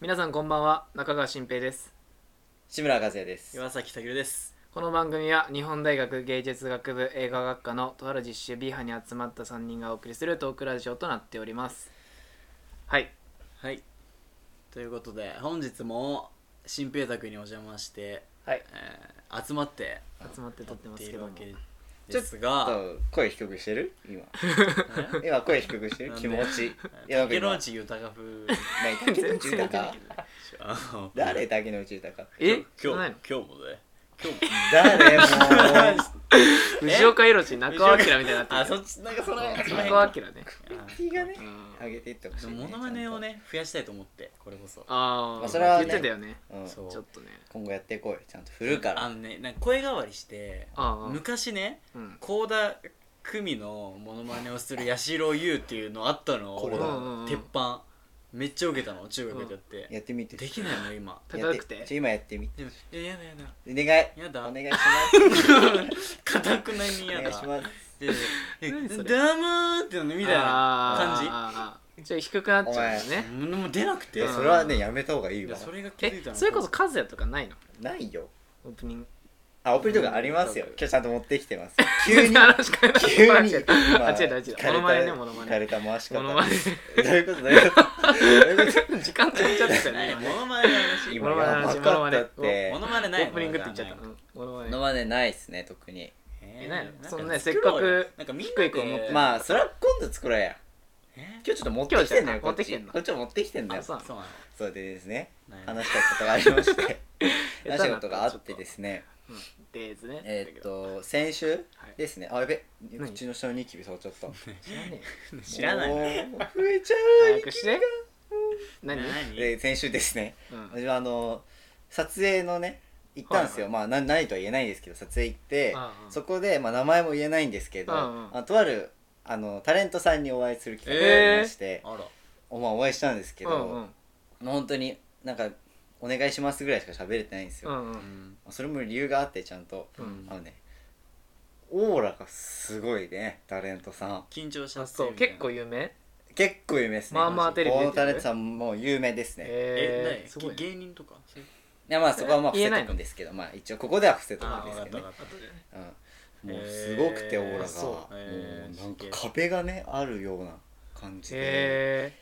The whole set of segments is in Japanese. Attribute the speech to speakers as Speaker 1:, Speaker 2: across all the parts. Speaker 1: 皆さんこんばんは中川新平です
Speaker 2: 志村和也です。
Speaker 3: 岩崎拓です
Speaker 1: この番組は日本大学芸術学部映画学科のとある実習 B 班に集まった3人がお送りするトークラジオとなっておりますはい
Speaker 3: はいということで本日も新平宅にお邪魔して、
Speaker 1: はい
Speaker 3: えー集まって
Speaker 1: 集まって撮ってます
Speaker 3: や
Speaker 1: け
Speaker 3: い
Speaker 1: ども
Speaker 3: るわけですが
Speaker 2: そう声低くしてる今。今声低くしてる
Speaker 3: なん
Speaker 2: 気
Speaker 3: で
Speaker 2: 持ちいい。いやなんか
Speaker 3: 竹
Speaker 2: 今
Speaker 3: 野内豊風
Speaker 2: 何竹野内豊
Speaker 3: あの
Speaker 2: 誰竹野内 豊
Speaker 1: え
Speaker 3: 今
Speaker 1: 知らない
Speaker 3: 日
Speaker 1: の
Speaker 3: 今日もね今日も
Speaker 2: 誰も
Speaker 1: 藤岡弘中尾明みたいになって
Speaker 3: あ
Speaker 1: る
Speaker 3: そっちなんかそのその辺
Speaker 1: 中尾明ね
Speaker 2: 気がね
Speaker 3: あ、
Speaker 2: 上げていってほし
Speaker 3: で
Speaker 2: い、
Speaker 3: もモノマネを。ね増やしたいと思ってこれこそ
Speaker 1: あ
Speaker 2: ま
Speaker 1: あ
Speaker 2: あそれはね
Speaker 1: 言ってたよね
Speaker 2: ちゃんと
Speaker 3: そ
Speaker 2: うん
Speaker 3: う
Speaker 1: ちょっとね
Speaker 2: 今後やっていこうよ。ちゃんと振るか
Speaker 3: あ
Speaker 2: ら。
Speaker 3: のねなんか声変わりして
Speaker 1: ああ
Speaker 3: 昔ね
Speaker 1: うん
Speaker 3: 高田久美のモノマネをする八代優っていうのあったの
Speaker 2: これ
Speaker 3: 俺
Speaker 2: だ
Speaker 3: の鉄板めっちゃ受けたの中学でやって、
Speaker 2: やってみて。
Speaker 3: できないの 今
Speaker 2: やっ
Speaker 1: 高くて
Speaker 2: ちょ今やってみて。
Speaker 3: でもいややだやだ
Speaker 2: お願い。や お
Speaker 3: やだ
Speaker 2: 願いします。
Speaker 3: かたくなに
Speaker 2: お
Speaker 3: や
Speaker 2: 願い
Speaker 3: だ
Speaker 2: します。
Speaker 3: でで
Speaker 1: 何それ
Speaker 3: ダムーってのみたいな
Speaker 1: 感じちょっと低くなっちゃうんだ
Speaker 3: 感
Speaker 1: ね
Speaker 3: じもう出なくて
Speaker 2: で、それはね、やめた方がいい
Speaker 3: い
Speaker 2: わ
Speaker 3: や。それが気づい
Speaker 1: え
Speaker 3: たの
Speaker 1: それこそ和也とかないの
Speaker 2: ないよ。
Speaker 1: オープニング
Speaker 2: あ、オープニングとかありますよ。今日ちゃんと持ってきてます。急 に。
Speaker 1: 話変えた
Speaker 2: 急に。
Speaker 1: 違う
Speaker 2: 今
Speaker 1: あ違う違う
Speaker 2: 聞かれた
Speaker 1: モノマネねモノマネ
Speaker 2: 聞かれた回し方。
Speaker 1: モノマネ
Speaker 2: どういうことどう いうことどういうこ と
Speaker 1: 時間飛んじゃってたよ
Speaker 3: ね
Speaker 1: ね
Speaker 3: モノマネの話
Speaker 2: 今
Speaker 1: モノマネ
Speaker 2: や
Speaker 1: の話
Speaker 2: ばかったっ
Speaker 1: モノマネ
Speaker 2: て
Speaker 3: モノマネ
Speaker 1: オ
Speaker 3: ない
Speaker 1: ープニングって言っちゃったうんモノマ
Speaker 2: モ
Speaker 1: ネ
Speaker 2: ノマネないっすね特に
Speaker 3: え
Speaker 1: ないの
Speaker 3: ー
Speaker 1: そんな
Speaker 3: か
Speaker 1: ねせっ
Speaker 3: 作
Speaker 1: か
Speaker 3: ろうよ
Speaker 1: く
Speaker 3: なんかみんな
Speaker 1: 低い子持って
Speaker 3: で
Speaker 1: ん
Speaker 2: まあそれは今度作ろうや
Speaker 3: え
Speaker 2: 今日ちょっと持ってきてんのよ
Speaker 1: 今日
Speaker 2: こっ
Speaker 1: 持
Speaker 2: ち
Speaker 1: ってきてんの
Speaker 2: こっちは持ってきてんだよ
Speaker 1: あそう
Speaker 3: ーそうな
Speaker 2: それでですね
Speaker 3: のなんや
Speaker 2: 話したいことがありまして
Speaker 1: 下手
Speaker 2: 話し
Speaker 1: に
Speaker 2: た
Speaker 1: な
Speaker 2: こ
Speaker 1: った
Speaker 2: とがあってですね
Speaker 1: デーズね
Speaker 2: えーっと先週
Speaker 1: はい
Speaker 2: ですねあやべ
Speaker 1: 何
Speaker 2: 口の下のニキビ触っちゃっ た
Speaker 1: 知らね
Speaker 3: 知らないの
Speaker 2: もう増えちゃ
Speaker 1: え
Speaker 2: う
Speaker 1: 早くして何
Speaker 3: 何
Speaker 2: で先週ですね
Speaker 1: うん
Speaker 2: 私はあの撮影のね行ったんですよ、
Speaker 1: はい
Speaker 2: まあな何とは言えないんですけど撮影行って、
Speaker 1: うんうん
Speaker 2: そこで、まあ、名前も言えないんですけど、
Speaker 1: うんうん
Speaker 2: あとあるあのタレントさんにお会いする機会がありまして、
Speaker 3: あら
Speaker 2: おまあ、お会いしたんですけど、
Speaker 1: うんうん
Speaker 2: 本当になんか「お願いします」ぐらいしか喋れてないんですよ、
Speaker 1: うんう
Speaker 3: うんん
Speaker 2: それも理由があってちゃんと、
Speaker 1: うん
Speaker 2: あのねオーラがすごいねタレントさん
Speaker 3: 緊張しちゃ
Speaker 1: あ
Speaker 3: って
Speaker 1: そう
Speaker 3: みたい
Speaker 1: 結
Speaker 3: な
Speaker 1: 構有名
Speaker 2: 結構有名ですね
Speaker 1: まあまあテレビ出て
Speaker 2: こ
Speaker 1: る
Speaker 2: のタレントさんもう有名ですね、
Speaker 1: えー
Speaker 3: え何
Speaker 1: すごいね
Speaker 3: 芸人とかそういう
Speaker 2: いやまあそこはまあ
Speaker 1: 言え
Speaker 2: 伏
Speaker 1: ない
Speaker 2: せと
Speaker 1: の
Speaker 2: くんですけどまあ一応ここでは伏せと
Speaker 3: あ
Speaker 2: くん
Speaker 3: ー
Speaker 2: で
Speaker 3: わ
Speaker 2: す
Speaker 3: か
Speaker 2: け
Speaker 3: った
Speaker 2: ど
Speaker 3: わ
Speaker 2: ね
Speaker 3: かった
Speaker 2: うんもうすごくて
Speaker 3: えー
Speaker 2: オーラが、
Speaker 3: そう
Speaker 2: も
Speaker 3: え
Speaker 2: う
Speaker 3: ー
Speaker 2: なんか壁がねあるような感じで、
Speaker 1: へ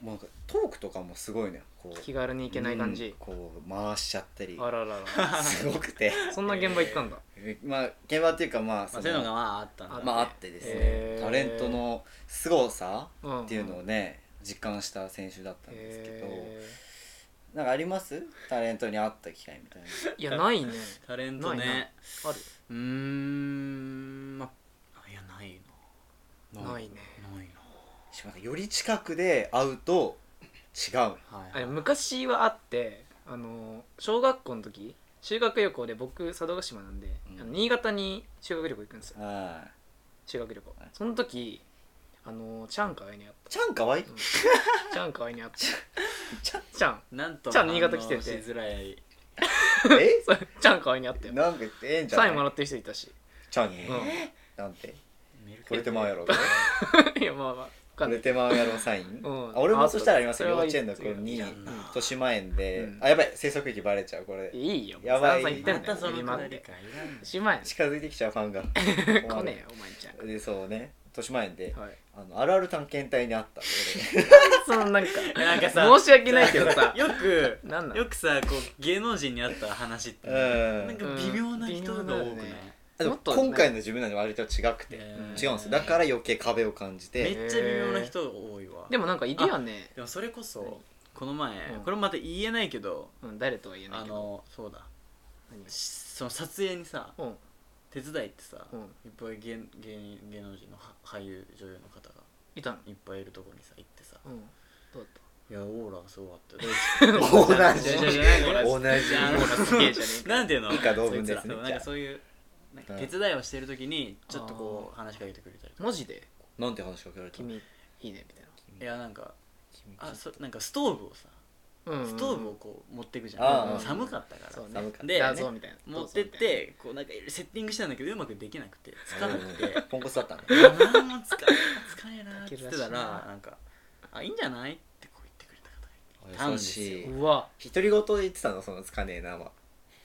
Speaker 2: もうなんかトークとかもすごいねこ
Speaker 1: え
Speaker 2: う
Speaker 1: 気軽に行けない感
Speaker 2: うん
Speaker 1: じ
Speaker 2: こう回しちゃったり
Speaker 1: あららら
Speaker 2: すごくて
Speaker 1: そんな現場行ったんだ
Speaker 2: まあ現場っていうかまあ
Speaker 3: ま
Speaker 2: そ
Speaker 3: あ、そういうの
Speaker 2: の
Speaker 3: がまああったんだ、
Speaker 1: あ
Speaker 2: まああってですね、
Speaker 1: へー
Speaker 2: タレントの凄さ
Speaker 1: っ
Speaker 2: っていうのをね実感した選手だったんですけど、
Speaker 1: え
Speaker 2: なんかありますタレントに会った機会みたいな
Speaker 1: ーいやないね
Speaker 3: タレント
Speaker 1: ないな
Speaker 3: ね
Speaker 1: ある
Speaker 3: うーんまあいやない
Speaker 1: ないね
Speaker 3: なないな
Speaker 2: しかもなんかより近くで会うと違うよ
Speaker 3: はい
Speaker 1: あれ昔はあってあの小学校の時修学旅行で僕佐渡島なんで、
Speaker 2: うん
Speaker 1: あの新潟に修学旅行行くんですよ
Speaker 2: はい
Speaker 1: 修学旅行
Speaker 2: はい
Speaker 1: その時あのチャンカワイに会っ
Speaker 2: ちゃんかわいい
Speaker 1: たチャンカワイに会った
Speaker 2: ちゃん
Speaker 1: チャン
Speaker 3: なんと
Speaker 1: じゃあ新潟来てて
Speaker 3: 反応しづらい
Speaker 2: え
Speaker 1: そうチャンカワイに会ったよ
Speaker 2: なんかええんじゃ
Speaker 1: サインも
Speaker 2: ない
Speaker 1: らってる人いたし、
Speaker 2: ちゃんに、
Speaker 1: うん
Speaker 2: なんて
Speaker 3: メール来
Speaker 2: これてまう やろ
Speaker 1: いやまあまあ分か
Speaker 2: こ
Speaker 1: んな
Speaker 2: れ
Speaker 1: い
Speaker 2: てまうやろサイン、
Speaker 1: うん
Speaker 2: あ俺もそしたらありますよ
Speaker 1: あ
Speaker 2: 幼
Speaker 1: そう
Speaker 2: 稚園の頃
Speaker 1: そ
Speaker 2: に
Speaker 3: れはいいうん
Speaker 2: 豊島園で、
Speaker 1: うん
Speaker 2: あやばい生息域バレちゃうこれ
Speaker 1: いいよ
Speaker 2: やばい
Speaker 1: さん言って
Speaker 3: ま
Speaker 1: んだよ
Speaker 3: たその
Speaker 1: 入り
Speaker 3: く
Speaker 1: ま
Speaker 3: だ
Speaker 1: っ
Speaker 3: り
Speaker 1: て
Speaker 3: かいらん
Speaker 1: 島やね
Speaker 2: 近づいてきちゃうファ ンが
Speaker 1: ん来ねえよお前んちゃん
Speaker 2: でそうね豊島園で、
Speaker 1: はい、
Speaker 2: あのあるある探検隊に あった俺
Speaker 1: そのなんか
Speaker 3: なんかさ
Speaker 1: 申し訳ないけど さ
Speaker 3: よく
Speaker 1: なんなの
Speaker 3: よくさこう芸能人にあった話って、
Speaker 2: うん
Speaker 3: なんか微妙な人が多くない
Speaker 1: うん微妙、だよね
Speaker 2: あでも
Speaker 1: もっとね
Speaker 2: 今回の自分らに割と違くて、
Speaker 3: え
Speaker 1: ー
Speaker 2: 違うんですよだから余計壁を感じ
Speaker 3: め
Speaker 2: て
Speaker 3: っちゃ微妙な人多いわ
Speaker 1: でもなんかいるよね、
Speaker 3: でもそれこそこの前、
Speaker 1: うん
Speaker 3: これまた言えないけど
Speaker 1: うん、誰とは言えない
Speaker 3: あ
Speaker 1: けど
Speaker 3: のそうだ
Speaker 1: 何
Speaker 3: しその撮影にさ
Speaker 1: うん
Speaker 3: 手伝いってさ、
Speaker 1: うん
Speaker 3: いっぱい芸芸人芸能人のは俳優女優の方が
Speaker 1: いたの
Speaker 3: いっぱいいるところにさ行ってさ
Speaker 1: うんどうだっ
Speaker 3: いやオーラがすごかった よ
Speaker 2: 同
Speaker 1: じ
Speaker 2: じ
Speaker 1: ゃ
Speaker 3: い
Speaker 1: じ
Speaker 3: や
Speaker 1: ゃ
Speaker 3: い
Speaker 1: じ
Speaker 3: や
Speaker 1: ゃ
Speaker 3: いやいや
Speaker 1: じゃ
Speaker 2: 同じ
Speaker 3: いや
Speaker 1: オーラすげえじゃねえか
Speaker 3: なんていうの
Speaker 2: 以下同文ですね
Speaker 3: そいつらそうなんかそういうなんか手伝いをしてる時にちょっとこう話しかけてくれたりとか
Speaker 1: マジで
Speaker 2: なんて話しかけられた
Speaker 1: 君いいねみたい
Speaker 3: いやなんか
Speaker 2: 君
Speaker 3: あそなんかストーブをさ
Speaker 1: な、うんうんうん
Speaker 3: ストーブをこう持ってくじ
Speaker 2: あ
Speaker 3: ゃ
Speaker 1: あ
Speaker 3: ん寒かったから
Speaker 1: そうね
Speaker 2: 寒かった
Speaker 3: で
Speaker 1: だぞみたいな
Speaker 3: 持ってってこうなんかセッティングしたんだけどうまくできなくてつかなくて
Speaker 2: うんポンコツだったね
Speaker 3: 何もつかないつかねえなーって言って
Speaker 1: たけるら
Speaker 3: たら
Speaker 1: しいな
Speaker 3: なんか「あいいんじゃない?」ってこう言ってくれた方がいてタンです
Speaker 2: し
Speaker 3: よ
Speaker 1: うわ
Speaker 2: 独り言言ってたのそのつかねえなは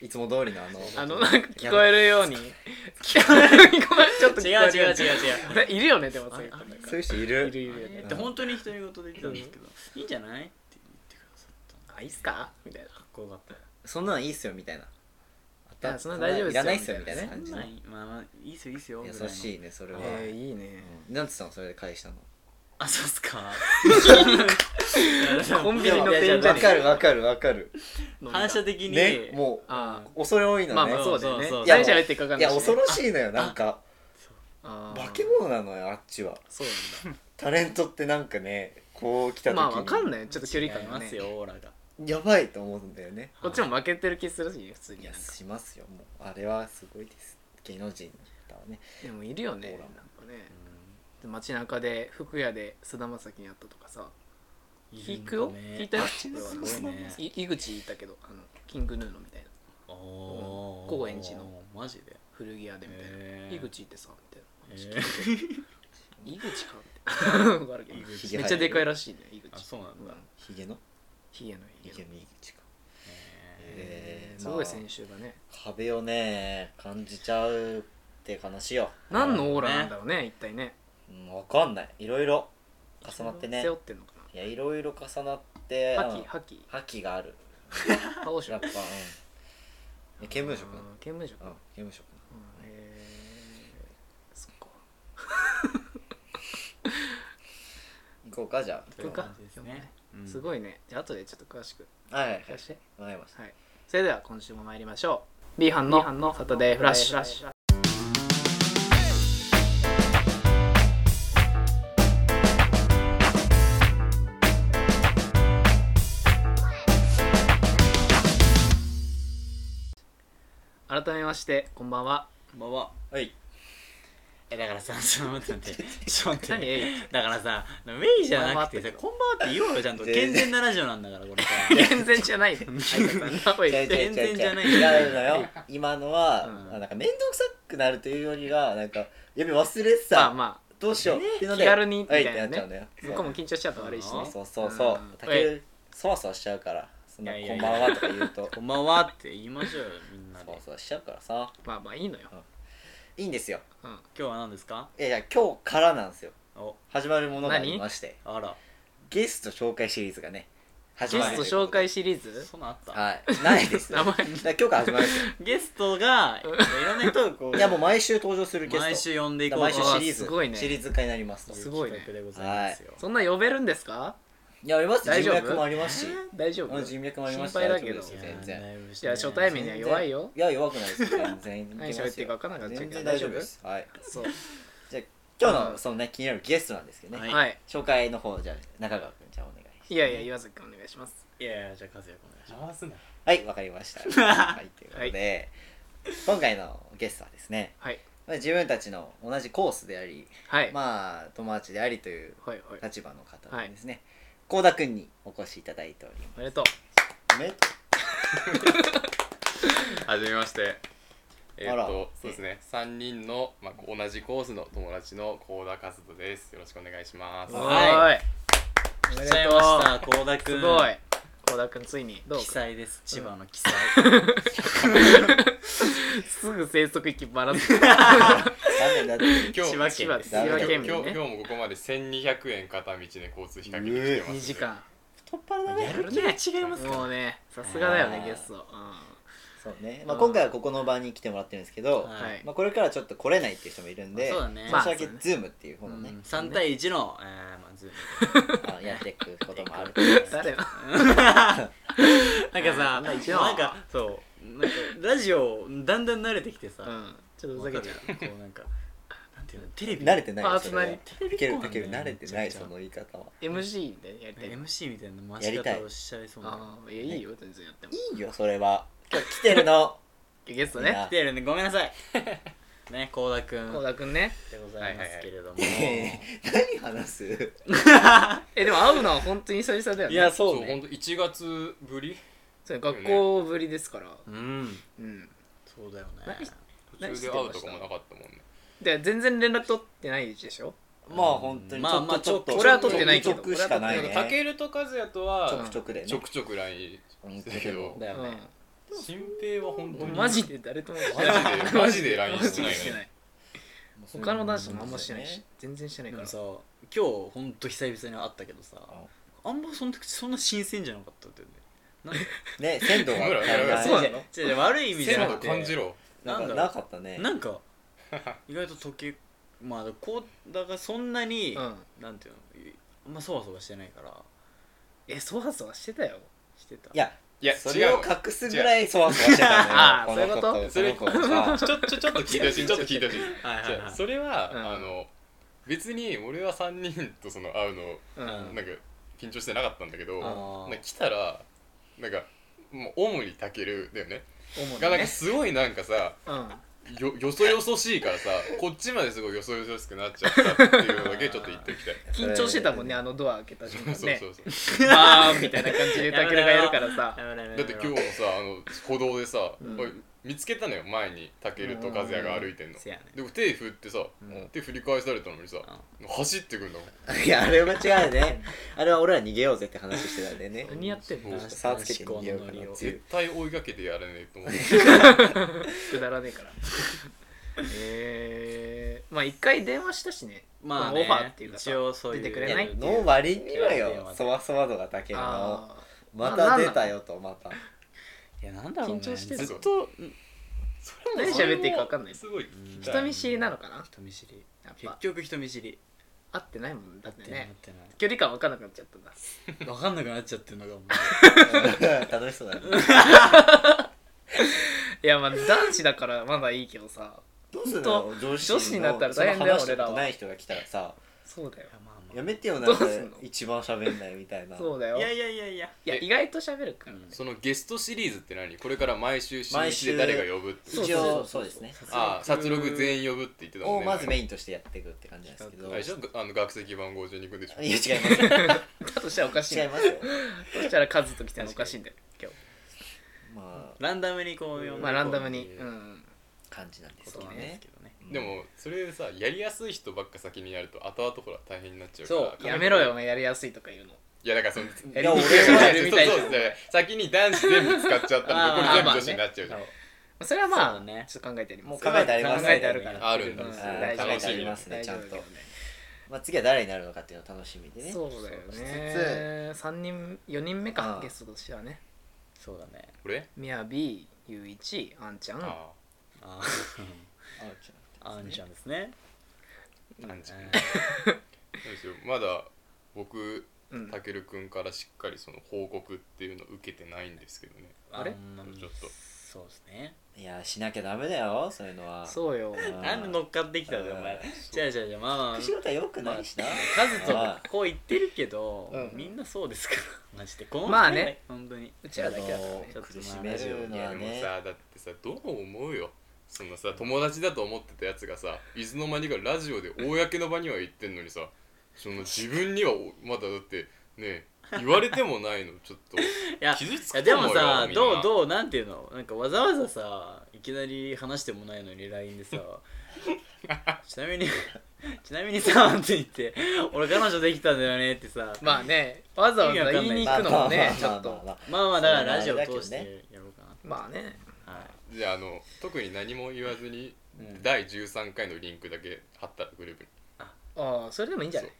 Speaker 2: いつも通りのあの
Speaker 1: あのなんか聞こえるように 聞こえるごめんちょっと聞こ
Speaker 3: 違う
Speaker 1: えるよ
Speaker 3: 違う違う違う
Speaker 1: に俺いるよねでもそういう人なんか
Speaker 2: そういう人い
Speaker 1: い
Speaker 2: る
Speaker 1: るいるいる
Speaker 3: って本当に独り言で言ってたんですけど「いいんじゃない?」って言ってくださったの
Speaker 1: あいいっすかみたいな
Speaker 3: かっこよかったよ
Speaker 2: そんなんいいっすよみたいなあ
Speaker 1: いやそんなん大丈夫っすよ
Speaker 2: いらないっすよみたいな
Speaker 1: え
Speaker 2: 感じ
Speaker 3: そん
Speaker 2: の
Speaker 3: なんまあまあいいっすよいいっすよ
Speaker 2: 優
Speaker 3: い
Speaker 2: しいねそれは、
Speaker 1: えーいいね
Speaker 2: うんなんつったのそれで返したの
Speaker 3: あそうっすか
Speaker 1: コンビニの店員じゃ
Speaker 2: わ
Speaker 1: ね
Speaker 2: かるわかるわかる
Speaker 3: 反射的に
Speaker 2: ねも
Speaker 1: あ
Speaker 2: う恐れ多いのね、
Speaker 1: まあまあそうだよね
Speaker 3: そうそうそう
Speaker 1: 何喋ってるか分かん
Speaker 2: い
Speaker 1: ない
Speaker 2: や恐ろしいのよなんか化
Speaker 1: 化
Speaker 2: け物なのよあっちは
Speaker 1: そうなん
Speaker 2: タレントってなんかねこう来た
Speaker 1: だ
Speaker 2: 時に、
Speaker 1: まあわかんないちょっと距
Speaker 3: 違
Speaker 1: 離
Speaker 3: い
Speaker 1: 感が
Speaker 3: ま
Speaker 1: ね
Speaker 3: すよオーラが
Speaker 2: やばいと思うんだよね
Speaker 1: こっちも負けてる気するし普通
Speaker 2: い
Speaker 1: にな
Speaker 2: や
Speaker 1: んか
Speaker 2: しますよもうあれはすごいです芸能人だわね
Speaker 1: でもいるよね
Speaker 2: オ
Speaker 1: なんか
Speaker 2: ーラも
Speaker 1: ねで街中で服屋で菅田将暉に会ったとかさ聞くよ聞いたよ
Speaker 3: すごいね
Speaker 1: い井口いたけどあのキングヌーのみたいな
Speaker 3: おー
Speaker 1: 高円寺の
Speaker 3: マジで
Speaker 1: 古着屋でみたいな
Speaker 3: へー
Speaker 1: 井口いてさみたいな
Speaker 3: えー
Speaker 1: 井口かってわかる けど
Speaker 3: 井口
Speaker 1: めっちゃでかいらしいね井口
Speaker 3: あそうなんだ
Speaker 2: ヒゲの
Speaker 1: ヒゲの
Speaker 2: ヒ
Speaker 1: ヒゲ
Speaker 2: ゲ
Speaker 1: の
Speaker 2: の井口か
Speaker 3: え
Speaker 2: えー
Speaker 1: すごい
Speaker 2: ま
Speaker 1: 選手だね
Speaker 2: あ壁をね感じちゃうって話よ、
Speaker 1: 何のオーラなんだろうね一体ね
Speaker 2: うん、わかんないいろいろ重なってね
Speaker 1: 背負ってんのか
Speaker 2: いやいろいろ重なって
Speaker 1: な
Speaker 2: う
Speaker 1: 覇
Speaker 2: ん
Speaker 1: 気覇気
Speaker 2: 覇気がある
Speaker 1: 覇王色
Speaker 2: やっぱうん え刑務職なの
Speaker 1: あー刑務職
Speaker 2: うん刑務職なの
Speaker 1: うんへーそっか
Speaker 2: 行こうかじゃ
Speaker 1: 行くか
Speaker 3: そうなんですねうん
Speaker 1: すごいねじゃあ後でちょっと詳しく
Speaker 2: あはいはい
Speaker 1: 聞かせて
Speaker 2: わかりました
Speaker 1: はいそれでは今週も参りましょう B 班のサタデーフラッシュ改めましてこんばんは
Speaker 3: こんばんは
Speaker 2: はい
Speaker 3: えだからさちょっと待って待ってちょっと待って
Speaker 1: 何えい
Speaker 3: だからさメイじゃなくてさ「こんばんは」って言おうよちゃんと
Speaker 2: 全
Speaker 3: 健
Speaker 2: 然
Speaker 3: 全なラジオなんだからこれさ
Speaker 1: 全然じゃないの挨拶な声言って
Speaker 3: 全然じゃない
Speaker 2: 違う違う違うのよ今のは、
Speaker 1: うん
Speaker 2: あなんか面倒くさくなるというよりはなんかやべ忘れてた、
Speaker 1: まあま
Speaker 2: どうしようっていうので
Speaker 1: 気軽にみたいなね
Speaker 2: はいってなっちゃうのよ
Speaker 1: あ向こうも緊張しちゃうと悪いし
Speaker 2: そう
Speaker 1: ね
Speaker 2: そうそうそう
Speaker 1: うん
Speaker 2: たけるそわそわしちゃうからそんない
Speaker 3: やい
Speaker 2: こ
Speaker 3: やい
Speaker 2: んば
Speaker 3: や
Speaker 2: んはとか 言うと
Speaker 3: こんばんはって言いましょうよみんな
Speaker 2: そ
Speaker 3: で
Speaker 2: わ
Speaker 3: 今
Speaker 2: そわしちゃうからさ
Speaker 1: まあまあいいのよ
Speaker 2: いいんですよ
Speaker 1: うん
Speaker 3: 日は何ですか
Speaker 2: いやいや今日からなんですよ
Speaker 3: お
Speaker 2: 始まるものがありまして
Speaker 3: あら
Speaker 2: ゲスト紹介シリーズがね始
Speaker 1: ゲ
Speaker 2: まる
Speaker 1: スト紹介シリーズ
Speaker 3: そんなんあった
Speaker 2: はいないで す
Speaker 1: 名前
Speaker 2: だから今日から始まるんですよ
Speaker 3: ゲストがいろんな人を こう
Speaker 2: いやもう毎週登場するゲスト
Speaker 3: 毎週呼んでい
Speaker 2: だ
Speaker 3: こう
Speaker 2: から毎週シリー
Speaker 1: あ
Speaker 2: ズ
Speaker 1: すごいね
Speaker 2: シリーズ化になりますと
Speaker 3: と
Speaker 2: いう
Speaker 1: すごいね
Speaker 3: 企画でございますよ
Speaker 1: そんな呼べるんですか
Speaker 2: いやありますよ
Speaker 1: 大丈
Speaker 2: 人
Speaker 1: 夫
Speaker 2: 脈もあり ますし
Speaker 1: 大丈
Speaker 2: う
Speaker 1: 夫
Speaker 2: ん人脈もありますし
Speaker 1: 心配だけど
Speaker 2: 大丈夫ですよ全然
Speaker 1: いや初対面には弱いよ
Speaker 2: いや弱くないですよ全然いけますよ
Speaker 1: 何喋っていいか分かんなくなっちゃうけど
Speaker 2: 全然大丈夫ですはい
Speaker 1: そう
Speaker 2: 今日のそのね気になるゲストなんですけどね、
Speaker 3: はい
Speaker 1: はい
Speaker 2: 紹介の方じゃあ中川くんじゃあお願いします
Speaker 1: いやいや岩崎君お願いします
Speaker 3: いやいやじゃあ和也お願いしますな
Speaker 2: はいわかりま したはいということで、今回のゲストはですね
Speaker 1: はい
Speaker 2: まあ自分たちの同じコースであり、
Speaker 1: はいはい
Speaker 2: まあ友達でありという
Speaker 1: はい
Speaker 2: 立場の方でですね幸、田くんにお越しいただいており
Speaker 1: おめでとう
Speaker 2: ますめ
Speaker 4: はじめまして。えー
Speaker 2: あ
Speaker 4: っ
Speaker 2: ら
Speaker 4: と、そうですね。三人の、まあ、こう同じコースの友達の高田和人です。よろしくお願いします。
Speaker 1: お
Speaker 4: あ
Speaker 1: ーいおめ
Speaker 3: 来
Speaker 1: で
Speaker 3: ちゃい
Speaker 1: と
Speaker 3: ま
Speaker 1: う
Speaker 3: した高田
Speaker 1: す
Speaker 3: 君
Speaker 1: ごい倖田君ついにどう
Speaker 3: 奇才です千葉の奇才
Speaker 1: すぐ生息域ばらす
Speaker 2: ダメだって
Speaker 4: 今日、
Speaker 3: 千
Speaker 4: 今
Speaker 3: 葉
Speaker 1: 千葉
Speaker 3: 県
Speaker 4: 日、
Speaker 1: です
Speaker 2: 千
Speaker 1: 千
Speaker 2: 葉
Speaker 1: 葉
Speaker 4: 今
Speaker 1: 県
Speaker 4: 日
Speaker 1: 民ね
Speaker 4: 今日もここまで千二百円片道で交通費かけてきて ます、
Speaker 1: 2時。間
Speaker 2: 太っ腹だ
Speaker 3: やる気が違いますか
Speaker 1: もう
Speaker 3: ら
Speaker 1: ねさすがだよ
Speaker 2: あ
Speaker 1: ね
Speaker 2: ー
Speaker 1: ゲストうん
Speaker 2: そうね、まあ、今回はここの場に来てもらってるんですけど、
Speaker 3: はい
Speaker 1: はい
Speaker 2: まあ、これからちょっと来れないっていう人もいるんで
Speaker 3: そうだね
Speaker 2: 申し訳
Speaker 1: まあ
Speaker 2: ズームっていう方
Speaker 3: う
Speaker 2: のね
Speaker 3: ん、3対1のえーまあズーム
Speaker 2: あやっていくこともあると思います
Speaker 1: 誰は
Speaker 3: なんかさ、
Speaker 1: まあ一応
Speaker 3: なんかそう、なんかラジオだんだん慣れてきてさ、
Speaker 1: うんちょっとふざけちゃう
Speaker 3: う。こうなんか、なんていうの、テレビ
Speaker 2: 慣れてない
Speaker 1: パー
Speaker 2: よ
Speaker 1: ソ
Speaker 2: そ
Speaker 1: ナ
Speaker 2: れ
Speaker 1: リ
Speaker 2: は
Speaker 1: テ
Speaker 3: ィ
Speaker 2: たけるたける
Speaker 3: テレビコーナー
Speaker 2: 慣れてない
Speaker 3: めちゃめちゃ
Speaker 2: その言い方は
Speaker 1: MC でやりたいの
Speaker 3: MC みたいな回
Speaker 2: や
Speaker 3: し
Speaker 2: りたい
Speaker 3: 方をしちゃいそうな。
Speaker 1: ああいやいいよ全然やっても
Speaker 2: いいよそれは今日来てるの
Speaker 1: ゲスト
Speaker 2: いい
Speaker 1: ね
Speaker 2: な
Speaker 3: 来てるんでごめんなさい。 ね、高田くん
Speaker 1: 倖田君ね
Speaker 3: でございますけれ ども。
Speaker 2: えー何話す
Speaker 1: えでも会うのは本当に久々だよね
Speaker 3: いや、そ
Speaker 4: そ、
Speaker 3: うう
Speaker 4: 本
Speaker 3: ね。
Speaker 4: 当一月ぶり。
Speaker 1: そう学校ぶりですから
Speaker 3: うん、
Speaker 1: うん
Speaker 3: そうだよね
Speaker 1: 何。
Speaker 4: 途中で会うとかもなかったもんね。
Speaker 1: で全然連絡取ってないでしょ
Speaker 2: まあ本当に
Speaker 3: まあまあ
Speaker 2: ちょっとちょっと
Speaker 1: 俺は取ってないけど
Speaker 2: ちょくちょくしかないね
Speaker 4: たけると和也と
Speaker 2: ちょ
Speaker 4: は
Speaker 2: くちょくでね
Speaker 4: ちょくちょく LINE してるけど
Speaker 3: だよね、
Speaker 4: 新平は本当に
Speaker 1: マジで誰とも
Speaker 4: マジでマジで LINE してないよね
Speaker 1: 他の男子もあんましてないし全然してない
Speaker 3: で
Speaker 1: か
Speaker 3: も
Speaker 1: ら
Speaker 3: さ今日ほんと久々に会ったけどさあんまそんなそんな新鮮じゃなかったんだよねなんか
Speaker 2: ね鮮度が
Speaker 4: ほらほらほら
Speaker 1: そうなの
Speaker 3: 違う違う悪い意味じゃ
Speaker 4: 鮮
Speaker 3: な
Speaker 4: 度
Speaker 3: くて
Speaker 4: 感じろ
Speaker 2: なん
Speaker 3: な
Speaker 2: か
Speaker 3: んだろう
Speaker 2: なかったね
Speaker 3: なんか意外と時計まあこうだからそんなに、
Speaker 1: うん
Speaker 3: なんていうのあんまそわそわしてないから
Speaker 1: えそわそわしてたよ
Speaker 3: してた
Speaker 2: いや
Speaker 4: いや
Speaker 2: そ
Speaker 4: 違
Speaker 2: れ
Speaker 4: う
Speaker 2: を隠すぐらいそわそわしてたのよ
Speaker 1: あー
Speaker 2: この子
Speaker 1: そういう
Speaker 4: ことそれ
Speaker 2: この子が
Speaker 4: ちょちょちょっと聞いてほしいちょっと聞いてほしい
Speaker 3: はいはい
Speaker 4: 違
Speaker 3: は
Speaker 4: う
Speaker 3: い
Speaker 4: それは、
Speaker 1: うん
Speaker 4: あの別に俺は3人とその会うの
Speaker 1: うん
Speaker 3: うん
Speaker 4: なんか緊張してなかったんだけど
Speaker 3: あー
Speaker 4: なんか来たらなんかもう主にたけるだよね
Speaker 1: 主に
Speaker 4: がなんか
Speaker 1: ね
Speaker 4: すごいなんかさ
Speaker 1: うん
Speaker 4: よよそよそしいからさこっちまですごいよそよそしくなっちゃったっていうのだけちょっと言っておきたい
Speaker 1: 緊張してたもんねあのドア開けた瞬間
Speaker 4: そう
Speaker 1: ね
Speaker 4: そうそう
Speaker 1: バーンみたいな感じでタケルがやるからさ
Speaker 3: やめろやめろ
Speaker 4: だって今日もさあの歩道でさ、
Speaker 1: うん
Speaker 4: おい見つけたのよ前にたけると和也が歩いてんの
Speaker 3: せやね
Speaker 4: でも手振ってさ、
Speaker 2: ん
Speaker 4: 手振り返されたのにさ、走ってくんだもん
Speaker 2: いやあれは違うねあれは俺ら逃げようぜって話してたんでね
Speaker 1: 何やってんの
Speaker 4: そう
Speaker 2: 差つけて逃げようかなってい
Speaker 4: 絶
Speaker 2: う
Speaker 4: 対追いかけてやらねえと思って
Speaker 1: くだらねえからえー、まあ一回電話したしね
Speaker 3: まあ、
Speaker 1: こ
Speaker 3: ね、
Speaker 1: のオファーっていうかさ
Speaker 3: 一応そういう
Speaker 1: 出てく
Speaker 2: い
Speaker 1: れない
Speaker 2: やの割にはよそわそわ度が高いの
Speaker 1: あ
Speaker 2: また出たよとまた
Speaker 3: いやなんだろう、ね、
Speaker 1: 緊張してる
Speaker 3: ずっとうん
Speaker 1: 何喋っていいか分かんない
Speaker 4: すごい
Speaker 1: ー
Speaker 4: 聞きた
Speaker 1: 人
Speaker 4: い
Speaker 1: 見知りなのかな
Speaker 3: 人見知り
Speaker 1: やっ
Speaker 3: 結
Speaker 1: ぱ
Speaker 3: 局人見知り
Speaker 1: 会ってないもんだって
Speaker 3: 合
Speaker 1: ね
Speaker 3: ってない
Speaker 1: 距離感分かんなくなっちゃったんだ
Speaker 3: 合ってない分かんなくなっちゃってるのがもう
Speaker 2: 楽しそうだね
Speaker 1: いやまあ男子だからまだいいけどさ
Speaker 2: どうするの女子
Speaker 1: 女子になったら大変だよ
Speaker 2: その話したこと
Speaker 1: 俺らは
Speaker 2: ない人が来たらさ
Speaker 1: そうだよ
Speaker 3: いやまあまあ
Speaker 2: やめてよなんか
Speaker 1: どうすんの
Speaker 2: 一番喋んないみたいな
Speaker 1: そうだよ
Speaker 3: い
Speaker 1: い
Speaker 3: や
Speaker 1: や
Speaker 3: いやいやいや
Speaker 4: え
Speaker 1: 意外と喋るから、
Speaker 3: うん
Speaker 4: そのゲストシリーズって何これから毎週新日で誰が呼ぶって
Speaker 1: 毎週
Speaker 2: 一応そうですね
Speaker 4: ああ殺戮全員呼ぶって言ってたもん
Speaker 2: を
Speaker 4: ね
Speaker 2: まずメインとしてやっていくって感じなんですけど
Speaker 4: あれでしょあの学籍番号順に行くんでしょ
Speaker 2: いや違いますよ
Speaker 1: だとしたらおかしい
Speaker 2: 違い
Speaker 1: ね
Speaker 2: ますよ
Speaker 1: そしたらカズと来たのおかしいんだよ今
Speaker 2: まあ
Speaker 3: ランダムにこう呼んでいこ
Speaker 1: 日
Speaker 3: う
Speaker 1: まあランダムに
Speaker 3: っていううん
Speaker 2: 感じなんで
Speaker 3: こ
Speaker 2: す
Speaker 3: と
Speaker 2: けど
Speaker 3: なんです
Speaker 2: ね
Speaker 3: けどね
Speaker 4: でもそれでさやりやすい人ばっか先にやると後々ほら大変になっちゃうか
Speaker 3: そう
Speaker 4: ら考えて
Speaker 1: やめろよお前やりやすいとか言うの
Speaker 4: いやだからその
Speaker 1: や
Speaker 2: や
Speaker 1: りにくい
Speaker 2: 俺
Speaker 1: 人
Speaker 2: は
Speaker 1: やるみたいじゃん
Speaker 4: そうそうそう先に男子全部使っちゃったら
Speaker 3: あー
Speaker 4: 残り全部女子になっちゃうじゃん、
Speaker 1: それはま
Speaker 3: そ
Speaker 1: あ、
Speaker 3: うだね
Speaker 1: ちょっと考えてあります
Speaker 2: もう考えてあります
Speaker 1: 考えてあるから
Speaker 4: あるんだ
Speaker 1: う
Speaker 2: はい
Speaker 1: 大丈夫
Speaker 2: 考えてありますねちゃんと
Speaker 1: 大丈夫
Speaker 2: まあ次は誰になるのかっていうのは楽しみでね
Speaker 1: そうだよね3人4人目か
Speaker 2: うん
Speaker 1: ゲストとしてはね
Speaker 3: そうだね
Speaker 4: これ
Speaker 1: みやびゆういちあんちゃん
Speaker 4: あ
Speaker 3: あ
Speaker 2: あーちょっ
Speaker 3: ああんちゃんですね
Speaker 4: あなんちゃん
Speaker 3: うん
Speaker 4: どうしようまだ僕
Speaker 1: うん
Speaker 4: たけるくんからしっかりその報告っていうのを受けてないんですけどね
Speaker 1: あれ
Speaker 3: んま
Speaker 4: ちょっと
Speaker 3: そうですね
Speaker 2: といやしなきゃダメだよそういうのは
Speaker 1: そうよ
Speaker 2: うん
Speaker 3: なんで乗っかってきたの
Speaker 2: う
Speaker 3: お
Speaker 2: ん
Speaker 3: 前違う違う違うまあまあ
Speaker 2: 隠し事はよくないしな
Speaker 3: 数とかこう言ってるけど
Speaker 1: うん
Speaker 3: みんなそうですから マジでこの
Speaker 1: まあね
Speaker 3: 二人本当に
Speaker 1: うちらだけだからね
Speaker 2: あの苦しめ
Speaker 3: そう
Speaker 2: る
Speaker 4: い
Speaker 2: の
Speaker 4: や
Speaker 2: は
Speaker 4: でも
Speaker 2: ね
Speaker 4: さだってさどう思うよそのさ友達だと思ってたやつがさいつの間にかラジオで公の場には行ってんのにさその自分にはおまだだってね言われてもないのちょっと
Speaker 3: いや
Speaker 4: 傷つ
Speaker 3: いや
Speaker 4: く
Speaker 3: で
Speaker 4: と思う
Speaker 3: も
Speaker 4: よ
Speaker 3: さ
Speaker 4: みんな
Speaker 3: どうどうなんていうのなんかわざわざさいきなり話してもないのに LINE で さちなみにちなみにさって言って俺彼女できたんだよねってさ
Speaker 1: まあねわざわざ言いに行くのもねちょ
Speaker 2: まあまあまあまあ
Speaker 1: っと
Speaker 2: まあ
Speaker 3: まあまあだからラジオ通してやろうか
Speaker 1: まあね
Speaker 3: なはい
Speaker 4: じゃああの特に何も言わずに、
Speaker 3: うん
Speaker 4: 第13回のリンクだけ貼ったグループに
Speaker 1: ああそれでもいいんじゃない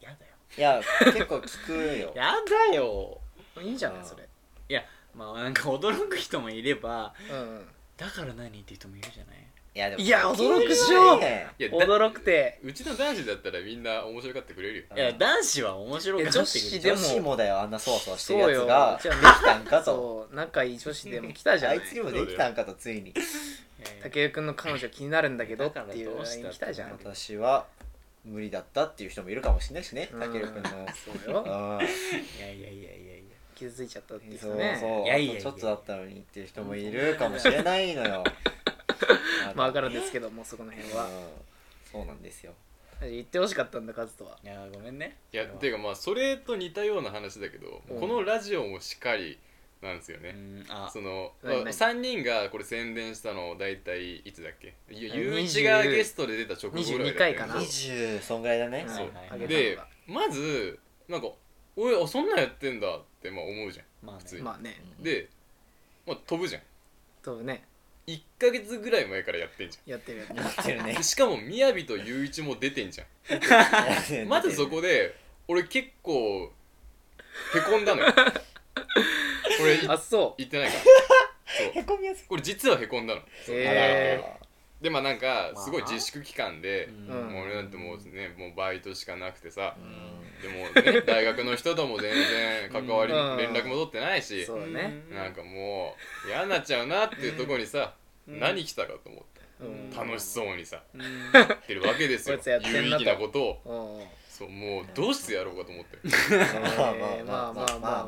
Speaker 3: やだよ
Speaker 2: いや結構聞くよ
Speaker 3: やだよ
Speaker 1: いいんじゃないそれ
Speaker 3: いやまあなんか驚く人もいれば
Speaker 1: うん
Speaker 3: だから何って人もいるじゃない
Speaker 2: いやでも
Speaker 1: いや驚くっしょ
Speaker 2: いやいや
Speaker 4: いやだ
Speaker 1: 驚くて
Speaker 4: うちの男子だったらみんな面白がってくれるよ
Speaker 3: いや男子は面白くなってくる
Speaker 1: いや女子で
Speaker 2: 女
Speaker 1: も
Speaker 2: 子もだよあんなそわそわしてるやつが
Speaker 1: そ
Speaker 2: で
Speaker 1: うよ
Speaker 2: きたんかと
Speaker 1: そう仲いい女子でも来たじゃ
Speaker 2: あ
Speaker 1: ない
Speaker 2: いつにもできたんかとついに
Speaker 1: 武井君の彼女気になるんだけどっていう
Speaker 3: だからどう
Speaker 1: LINE
Speaker 3: したって
Speaker 1: 来たじゃん
Speaker 2: 私は無理だったっていう人もいるかもしれないしね
Speaker 1: うん
Speaker 2: たけるくんの
Speaker 1: そうよ
Speaker 2: ああ
Speaker 3: いやいやいやいやいや
Speaker 1: 傷ついちゃったっていう
Speaker 2: そう
Speaker 1: ね
Speaker 2: そう
Speaker 3: いやいやいや
Speaker 2: あとちょっとだったのにっていう人もいるかもしれないのよ
Speaker 1: まあ分からんですけどもうそこの辺は
Speaker 2: うんそうなんですよ
Speaker 1: 言ってほしかったんだカズとはい
Speaker 3: やごめんね
Speaker 4: いやていうかまあそれと似たような話だけど、
Speaker 1: うん
Speaker 4: このラジオもしっかりなんですよね、
Speaker 3: うんあ
Speaker 4: その、
Speaker 1: 何
Speaker 4: まあ
Speaker 1: 何
Speaker 4: 3人がこれ宣伝したの大体いつだっけいや
Speaker 1: え
Speaker 4: ゆういち
Speaker 1: 20
Speaker 4: がゲストで出た直後ぐらいだったよ
Speaker 1: 22回
Speaker 4: ね
Speaker 1: かな
Speaker 2: 20そんぐらいだね
Speaker 1: うん
Speaker 4: そう
Speaker 3: はい
Speaker 1: あげたの
Speaker 4: で
Speaker 1: が
Speaker 4: まずなんか「おいあそんなんやってんだ」ってまあ思うじゃん
Speaker 3: まあ
Speaker 4: 普通
Speaker 3: ね
Speaker 4: に
Speaker 1: まあね
Speaker 4: で、まあ、飛ぶじゃん
Speaker 1: そうね
Speaker 4: 1ヶ月ぐらい前からやってんじ
Speaker 1: やってるやってる
Speaker 2: やってる
Speaker 4: ゃ
Speaker 2: ね
Speaker 4: んしかもみやびとゆういちも出てんじゃんまずそこで俺結構へこんだのよこれい
Speaker 1: あそう
Speaker 4: 言って ないからそう
Speaker 2: へこみやす
Speaker 4: これ実はへこんだの
Speaker 1: へえ
Speaker 4: でまあなんか
Speaker 3: まあ
Speaker 4: すごい自粛期間で、
Speaker 1: うん
Speaker 4: もう俺なんてもうねもうバイトしかなくてさ、
Speaker 2: うん
Speaker 4: でも ね大学の人とも全然関わり、
Speaker 1: うん
Speaker 4: 連絡も取ってないし
Speaker 1: そうだね
Speaker 4: なんかもう嫌になっちゃうなっていうところにさ、
Speaker 1: うん
Speaker 4: 何来たかと思っ
Speaker 1: う
Speaker 3: うん
Speaker 1: ん
Speaker 4: て楽しそうにさ
Speaker 1: うん
Speaker 4: やってるわけですよ
Speaker 1: こいつやってん
Speaker 4: 有意
Speaker 1: なと
Speaker 4: 義なことを
Speaker 1: おうおう
Speaker 4: そうもうどうしてやろうかと思って
Speaker 1: えーまあまあまあまあまあまあ
Speaker 4: まあ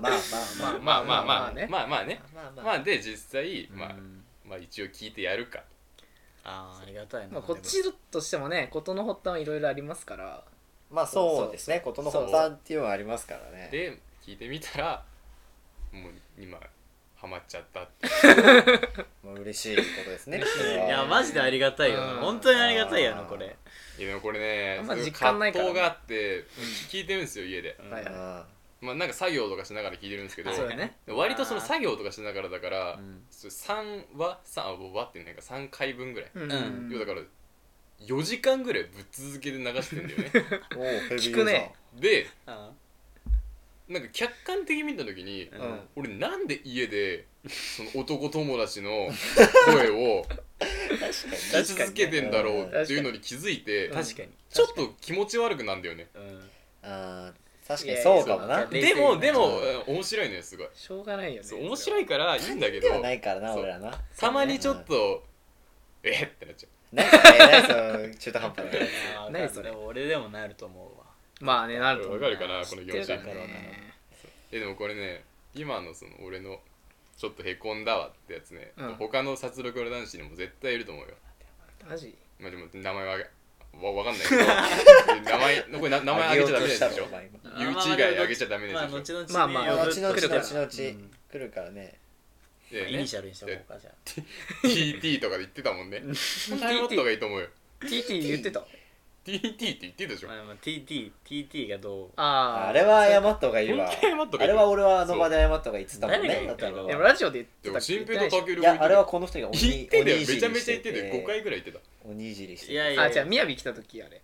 Speaker 4: まあまあ
Speaker 1: ね
Speaker 4: まあまあね
Speaker 2: まあまあ
Speaker 4: まあで実際、まあ
Speaker 3: うん
Speaker 4: まあ一応聞いてやるか
Speaker 3: あーありがたいな
Speaker 1: まあこっちとしてもね事の発端はいろいろありますから
Speaker 2: まあそうですねことの発端っていうのはありますからね
Speaker 4: で聞いてみたらもう今ハマっちゃったって
Speaker 2: まあ嬉しいことですねそれ
Speaker 3: い
Speaker 2: は
Speaker 3: やマジでありがたいよ
Speaker 1: う
Speaker 3: なん本当にありがたいよ
Speaker 2: あ
Speaker 3: な
Speaker 2: ー
Speaker 3: これ
Speaker 4: いやでもこれね
Speaker 1: あんま
Speaker 4: すごい
Speaker 1: 実感ないからね
Speaker 4: 葛藤があって聞いてるんですよ家で、
Speaker 1: はいうは
Speaker 2: ん
Speaker 4: まあ、なんか作業とかしながら聞いてるんですけど
Speaker 1: そうだね
Speaker 4: 割とその作業とかしながらだから、
Speaker 3: うん
Speaker 4: それ3話3話ってなんか3回分ぐらい、
Speaker 1: うん
Speaker 4: 要はだから4時間ぐらいぶっ続けて流してんだよね
Speaker 2: おーヘビーユーザー
Speaker 1: 聞くね
Speaker 4: で
Speaker 3: あ
Speaker 4: なんか客観的に見た時に、
Speaker 3: ー
Speaker 1: うん
Speaker 4: 俺なんで家でその男友 達の声を聞き続けてんだろうっていうのに気づいて、
Speaker 1: うん
Speaker 3: 確かに
Speaker 4: ちょっと気持ち悪くなんだよね
Speaker 3: うん
Speaker 2: あー確かにそうかも
Speaker 1: いや
Speaker 2: ない
Speaker 1: や
Speaker 4: でも
Speaker 1: 冷静に
Speaker 4: でもうん面白いねすごい
Speaker 1: しょうがないよね
Speaker 4: そう面白いからいいんだけど
Speaker 2: ではないからな
Speaker 4: そう
Speaker 2: 俺らな
Speaker 4: たまにちょっとえっってなっちゃう
Speaker 2: なんかねなんかその中途半端な
Speaker 3: あー
Speaker 1: 何それ
Speaker 3: でも俺でもなると思うわ
Speaker 1: まあねなると思う
Speaker 4: わかるかなこ
Speaker 1: 知
Speaker 4: の
Speaker 1: って
Speaker 4: 行
Speaker 1: る
Speaker 4: 事
Speaker 1: から
Speaker 3: わか
Speaker 4: え
Speaker 3: るわかる
Speaker 1: ね
Speaker 4: でもこれね今のその俺のちょっとへこんだわってやつね、
Speaker 1: うん
Speaker 4: 他の殺戮の男子にも絶対いると思うよ
Speaker 1: マジ
Speaker 4: まあでも名前はあげわわかんない けど名前これな名前あげちゃダメ
Speaker 2: あ
Speaker 4: なやつ
Speaker 2: げ
Speaker 4: でし
Speaker 2: ようとしたろ
Speaker 4: ょ
Speaker 2: お前今
Speaker 3: あ
Speaker 4: ゆういち
Speaker 3: まあ
Speaker 4: 以外あげちゃダメな
Speaker 3: まあ
Speaker 4: やつで
Speaker 3: 後
Speaker 4: しょ、
Speaker 3: 々
Speaker 1: まあまあ
Speaker 3: ね
Speaker 2: 後々
Speaker 3: 来るから
Speaker 2: 後々
Speaker 3: うん
Speaker 2: 来るからね
Speaker 4: でね
Speaker 3: イニシャルにした方がじゃ
Speaker 4: TT とかで言ってたも んね TT とかいいと思うよ
Speaker 1: TT 言ってた
Speaker 4: TT って言ってたでし
Speaker 3: あ
Speaker 4: ょ
Speaker 3: まあまあ TT TT がどう
Speaker 1: あー
Speaker 2: あれは謝った方がいいわ
Speaker 4: 本当に謝っとか
Speaker 2: あれは俺はあの場で謝った方がいいっつったもん
Speaker 3: 誰が
Speaker 2: ね
Speaker 3: 言
Speaker 2: だ
Speaker 3: っ
Speaker 2: って
Speaker 3: た
Speaker 2: あ
Speaker 3: の
Speaker 2: れ
Speaker 1: でも
Speaker 2: は
Speaker 1: ラジオで言って
Speaker 4: で
Speaker 1: た
Speaker 4: も新平
Speaker 1: 言
Speaker 4: と
Speaker 1: っ
Speaker 4: たける
Speaker 2: いやあれはこの人が鬼
Speaker 4: 言ってたよ
Speaker 2: 鬼い
Speaker 4: め
Speaker 2: じり
Speaker 4: ちゃめちゃ言ってた
Speaker 2: し
Speaker 4: よ5回ぐらい言って
Speaker 2: 鬼いじりして
Speaker 3: いやい
Speaker 1: て
Speaker 3: や
Speaker 1: ないあじゃあみやび来た時あれ
Speaker 4: た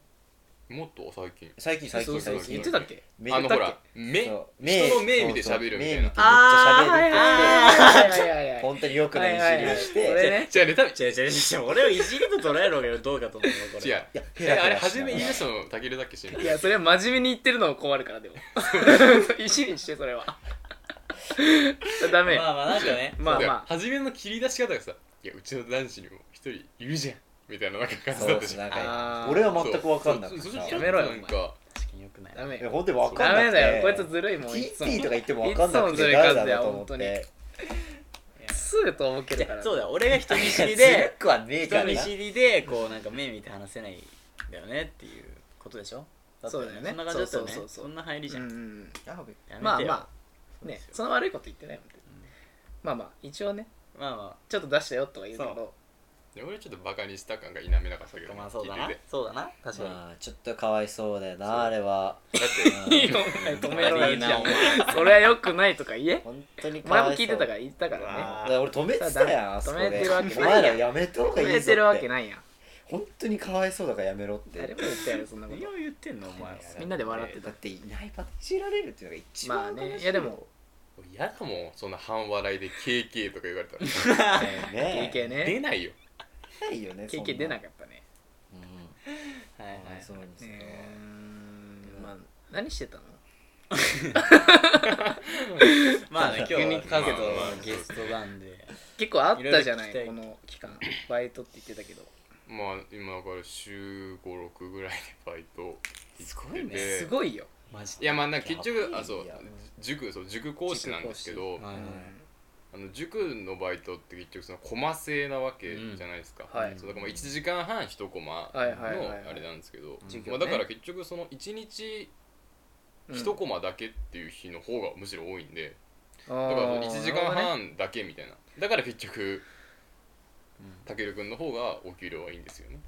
Speaker 4: もっと最近
Speaker 2: 最近最
Speaker 1: そう
Speaker 2: 近
Speaker 1: そう
Speaker 2: 最
Speaker 1: そう言
Speaker 2: 近
Speaker 1: ってたっけ
Speaker 2: め
Speaker 4: あのほ
Speaker 1: だっ
Speaker 4: ら目
Speaker 2: そう
Speaker 4: 人の目見て喋るみたいな
Speaker 2: そうそう目見てめっちゃ喋るっ
Speaker 1: はいはいはいは
Speaker 2: て
Speaker 1: い
Speaker 2: 本当によくないいじりをし
Speaker 1: はいはいはいそれね
Speaker 2: て
Speaker 4: 違うね多分
Speaker 3: 違う違う違う違う俺をいじりと捉える方がどうかと思うわこ れ
Speaker 4: 違う
Speaker 2: いやヘラヘラ
Speaker 4: え
Speaker 2: しながら
Speaker 4: あれ初め言い出したのたけるだっけ
Speaker 1: い
Speaker 4: 新平
Speaker 1: やそれは真面目に言ってるのが困るからでも石にしてそれはダメよ
Speaker 3: まあまあなんか ね
Speaker 1: まあ
Speaker 4: そうだよ
Speaker 1: まあ
Speaker 4: 初めの切り出し方がさ「いやうちの男子にも一人いるじゃん」みたいななんか感じ
Speaker 2: そ
Speaker 4: だ
Speaker 2: うで
Speaker 4: ったじ
Speaker 2: す
Speaker 4: ゃん
Speaker 2: なん
Speaker 1: あ
Speaker 2: か
Speaker 1: ー
Speaker 2: 俺は全く分かんなく
Speaker 4: そ
Speaker 2: てさ
Speaker 4: うそれち
Speaker 1: や
Speaker 4: ょっ
Speaker 1: め
Speaker 4: と
Speaker 1: ろよ
Speaker 4: なんか
Speaker 3: 確かによくない
Speaker 1: ダメ
Speaker 2: いや
Speaker 1: よ
Speaker 2: 本当に分か
Speaker 1: ダ
Speaker 2: んなく
Speaker 1: メ
Speaker 2: て
Speaker 1: だよこいつずるいもんいつも
Speaker 2: TT とか言っても分かんなく
Speaker 1: いつもず
Speaker 2: て
Speaker 1: るい数
Speaker 2: 誰
Speaker 1: だ
Speaker 2: だ
Speaker 1: よ
Speaker 2: ろうと思って
Speaker 1: すぐと思うけ
Speaker 3: い
Speaker 1: どか
Speaker 3: や
Speaker 1: ら
Speaker 3: そうだよ俺が人見知 り
Speaker 2: ずる
Speaker 3: で
Speaker 2: くはねえか
Speaker 3: 人
Speaker 2: らな
Speaker 3: 見知りでこうなんか目見て話せないんだよねっていうことでしょ
Speaker 1: そうだよね
Speaker 3: そんな感じだった
Speaker 1: そうそ
Speaker 3: よね
Speaker 1: うそうそう
Speaker 3: そんな入りじゃん、
Speaker 1: うんうん
Speaker 2: あ
Speaker 3: やめてよ
Speaker 1: まあまあね
Speaker 3: そうですよ
Speaker 1: その悪いこと言ってないもんねまあまあ一応ね
Speaker 3: まあま
Speaker 1: ちょっと出したよとは言うけど
Speaker 4: で俺ちょっとバカにした感が否めなかったけど
Speaker 3: あまあそうだ
Speaker 4: 聞
Speaker 3: ない
Speaker 4: てて
Speaker 3: そうだな確かに、
Speaker 2: まあちょっとかわいそうだよなあれは
Speaker 4: だって
Speaker 1: いいよお前 止めろ
Speaker 3: い
Speaker 1: よ
Speaker 3: い
Speaker 1: じ
Speaker 3: な
Speaker 1: ゃ
Speaker 3: お
Speaker 1: あそれはよくないとか言え
Speaker 2: 本当に
Speaker 1: お
Speaker 2: か
Speaker 1: 前
Speaker 2: わ
Speaker 1: も
Speaker 2: いそ
Speaker 1: 聞
Speaker 2: う
Speaker 1: いてたから言ったからね
Speaker 2: だから俺止めてたやんあそこで
Speaker 1: 止めてるわけないやん
Speaker 2: お前らやめた方がい
Speaker 1: 止
Speaker 2: いぞ
Speaker 1: めてるわけないやん
Speaker 2: 本当にかわいそうだからやめろって
Speaker 1: 誰も言ったやろそんなこと
Speaker 3: 何を言ってんのお前は
Speaker 1: みんなで笑ってた
Speaker 2: だっていないパティ知られるっていうのが一
Speaker 1: まあ
Speaker 2: 番悲しいよ
Speaker 1: ねいやでも
Speaker 4: 嫌だもんそんな半笑いで KK とか言われたら
Speaker 2: ねえ
Speaker 1: 経験
Speaker 4: 出
Speaker 1: ね
Speaker 4: ないよ
Speaker 2: ないよね
Speaker 1: 経験出な
Speaker 2: く
Speaker 1: かったね
Speaker 3: はいはいはい
Speaker 2: そうにする
Speaker 1: えーんまあ何してたの逆に
Speaker 3: まあね今日はカズと
Speaker 4: まあまあ
Speaker 3: ゲストなんで
Speaker 1: 結構あったじゃない
Speaker 3: いろいろ聞きたい
Speaker 1: この期間バイトって言ってたけど
Speaker 4: まあ今だから週56ぐらいでバイト
Speaker 3: すご
Speaker 4: 行ってて
Speaker 1: すごいよ
Speaker 3: マジ
Speaker 4: いやまあなんか結
Speaker 2: や
Speaker 4: 局
Speaker 2: ばい
Speaker 4: あそう
Speaker 2: やばい
Speaker 4: 塾そう塾講師なんですけど
Speaker 3: はいはい
Speaker 4: あの塾のバイトって結局そのコマ制なわけじゃないですか、
Speaker 1: うんはい
Speaker 4: そうだからまあ1時間半1コマの
Speaker 1: は
Speaker 4: あ
Speaker 1: い
Speaker 4: れ
Speaker 1: はいはいはい
Speaker 4: なんですけど、
Speaker 1: 授業
Speaker 4: まあ、
Speaker 1: ね
Speaker 4: だから結局その1日
Speaker 1: うん
Speaker 4: 1コマだけっていう日の方がむしろ多いんで、
Speaker 1: だか
Speaker 4: だから1時間半だけみたいなだから結局たけるくんの方がお給料はいいんですよね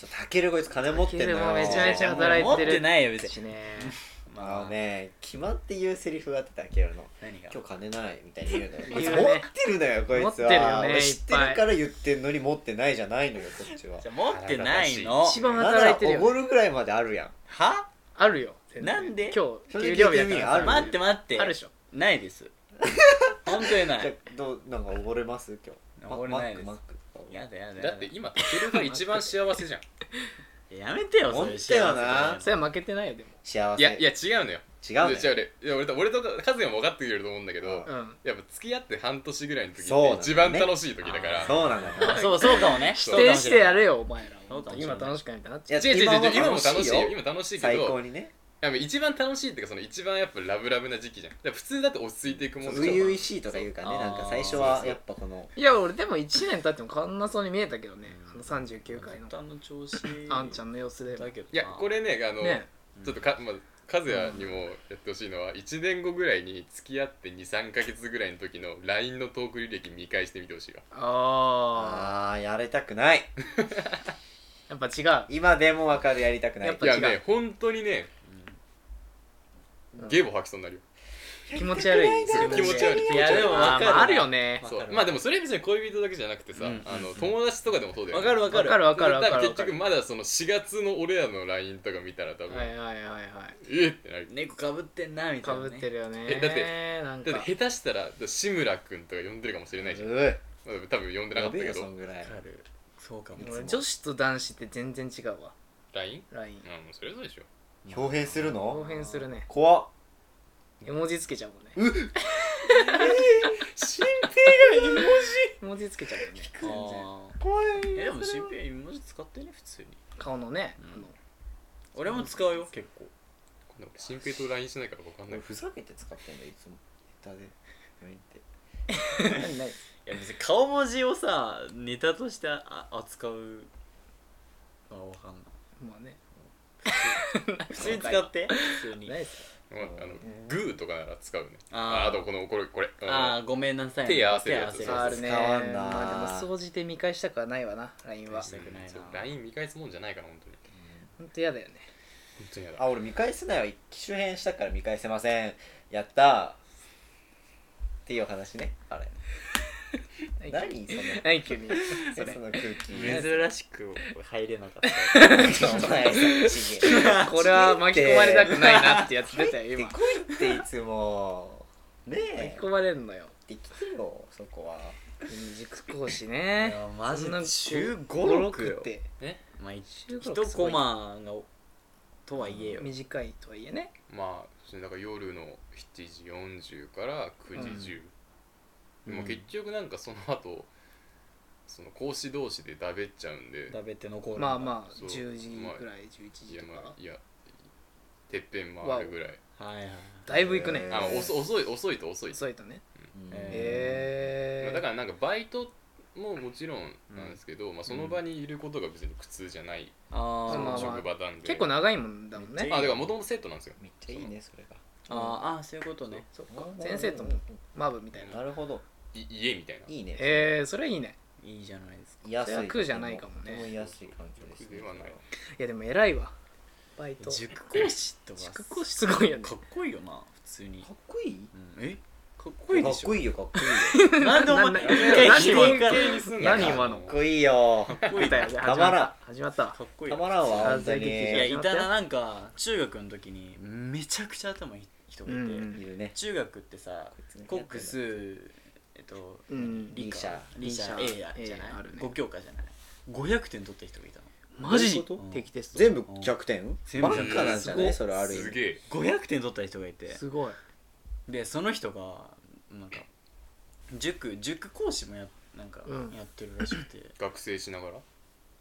Speaker 2: ちょたけるこいつ金持ってん
Speaker 1: た
Speaker 2: の
Speaker 1: ける
Speaker 2: よ
Speaker 1: もめちゃめちゃ働いてる
Speaker 3: 持ってないよ別
Speaker 1: し
Speaker 3: に
Speaker 1: ね
Speaker 2: あのね決まって言うセリフがあってたけるの
Speaker 3: 何が
Speaker 2: 今日金ないみたいに言うのよ
Speaker 1: 言
Speaker 2: こ
Speaker 1: う
Speaker 2: い
Speaker 1: ね
Speaker 2: つ持ってるのよこいつは
Speaker 1: 持ってるよね
Speaker 2: 知ってるから言ってんのに持ってないじゃないのよこっちは
Speaker 3: じゃあ持ってないの
Speaker 1: 一番
Speaker 2: なんなら
Speaker 1: 働いてるよ
Speaker 2: おごるぐらいまであるやん
Speaker 3: は
Speaker 1: あるよ全然
Speaker 3: なんで
Speaker 1: 今
Speaker 2: そ
Speaker 1: 日
Speaker 2: れ
Speaker 1: 給料日だ
Speaker 2: 逆に
Speaker 1: から
Speaker 2: ある
Speaker 3: 待って待って
Speaker 1: あるでしょ
Speaker 3: ないです本当にな
Speaker 2: じゃあ
Speaker 3: い
Speaker 2: どうなんかおごれます今日
Speaker 3: おごれないです
Speaker 2: ママックマック
Speaker 3: やだやだや
Speaker 4: だって今たけるが一番幸せじゃん
Speaker 3: やめてよそういう幸
Speaker 2: 持
Speaker 3: せ
Speaker 2: ってよな
Speaker 1: それは負けてないよでも
Speaker 2: 幸
Speaker 4: い
Speaker 2: せ
Speaker 4: やいや違うのよ
Speaker 2: 違うね
Speaker 4: で違うねいや俺と俺とカズヤも分かってくれると思うんだけど
Speaker 2: う
Speaker 1: うん
Speaker 4: やっぱ付き合って半年ぐらいの時
Speaker 2: そうなんだ
Speaker 4: って
Speaker 2: ね
Speaker 4: 一番楽しい時だか ら
Speaker 2: そうなんだよ
Speaker 3: あ そうそうかもね
Speaker 1: 否定してやれよお前ら
Speaker 3: そうかもしれな
Speaker 1: 今
Speaker 3: い
Speaker 1: 楽しくないみたいになっ
Speaker 2: い
Speaker 1: ちゃ
Speaker 2: や
Speaker 1: う
Speaker 4: 違う違う違う今も楽しいよ
Speaker 2: よ
Speaker 4: 今楽しいけ
Speaker 2: 最
Speaker 4: ど
Speaker 2: 高にね
Speaker 4: いや一番楽しいっていうかその一番やっぱラブラブな時期じゃんだから普通だって落ち着いていくもん
Speaker 2: 初
Speaker 4: じゃん
Speaker 2: 々しいとか言うからね
Speaker 3: そう
Speaker 2: なんか最初
Speaker 4: あ
Speaker 2: は
Speaker 4: ー
Speaker 2: やっぱこの
Speaker 1: いや俺でも1年経っても変わんなそうに見えたけどねあの39回の
Speaker 3: 簡単の調子
Speaker 1: あんちゃ
Speaker 3: ん
Speaker 1: んの様子で
Speaker 3: だけど
Speaker 4: いやこ
Speaker 3: れ
Speaker 4: れねあの
Speaker 1: ね
Speaker 4: ちょっとか、まあ、和也にもやってほしいのは1年後ぐらいに付き合って23か月ぐらいの時の LINE のトーク履歴見返してみてほしいわ
Speaker 1: ああ
Speaker 2: ああやれたくない
Speaker 1: やっぱ違う
Speaker 2: 今でもわかるやりたくない
Speaker 1: やっぱ
Speaker 4: い
Speaker 1: 違う
Speaker 4: やね本当にねゲボ吐きそうになるよ
Speaker 1: 気持ち悪い
Speaker 4: そう気持ち悪い気持ち
Speaker 3: いや
Speaker 4: 悪
Speaker 3: で
Speaker 4: い
Speaker 3: も分
Speaker 1: あ
Speaker 3: か
Speaker 1: ー
Speaker 3: る
Speaker 1: まああるよね
Speaker 2: わか
Speaker 4: そ
Speaker 2: る
Speaker 4: うまあでもそれは別に恋人だけじゃなくてさ、
Speaker 3: うん
Speaker 4: あの友達とかでもそうだよ
Speaker 3: わかるわ
Speaker 1: わか
Speaker 3: か
Speaker 1: る
Speaker 3: る
Speaker 1: わかるわかる
Speaker 4: だ
Speaker 1: わか
Speaker 4: ら結局
Speaker 1: る
Speaker 4: まだその4月の俺らの LINE とか見たら多分、
Speaker 1: はいはいはいはい
Speaker 4: えっってなる
Speaker 3: 猫かぶってんなみた
Speaker 1: か
Speaker 3: いな
Speaker 1: ぶ
Speaker 3: ね
Speaker 1: ってるよね
Speaker 4: えだっ
Speaker 1: なん
Speaker 4: だっ
Speaker 1: か
Speaker 4: て下手したらだから志村君とか呼んでるかもしれないじゃん、
Speaker 2: う
Speaker 4: まあ多分呼んで
Speaker 2: う
Speaker 4: なか
Speaker 2: や
Speaker 4: った
Speaker 2: べえ
Speaker 4: け
Speaker 2: よそ
Speaker 4: ど
Speaker 2: んぐらい
Speaker 3: わかるそうかも
Speaker 1: 俺女子と男子って全然違うわ
Speaker 4: LINE?
Speaker 1: ライン
Speaker 4: うんもうそれぞれでしょ
Speaker 2: 表変する
Speaker 1: 興
Speaker 2: の
Speaker 1: 変するね
Speaker 2: 怖っ
Speaker 1: 絵文字つけちゃうもんね
Speaker 2: 新
Speaker 1: 絵文字つけちゃうもんね
Speaker 3: 全然
Speaker 2: 怖い
Speaker 3: えでも新平絵文字使ってね普通に
Speaker 1: 顔のね
Speaker 3: うん
Speaker 1: あの
Speaker 3: 俺も使うよ結構
Speaker 4: 今度俺新平と LINE しないから分かんない
Speaker 2: ふざけて使ってんだよいつもネタでやめて
Speaker 1: 何何
Speaker 3: いや別に顔文字をさネタとしてあ扱うのは分かんない
Speaker 1: まあね
Speaker 3: 普通に使って普通に
Speaker 1: ないっす
Speaker 4: まあ、あのグーとかなら使うね
Speaker 3: あー
Speaker 4: ああとこのこれこれうん
Speaker 3: ああごめんなさい
Speaker 4: 手合わせるやつ
Speaker 3: 手
Speaker 1: よあ
Speaker 3: 合わ
Speaker 1: る
Speaker 3: せ
Speaker 1: ね
Speaker 2: 使わんな
Speaker 1: まあでも総じて見返したくはないわなラインは
Speaker 3: 見返したくないな
Speaker 4: そう LINE 見返すもんじゃないから本当に
Speaker 1: ほんと嫌だよね
Speaker 4: 本当にやだ
Speaker 2: あ俺見返せないわ一周変したから見返せませんやったーっていうお話ねあれ何その
Speaker 1: 何急に
Speaker 2: そ
Speaker 1: それ
Speaker 2: の空
Speaker 3: る
Speaker 2: 気
Speaker 3: 珍しく入れなかった
Speaker 2: お前さちげえ
Speaker 1: これは巻き込まれたくないなってやつ出たよ
Speaker 2: 入
Speaker 1: 今
Speaker 2: ってこいっていつもね
Speaker 1: 巻き
Speaker 2: え
Speaker 1: 込まれるのよ
Speaker 2: できてよそこは
Speaker 1: 塾講師ね
Speaker 3: いやマジで
Speaker 1: 中
Speaker 3: 15 16よ
Speaker 1: って
Speaker 3: まあ一
Speaker 1: 中国
Speaker 3: 一コマがとはいえよ
Speaker 1: 短いとはいえね
Speaker 4: まあそれだから夜の7時40から9時10、
Speaker 3: うん
Speaker 4: でも結局なんかその後その講師同士でだべっちゃうんで
Speaker 3: 食べて残る
Speaker 1: まあまあ
Speaker 4: そう
Speaker 1: 10時ぐらい11
Speaker 4: い
Speaker 1: 時
Speaker 4: や
Speaker 1: と
Speaker 4: ま
Speaker 1: か
Speaker 4: あいやてっぺん回るぐらい
Speaker 3: あはいはい
Speaker 1: だいぶ行くね
Speaker 2: えー
Speaker 4: あの遅遅い遅いと遅い
Speaker 1: 遅いとね
Speaker 3: え
Speaker 1: へえ
Speaker 4: だからなんかバイトももちろんなんですけど、まあ、その場にいることが別に苦痛じゃない、
Speaker 3: あ
Speaker 1: まあ
Speaker 4: その
Speaker 1: まあ
Speaker 3: ー
Speaker 4: 職場なんで
Speaker 1: 結構長いもんだもん
Speaker 3: めっ
Speaker 1: ね
Speaker 3: ちゃいい
Speaker 4: あだからもともとセットなんですよ
Speaker 2: めっちゃいいねそれが
Speaker 3: あーあーそういうことね
Speaker 1: そっか先生ともマブみたいな
Speaker 2: なるほど
Speaker 4: い家みたいない
Speaker 2: いね
Speaker 1: へえそれいいね
Speaker 3: いいじゃないですか
Speaker 2: 居やすい
Speaker 1: それは苦じゃないかもね
Speaker 2: とて居やすい環境ですね
Speaker 4: 苦ではない
Speaker 1: いやでも偉いわバイト
Speaker 3: 塾講師とか
Speaker 1: 塾講師すごいよね
Speaker 3: かっこいいよな普通に
Speaker 2: かっこいい
Speaker 3: うんえかっこいい
Speaker 2: か
Speaker 3: で
Speaker 2: っ
Speaker 3: しょ
Speaker 2: こいいよかっこいいよ
Speaker 3: なんでお前
Speaker 1: なな
Speaker 3: 一回聞
Speaker 1: 何
Speaker 3: いてみたら
Speaker 4: 形にすんな
Speaker 1: 何今の
Speaker 2: かっこいいよ
Speaker 3: かっこいいだよね
Speaker 2: たまらん
Speaker 1: 始まったわ
Speaker 3: かっこいい
Speaker 2: たまらんわ
Speaker 1: あ
Speaker 2: 本当
Speaker 1: 全
Speaker 2: に
Speaker 3: いや
Speaker 1: 然
Speaker 2: い
Speaker 3: いたななんか中学の時にめちゃくちゃ頭いい人がいて、
Speaker 1: うんうん
Speaker 2: るね
Speaker 3: 中学ってさ
Speaker 2: こいつね
Speaker 3: コックスえっと、
Speaker 1: うん
Speaker 3: 理科
Speaker 1: 理
Speaker 3: 理
Speaker 1: 科
Speaker 3: 科 A や
Speaker 1: A
Speaker 3: じゃない、
Speaker 1: あるね
Speaker 3: 5教科じゃない500点取った人がいたの
Speaker 1: マジ
Speaker 2: どういうこと
Speaker 1: 敵テスト
Speaker 2: 全部逆転
Speaker 3: 全部
Speaker 2: バカなんじゃない
Speaker 1: す
Speaker 2: それある意
Speaker 4: す
Speaker 2: 味
Speaker 4: げえ
Speaker 3: 500点取った人がいて
Speaker 1: すごい
Speaker 3: でその人がなんか塾塾講師もやなんか
Speaker 1: うん
Speaker 3: やってるらしく て、
Speaker 4: 学生しながら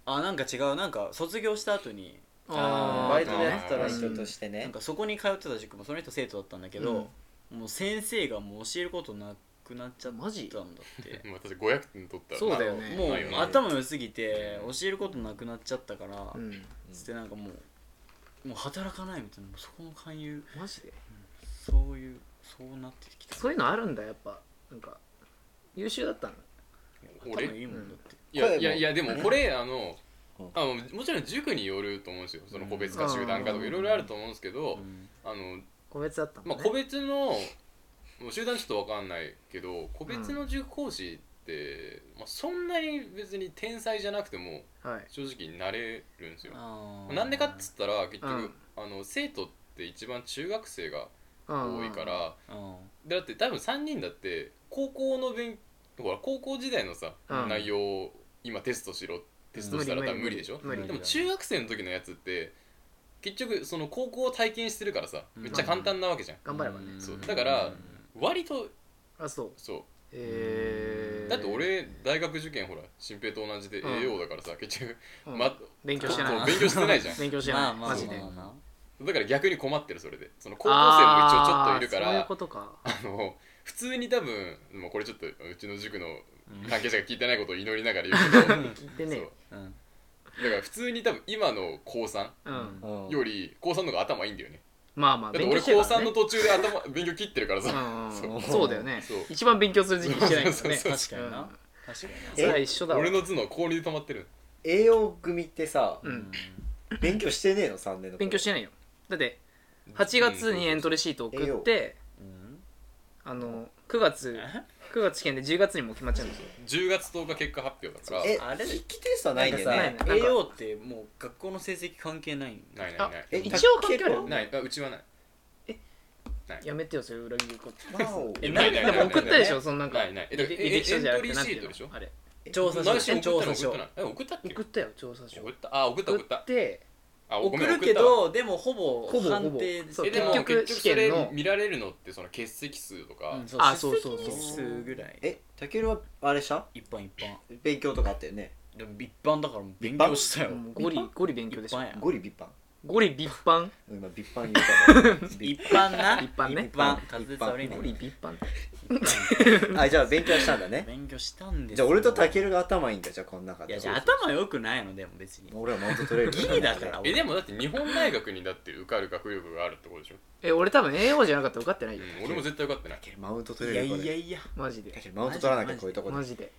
Speaker 3: あなんか違うなんか卒業した後に
Speaker 1: あー
Speaker 2: バイトでやってた
Speaker 1: う
Speaker 2: ら
Speaker 1: ん
Speaker 2: 人として
Speaker 3: なん
Speaker 2: ね
Speaker 3: かそこに通ってた塾もその人生徒だったんだけど、もう先生がもう教えることなくなっちゃったんだ
Speaker 1: マ
Speaker 3: っ
Speaker 1: ジ
Speaker 3: て
Speaker 4: まあ私500点取ったら
Speaker 1: そうだよね
Speaker 3: もう
Speaker 4: ないよね
Speaker 3: 頭良すぎて教えることなくなっちゃったから、
Speaker 1: うん
Speaker 3: つってなんかもうもう働かないみたいなそこの勧誘
Speaker 1: マジで
Speaker 3: そういうそうなってきた
Speaker 1: そういうのあるんだやっぱなんか優秀だったの
Speaker 4: 俺
Speaker 3: 頭いいもんだって
Speaker 4: いや
Speaker 2: 声も
Speaker 4: いやいやでもこれあの
Speaker 2: うん
Speaker 4: あのもちろん塾によると思うんですよその個別化集団化と
Speaker 1: うん
Speaker 4: かいろいろあると思うんですけど
Speaker 3: うん
Speaker 4: あの、
Speaker 1: 個別だったもん
Speaker 4: まあ、
Speaker 1: ね、
Speaker 4: 個別のもう集団ちょっとわかんないけど個別の塾講師って、まあ、そんなに別に天才じゃなくても
Speaker 1: はい
Speaker 4: 正直なれるんですよ。
Speaker 3: あー
Speaker 4: なんでかっつったら結局、
Speaker 1: うん
Speaker 4: あの生徒って一番中学生が
Speaker 1: うん
Speaker 4: 多いから、
Speaker 3: うん
Speaker 4: でだって多分3人だって高校の勉ほら高校時代のさ、
Speaker 1: うん
Speaker 4: 内容を今テストしろテストしたら多分無理でしょ
Speaker 1: 無理
Speaker 4: でも中学生の時のやつって結局その高校を体験してるからさめっちゃ簡単なわけじゃん、
Speaker 1: 頑張ればね
Speaker 3: ん
Speaker 4: そうだから
Speaker 3: うん
Speaker 4: 割と
Speaker 1: あそう
Speaker 4: そう
Speaker 1: えー、
Speaker 4: だって俺大学受験ほら新平と同じで AO だからさ、結局、
Speaker 1: うん
Speaker 4: ま、
Speaker 1: 勉強してな
Speaker 4: そ
Speaker 1: いう
Speaker 4: 勉強してないじゃん
Speaker 1: 勉強して
Speaker 3: ま
Speaker 1: な
Speaker 3: あ
Speaker 1: い
Speaker 3: まあ
Speaker 1: マジで
Speaker 3: まあま
Speaker 4: だから逆に困ってるそれでその高校生も一応ちょっといるか
Speaker 1: あーそういう
Speaker 4: ら
Speaker 1: ことか
Speaker 4: あの普通に多分もうこれちょっとうちの塾の
Speaker 3: あ
Speaker 4: 関係者が聞いてないことを祈りながら 言うけど
Speaker 1: 聞いてね
Speaker 3: うんうん
Speaker 4: そうだから普通に多分今の高3
Speaker 1: う
Speaker 3: うん
Speaker 1: ん
Speaker 2: うん
Speaker 4: より高3の方が頭いいんだよね
Speaker 1: まあまあ
Speaker 4: だっ
Speaker 1: 勉
Speaker 4: て
Speaker 1: 強
Speaker 4: 俺
Speaker 1: してる
Speaker 4: 高
Speaker 1: から
Speaker 4: 3
Speaker 1: ね
Speaker 4: の途中で頭 勉強切ってるからさ
Speaker 1: うんうんうん
Speaker 2: そう
Speaker 1: そうだよね
Speaker 4: そう
Speaker 1: 一番勉強する時期してないからね
Speaker 4: そう
Speaker 3: 確かに
Speaker 1: う
Speaker 3: なん確かに
Speaker 1: それは一緒だわ
Speaker 4: 俺の頭脳氷で止まってる
Speaker 2: 栄養組ってさ
Speaker 1: う
Speaker 3: なん
Speaker 2: 勉強してねえの3年の頃
Speaker 1: 勉強してないよだって8月にエントリーシート送って
Speaker 3: うん
Speaker 1: あの9月9月試験で10月にもう決まっちゃうんですよ
Speaker 4: 10月10日結果発表だから
Speaker 2: え
Speaker 3: あれ
Speaker 2: 筆記テストはないんだよ
Speaker 1: ない
Speaker 2: ね
Speaker 1: ね
Speaker 3: AO ってもう学校の成績関係ないん
Speaker 4: ないないない
Speaker 2: え
Speaker 1: 一
Speaker 2: 卓
Speaker 1: 応関係ある
Speaker 2: 球
Speaker 4: ないあうちはない
Speaker 1: やめてよそれ裏切ること
Speaker 2: わお
Speaker 1: え
Speaker 4: な
Speaker 1: ないん
Speaker 4: ない
Speaker 1: で
Speaker 4: ない
Speaker 1: も送ったでしょそのなんか
Speaker 4: ないないえだから
Speaker 1: 履歴書じゃなくて
Speaker 4: エン
Speaker 1: な
Speaker 4: ト
Speaker 1: ん
Speaker 4: リ
Speaker 1: て
Speaker 4: ー
Speaker 1: いうの
Speaker 4: シートでしょ
Speaker 1: あれ
Speaker 3: 調査
Speaker 4: 内
Speaker 3: 書
Speaker 4: 心
Speaker 3: 調
Speaker 4: 送ったの
Speaker 3: 査書
Speaker 4: 送ったのえ送ったっけ
Speaker 1: 送ったよ調査書
Speaker 4: 送ったあ送った
Speaker 1: 送
Speaker 4: 送
Speaker 1: っ
Speaker 4: った
Speaker 1: て
Speaker 4: あご
Speaker 3: 送
Speaker 4: めん
Speaker 3: るけ
Speaker 4: 送っ
Speaker 3: どでもほぼ
Speaker 1: ほぼほぼ
Speaker 3: 判定です
Speaker 1: そう
Speaker 4: たえでも
Speaker 1: 結
Speaker 4: 結
Speaker 1: 局
Speaker 4: 局
Speaker 1: 試
Speaker 4: そ
Speaker 1: 験
Speaker 4: れ
Speaker 1: の
Speaker 4: 見られるのってその欠席数とか、
Speaker 3: うん
Speaker 1: あ
Speaker 3: そう
Speaker 1: そうそうそう
Speaker 3: 出席日数ぐらい
Speaker 2: えたけるはあれした
Speaker 3: 一般一般
Speaker 2: 勉強とかあったよね
Speaker 3: でも一般だからもう勉強したよ
Speaker 1: もうゴリゴリ勉強でし
Speaker 3: 一
Speaker 1: ょ
Speaker 3: 般や
Speaker 2: ゴリビッパン
Speaker 1: ゴリビッパン
Speaker 2: 今ビッパン言うから
Speaker 3: 一般な
Speaker 1: 一般ね
Speaker 3: 一般滑舌悪い
Speaker 1: ゴリ
Speaker 3: ね
Speaker 1: ビッパン
Speaker 2: あじゃあ勉強したんだね
Speaker 3: 勉強したんです
Speaker 2: じゃあ俺とたけるが頭いいんだじゃあこの中
Speaker 3: い
Speaker 2: で
Speaker 3: やじゃあ頭良くないのでも別に
Speaker 2: 俺はマウント取れる
Speaker 3: ギリだから
Speaker 4: え
Speaker 3: 俺
Speaker 4: でもだって日本大学にだって受かる学力があるってことでしょ、
Speaker 1: え俺多分 AO じゃなかったら受かってないよ
Speaker 4: うん、俺も絶対受かってない
Speaker 2: たけるマウント
Speaker 3: い
Speaker 2: 取
Speaker 3: や
Speaker 2: れるこれ
Speaker 3: いやいや
Speaker 1: マジ
Speaker 2: た
Speaker 1: で
Speaker 2: けるマウント取らなきゃこういうとこ
Speaker 1: マ
Speaker 2: で
Speaker 1: ジで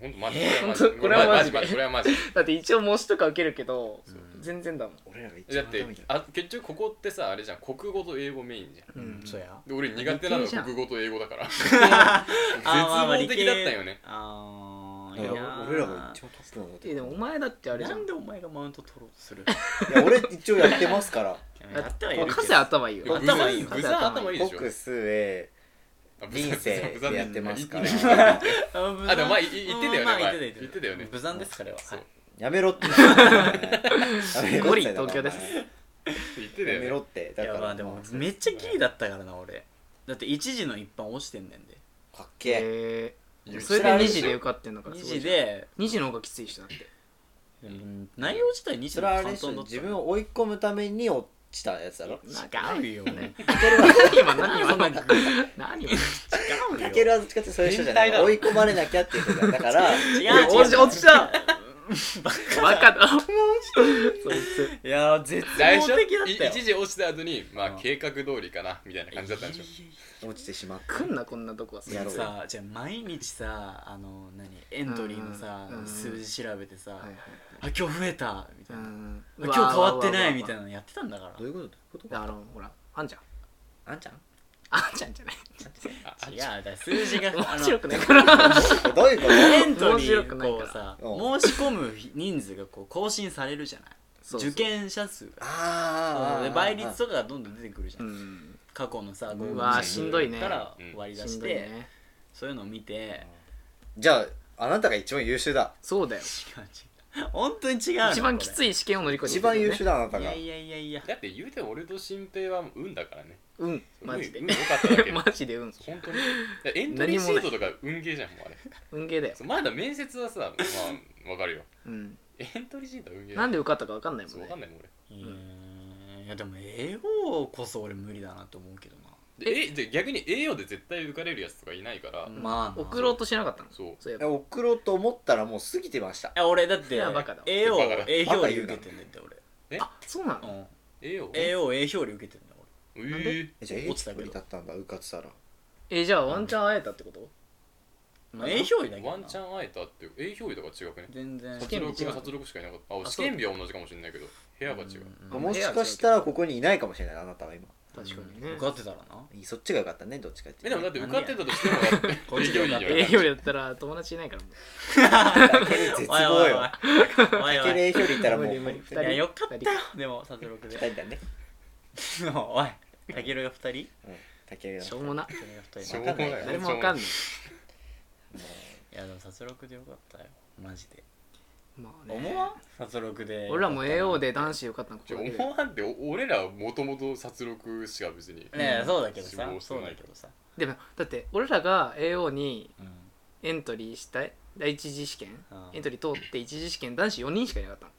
Speaker 4: 本当マジ
Speaker 1: えー
Speaker 4: マジ
Speaker 1: ほんとこれはマジで
Speaker 4: マジこれはマジ
Speaker 1: だって一応模試とか受けるけど全然だもん
Speaker 2: 俺らが一
Speaker 4: だ
Speaker 2: 番
Speaker 4: っ
Speaker 2: 頭い
Speaker 4: て
Speaker 2: いんだよ
Speaker 4: あ結局ここってさあれじゃん国語と英語メインじゃん
Speaker 1: うん
Speaker 3: そうや
Speaker 4: で俺苦手なの
Speaker 1: 理系じゃ
Speaker 4: は
Speaker 1: ん
Speaker 4: 国語と英語だから
Speaker 3: あーまあまあ
Speaker 4: 絶望的だったよね
Speaker 3: ああ
Speaker 2: だから俺らが一番トップなんだって
Speaker 1: えでもお前だってあれじゃ
Speaker 3: なんんでお前がマウント取ろうとする
Speaker 2: いや俺一応やってます から
Speaker 1: だ
Speaker 3: や
Speaker 1: っ
Speaker 3: って
Speaker 1: て
Speaker 3: はいる
Speaker 1: カ
Speaker 3: け
Speaker 1: セ
Speaker 3: ど
Speaker 1: 頭いいよ
Speaker 4: グ
Speaker 1: 頭
Speaker 4: ザ
Speaker 1: いいよ
Speaker 4: グザ頭いいでしょ
Speaker 2: 僕スエ
Speaker 4: あブザ
Speaker 2: 人生
Speaker 4: ブザ
Speaker 2: でやってますから
Speaker 4: いあでも前いい言ってたよね
Speaker 3: まあ
Speaker 4: 前
Speaker 3: 言ってた
Speaker 4: 言ってたよね
Speaker 3: 無残です彼は
Speaker 4: そう
Speaker 2: やめろ ってやめろ
Speaker 1: ゴ
Speaker 2: っ
Speaker 1: リ
Speaker 2: て
Speaker 1: 東京です
Speaker 4: 言ってた
Speaker 2: や
Speaker 4: よ
Speaker 2: め
Speaker 4: ね
Speaker 2: ろって
Speaker 3: い
Speaker 2: だか
Speaker 3: や
Speaker 2: ら
Speaker 3: まあでもめっちゃギリだったからな俺だって1時の一般落ちてんねんで
Speaker 2: かっけえ
Speaker 1: え
Speaker 4: 言
Speaker 1: ー
Speaker 4: う
Speaker 1: それで2時で受かってんのから
Speaker 3: 2
Speaker 1: すごい
Speaker 3: 時
Speaker 1: じゃん
Speaker 3: で
Speaker 1: 2時の方がきついしだって
Speaker 3: うん内容自体2時
Speaker 2: そ
Speaker 3: の
Speaker 2: れはあれ
Speaker 3: 簡
Speaker 2: でしょ
Speaker 3: 単だった
Speaker 2: 自分を追い込むために落ちたやつだろ
Speaker 3: 違うよ
Speaker 1: 今何今何何を
Speaker 2: かけるはどっちかってそういう人じゃない
Speaker 3: 変態だろ
Speaker 2: 追い込まれなきゃっていう人だよだから
Speaker 3: 違う
Speaker 1: 落ち落ちたバカだそいつ
Speaker 3: いやー絶
Speaker 4: 最
Speaker 3: 望
Speaker 4: 初
Speaker 3: 的だっ
Speaker 4: い
Speaker 3: たよ
Speaker 4: 一時落ちた後にまあ
Speaker 3: うん
Speaker 4: 計画通りかなみたいな感じだったんでしょ
Speaker 2: 落ちてしまった
Speaker 1: 来んなこんなとこはそいつ
Speaker 2: やろう
Speaker 3: さじゃあ毎日さあの何エントリーのさ
Speaker 1: うんうん
Speaker 3: 数字調べてさ
Speaker 1: はいはい
Speaker 3: あ今日増えたみた
Speaker 1: う
Speaker 3: いなあ
Speaker 1: ん
Speaker 3: 今日変わってないみたい
Speaker 1: な
Speaker 3: なのやってたんだから
Speaker 2: どういうことどういうこと
Speaker 1: あのほらあんちゃん
Speaker 2: あんちゃん
Speaker 1: あんちゃんじゃない
Speaker 4: あ
Speaker 3: 違うだから数字があ
Speaker 1: 面
Speaker 3: の
Speaker 1: 白くないから
Speaker 2: えどういうこ
Speaker 3: エントリ
Speaker 1: 面白
Speaker 3: ー
Speaker 1: くない
Speaker 3: こ
Speaker 1: か
Speaker 3: うさ
Speaker 2: うん
Speaker 3: 申し込む人数がこう更新されるじゃない
Speaker 1: そうそう
Speaker 3: 受験者数
Speaker 2: と
Speaker 3: が
Speaker 2: あーあーあー
Speaker 3: で倍率
Speaker 2: と
Speaker 3: とかがどんどん出てくるじゃ、
Speaker 1: うんん
Speaker 3: 過去のさ
Speaker 2: う
Speaker 3: 合
Speaker 1: う
Speaker 3: 格
Speaker 1: わー
Speaker 3: 者
Speaker 1: しんどいね
Speaker 3: から
Speaker 4: うん
Speaker 3: 割り出
Speaker 1: し
Speaker 3: し
Speaker 1: ん
Speaker 3: て
Speaker 1: ど、いね
Speaker 3: そういうのを見て
Speaker 2: じゃああなたが一番優秀だ
Speaker 1: そうだよ
Speaker 3: 違う違う本当に違うの
Speaker 1: 一番き
Speaker 3: こ
Speaker 1: つい試験を乗り越えて
Speaker 2: 一
Speaker 1: きたよ
Speaker 2: 番
Speaker 1: ね
Speaker 2: 優秀だあなた
Speaker 3: れい
Speaker 2: が
Speaker 3: やいやいやいや
Speaker 4: だって言うて俺と新平は運だからね
Speaker 1: うんマジで
Speaker 4: 運運良かっただけで
Speaker 1: マジで運
Speaker 4: 本当にだからエントリーシートとか運ゲーじゃんもうあれ
Speaker 1: 運ゲーだよ
Speaker 4: そうまだ面接はさまあわかるよ
Speaker 1: うん
Speaker 4: エントリーシートは運ゲー
Speaker 1: なんで受かったか分かんないも
Speaker 4: そ
Speaker 1: ん
Speaker 4: うわ
Speaker 1: ね
Speaker 4: かんないもん俺
Speaker 3: うーんいやでも AO こそ俺無理だなと思うけどな
Speaker 4: でえで逆に栄養で絶対受かれるやつとかいないから、
Speaker 1: ん
Speaker 3: まあな
Speaker 1: 送ろうとしなかったの
Speaker 4: そう
Speaker 1: そういえば
Speaker 2: 送ろうと思ったらもう過ぎてました
Speaker 3: いや俺だって
Speaker 1: いやバカだわ
Speaker 3: AO
Speaker 4: バカだ
Speaker 3: A 表裏受けてんだって俺
Speaker 1: あそうなの
Speaker 3: うん
Speaker 4: 栄養
Speaker 3: AO A 表裏受けてんだ俺
Speaker 4: え
Speaker 1: なんで
Speaker 4: ー、
Speaker 2: えじゃあ
Speaker 3: 落ちたけど
Speaker 2: H に立ったんだ受かってたら
Speaker 1: えじゃあワンチャン会えたってこと
Speaker 3: まあ営業医だけどな
Speaker 4: ワンチャン会えたって営業医とか違くね
Speaker 3: 全然
Speaker 1: 試験
Speaker 4: 殺
Speaker 1: 日
Speaker 4: 戮
Speaker 1: 違う
Speaker 4: が殺戮しかいなかったあ
Speaker 3: あ
Speaker 4: 試験日は同じかもしれないけど部屋が違う、
Speaker 3: うん
Speaker 2: もしかしたらここにいないかもしれないあなたは今
Speaker 1: 確かに
Speaker 3: うん
Speaker 1: ね
Speaker 3: 受かってたらな
Speaker 2: そっちがよかったねどっちかって
Speaker 4: え
Speaker 2: い
Speaker 4: で
Speaker 2: う
Speaker 4: も
Speaker 2: と
Speaker 4: だって受かってたとしてもだって
Speaker 3: こっち
Speaker 4: 営
Speaker 3: で
Speaker 4: 業
Speaker 3: 受
Speaker 4: 医
Speaker 3: かって
Speaker 4: じゃ
Speaker 3: る
Speaker 1: 営
Speaker 4: な
Speaker 1: 業
Speaker 4: い
Speaker 1: だったら友達いないからもう
Speaker 2: 絶望
Speaker 3: おい
Speaker 2: よ
Speaker 3: おいおい
Speaker 2: か
Speaker 3: お
Speaker 2: け
Speaker 3: い
Speaker 2: る
Speaker 3: おい
Speaker 2: 影響力いたらもう
Speaker 1: 無理無理
Speaker 2: 本
Speaker 3: い
Speaker 2: 当
Speaker 3: や
Speaker 2: に
Speaker 3: よかったよでも殺戮
Speaker 2: 二
Speaker 3: で
Speaker 2: 人だね
Speaker 3: おいタケルが2人タケ
Speaker 2: う
Speaker 3: ル
Speaker 2: んたける
Speaker 1: しょうもな
Speaker 3: が2
Speaker 4: しょ
Speaker 3: 人
Speaker 4: う
Speaker 3: い
Speaker 4: もない
Speaker 1: 誰もわかんない
Speaker 3: やでも殺戮でよかったよマジで
Speaker 1: まあね
Speaker 3: 思わん殺戮で
Speaker 1: 俺らも AO で男子受かったのこ
Speaker 4: じ
Speaker 1: こ
Speaker 4: ゃ
Speaker 1: だけで
Speaker 4: 思わんってお俺らもともと殺戮しか別に
Speaker 3: ねえそうだけどさ
Speaker 4: 死亡して
Speaker 3: そ
Speaker 4: な
Speaker 3: う
Speaker 4: い
Speaker 3: だけどさ
Speaker 1: でもだって俺らが AO に
Speaker 3: うん
Speaker 1: エントリーした第一次試験
Speaker 3: あー
Speaker 1: エントリー通って一次試験男子4人しかいなかったの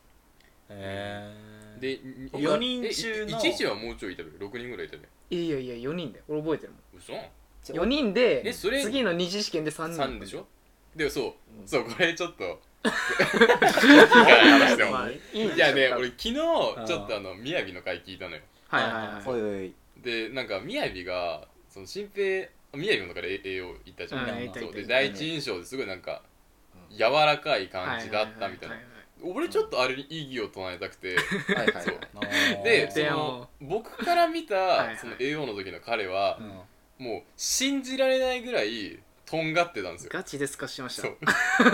Speaker 3: へえ
Speaker 4: で
Speaker 3: 他四人中の
Speaker 4: 1時はもうちょいいたべ6人ぐらいいたべ
Speaker 1: いやいやいや4人だよ俺覚えてるもん
Speaker 4: 嘘
Speaker 1: 4人で
Speaker 4: えそれ
Speaker 1: 次の二次試験で3人
Speaker 4: 3でしょでそう、
Speaker 2: うん
Speaker 4: そうこれちょっと いいから話しても
Speaker 1: まあいいでしょ
Speaker 4: いや ね
Speaker 1: 多分
Speaker 4: 俺昨日ちょっとあのみやびの回聞いたのよ
Speaker 1: はいはいはい
Speaker 2: おいおい
Speaker 4: でなんかみやびがその新平みやびの中で栄養行ったじゃん、
Speaker 1: うん
Speaker 3: 行った
Speaker 4: そ
Speaker 1: 行
Speaker 4: う
Speaker 1: った
Speaker 4: で
Speaker 1: 行った
Speaker 4: 第一印象ですごいなんか柔らかい感じだったみたいな俺ちょっとあれに異議を唱えたくて
Speaker 2: はいはいは
Speaker 4: そう
Speaker 2: い
Speaker 4: でそ
Speaker 1: で
Speaker 4: の
Speaker 1: も
Speaker 4: 僕から見
Speaker 1: はいは
Speaker 4: た
Speaker 1: い
Speaker 4: その栄養の時の彼は
Speaker 3: うん
Speaker 4: もう信じられないぐらいとんがってたんですよ
Speaker 1: ガチでスカしまし
Speaker 4: そ
Speaker 1: た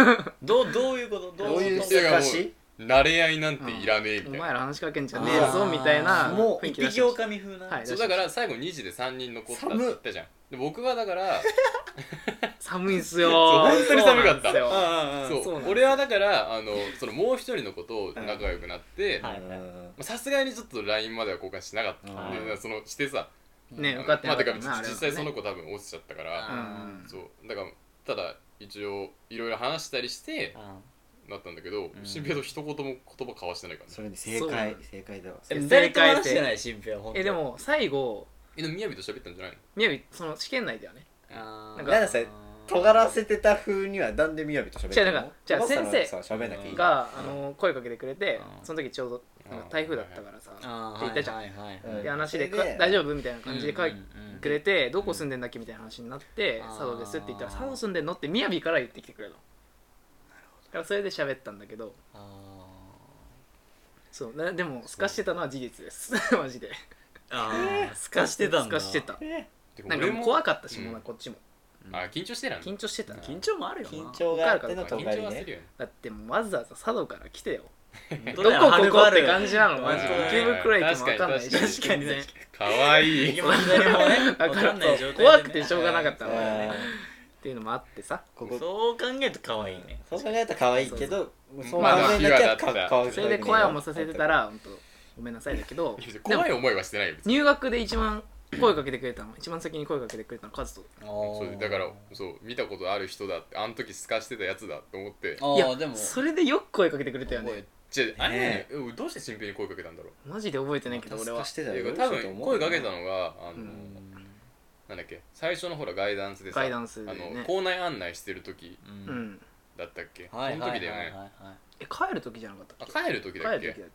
Speaker 4: う
Speaker 3: どうどういうこと
Speaker 2: ど
Speaker 3: ど
Speaker 2: う
Speaker 3: う
Speaker 2: い
Speaker 3: いううこ
Speaker 4: 人
Speaker 3: と
Speaker 2: 生活
Speaker 4: 慣れ合いなんていらねえみ
Speaker 1: お
Speaker 4: たい
Speaker 1: 前
Speaker 4: な
Speaker 1: ら話しかけんじゃね
Speaker 3: あ
Speaker 1: え
Speaker 3: ー
Speaker 1: ぞみたいな
Speaker 2: もう
Speaker 1: 雰囲
Speaker 3: 一
Speaker 1: 気出し
Speaker 3: 匹
Speaker 1: てました
Speaker 3: 狼風な
Speaker 1: はい
Speaker 4: そうだから最後2時で3人残ったって言ったじゃんで僕はだから
Speaker 1: 寒いんすよ
Speaker 4: そう本当に寒かった
Speaker 1: そうなんですよ
Speaker 3: あ
Speaker 4: そう
Speaker 1: そうなんですよ
Speaker 4: 俺はだから あのそのもう一人の子と仲良くなって
Speaker 3: うんはい
Speaker 2: うん
Speaker 4: まあさすがにちょっと LINE までは交換しなかった
Speaker 2: はい
Speaker 4: でそのしてさ
Speaker 1: ね受かって
Speaker 4: まあ
Speaker 1: なか
Speaker 4: て
Speaker 1: った
Speaker 4: か
Speaker 1: もんなあれはね
Speaker 4: 実際その子多分落ちちゃったから
Speaker 3: あ
Speaker 1: うん
Speaker 4: そうだからただ一応いろいろ話したりしてなったんだけど
Speaker 3: ん
Speaker 4: 新平と一言も言葉交わしてないからね
Speaker 2: それに正
Speaker 1: そうな
Speaker 2: 解
Speaker 1: ん
Speaker 2: 正解だわ
Speaker 1: え
Speaker 3: 誰とも話してない新平は本当
Speaker 1: えでも最後
Speaker 4: えでもみやびと喋ったんじゃないの
Speaker 1: みやびその試験内ではね
Speaker 3: あー
Speaker 1: なん
Speaker 2: かなんかさ尖らせてた風にはなんでみやびと喋って
Speaker 1: 違うなんかじゃあ先生
Speaker 2: 喋んなきゃいい
Speaker 1: があの声かけてくれて
Speaker 3: うん
Speaker 1: その時ちょうどなんか台風だったからさ
Speaker 3: あ
Speaker 1: って言ったじゃん
Speaker 3: はいはいはい、
Speaker 2: う
Speaker 1: で話で
Speaker 2: それで
Speaker 1: か大丈夫みたいな感じで書いて
Speaker 3: うんうん
Speaker 1: くれてどこ住んでんだっけみたいな話になって
Speaker 3: うん
Speaker 1: 佐渡ですって言ったら
Speaker 3: あー
Speaker 1: 佐渡住んでんのって宮城から言ってきてくれたのだからそれで喋ったんだけど
Speaker 3: あ
Speaker 1: そうなでもすかしてたのは事実です マジで
Speaker 3: ーあーすかしてたんだ
Speaker 1: すかしてた
Speaker 2: え
Speaker 4: て
Speaker 1: なんか
Speaker 4: 俺
Speaker 1: もう
Speaker 4: も
Speaker 1: 怖かったしもう
Speaker 4: う
Speaker 1: なんこっちも
Speaker 4: あ緊張してたの
Speaker 1: 緊張してたな
Speaker 3: 緊張もあるよな
Speaker 2: 緊張があっての
Speaker 4: 緊
Speaker 2: 尖り
Speaker 4: 張はす
Speaker 2: ね
Speaker 4: るよね
Speaker 1: だってもうわざわざ佐渡から来てよ
Speaker 3: ど
Speaker 1: どこここって感じなの
Speaker 3: うん
Speaker 1: マジ
Speaker 4: うん
Speaker 1: で池袋駅も分かんないし
Speaker 4: 確
Speaker 3: 確かに
Speaker 1: 全然
Speaker 3: 確か
Speaker 4: か わい
Speaker 3: に
Speaker 4: い
Speaker 3: 右も左もね
Speaker 1: だ
Speaker 3: 分
Speaker 1: か
Speaker 3: からんない状態で、ね、
Speaker 1: 怖くてしょうがなかったのっ
Speaker 2: あ
Speaker 1: ていうのもあってさ
Speaker 2: ーここ
Speaker 3: そう考えると可愛いね
Speaker 2: そう考えたら可愛いけど
Speaker 4: う
Speaker 2: そう考えなきゃか
Speaker 4: まあ
Speaker 2: 可愛くない
Speaker 1: それで怖い思いさせてたら本当ごめんなさいだけどでも
Speaker 4: 怖い思いはしてないよ別に
Speaker 1: 入学で一番声かけてくれたの一番先に声かけてくれたのカズト
Speaker 4: そうだからそう見たことある人だってあの時すかしてたやつだと思って
Speaker 3: あー
Speaker 1: いや
Speaker 3: でも
Speaker 1: それでよく声かけてくれたよ
Speaker 3: 覚え
Speaker 1: ね
Speaker 4: じゃああれね
Speaker 2: ね
Speaker 4: うんどうして新平に声かけたんだろう
Speaker 1: マジで覚えてないけど俺
Speaker 2: 俺
Speaker 1: は
Speaker 2: はしてた
Speaker 4: い
Speaker 2: よ
Speaker 4: や多分声かけたのがあの、
Speaker 1: うん
Speaker 4: なんだっけ最初のほらガイダンスでさ
Speaker 1: ガイダンスでね
Speaker 4: あの校内案内してる時
Speaker 3: う
Speaker 1: うんん
Speaker 4: だったっけ、
Speaker 3: はい
Speaker 4: そ
Speaker 3: は
Speaker 4: の
Speaker 3: い
Speaker 4: 時
Speaker 3: は
Speaker 4: だ
Speaker 3: い
Speaker 4: よ
Speaker 3: はい
Speaker 4: ね、
Speaker 3: は
Speaker 1: え帰る時じゃなかったっけ
Speaker 4: あ帰る時だっ
Speaker 1: 帰
Speaker 4: け
Speaker 1: る時だっ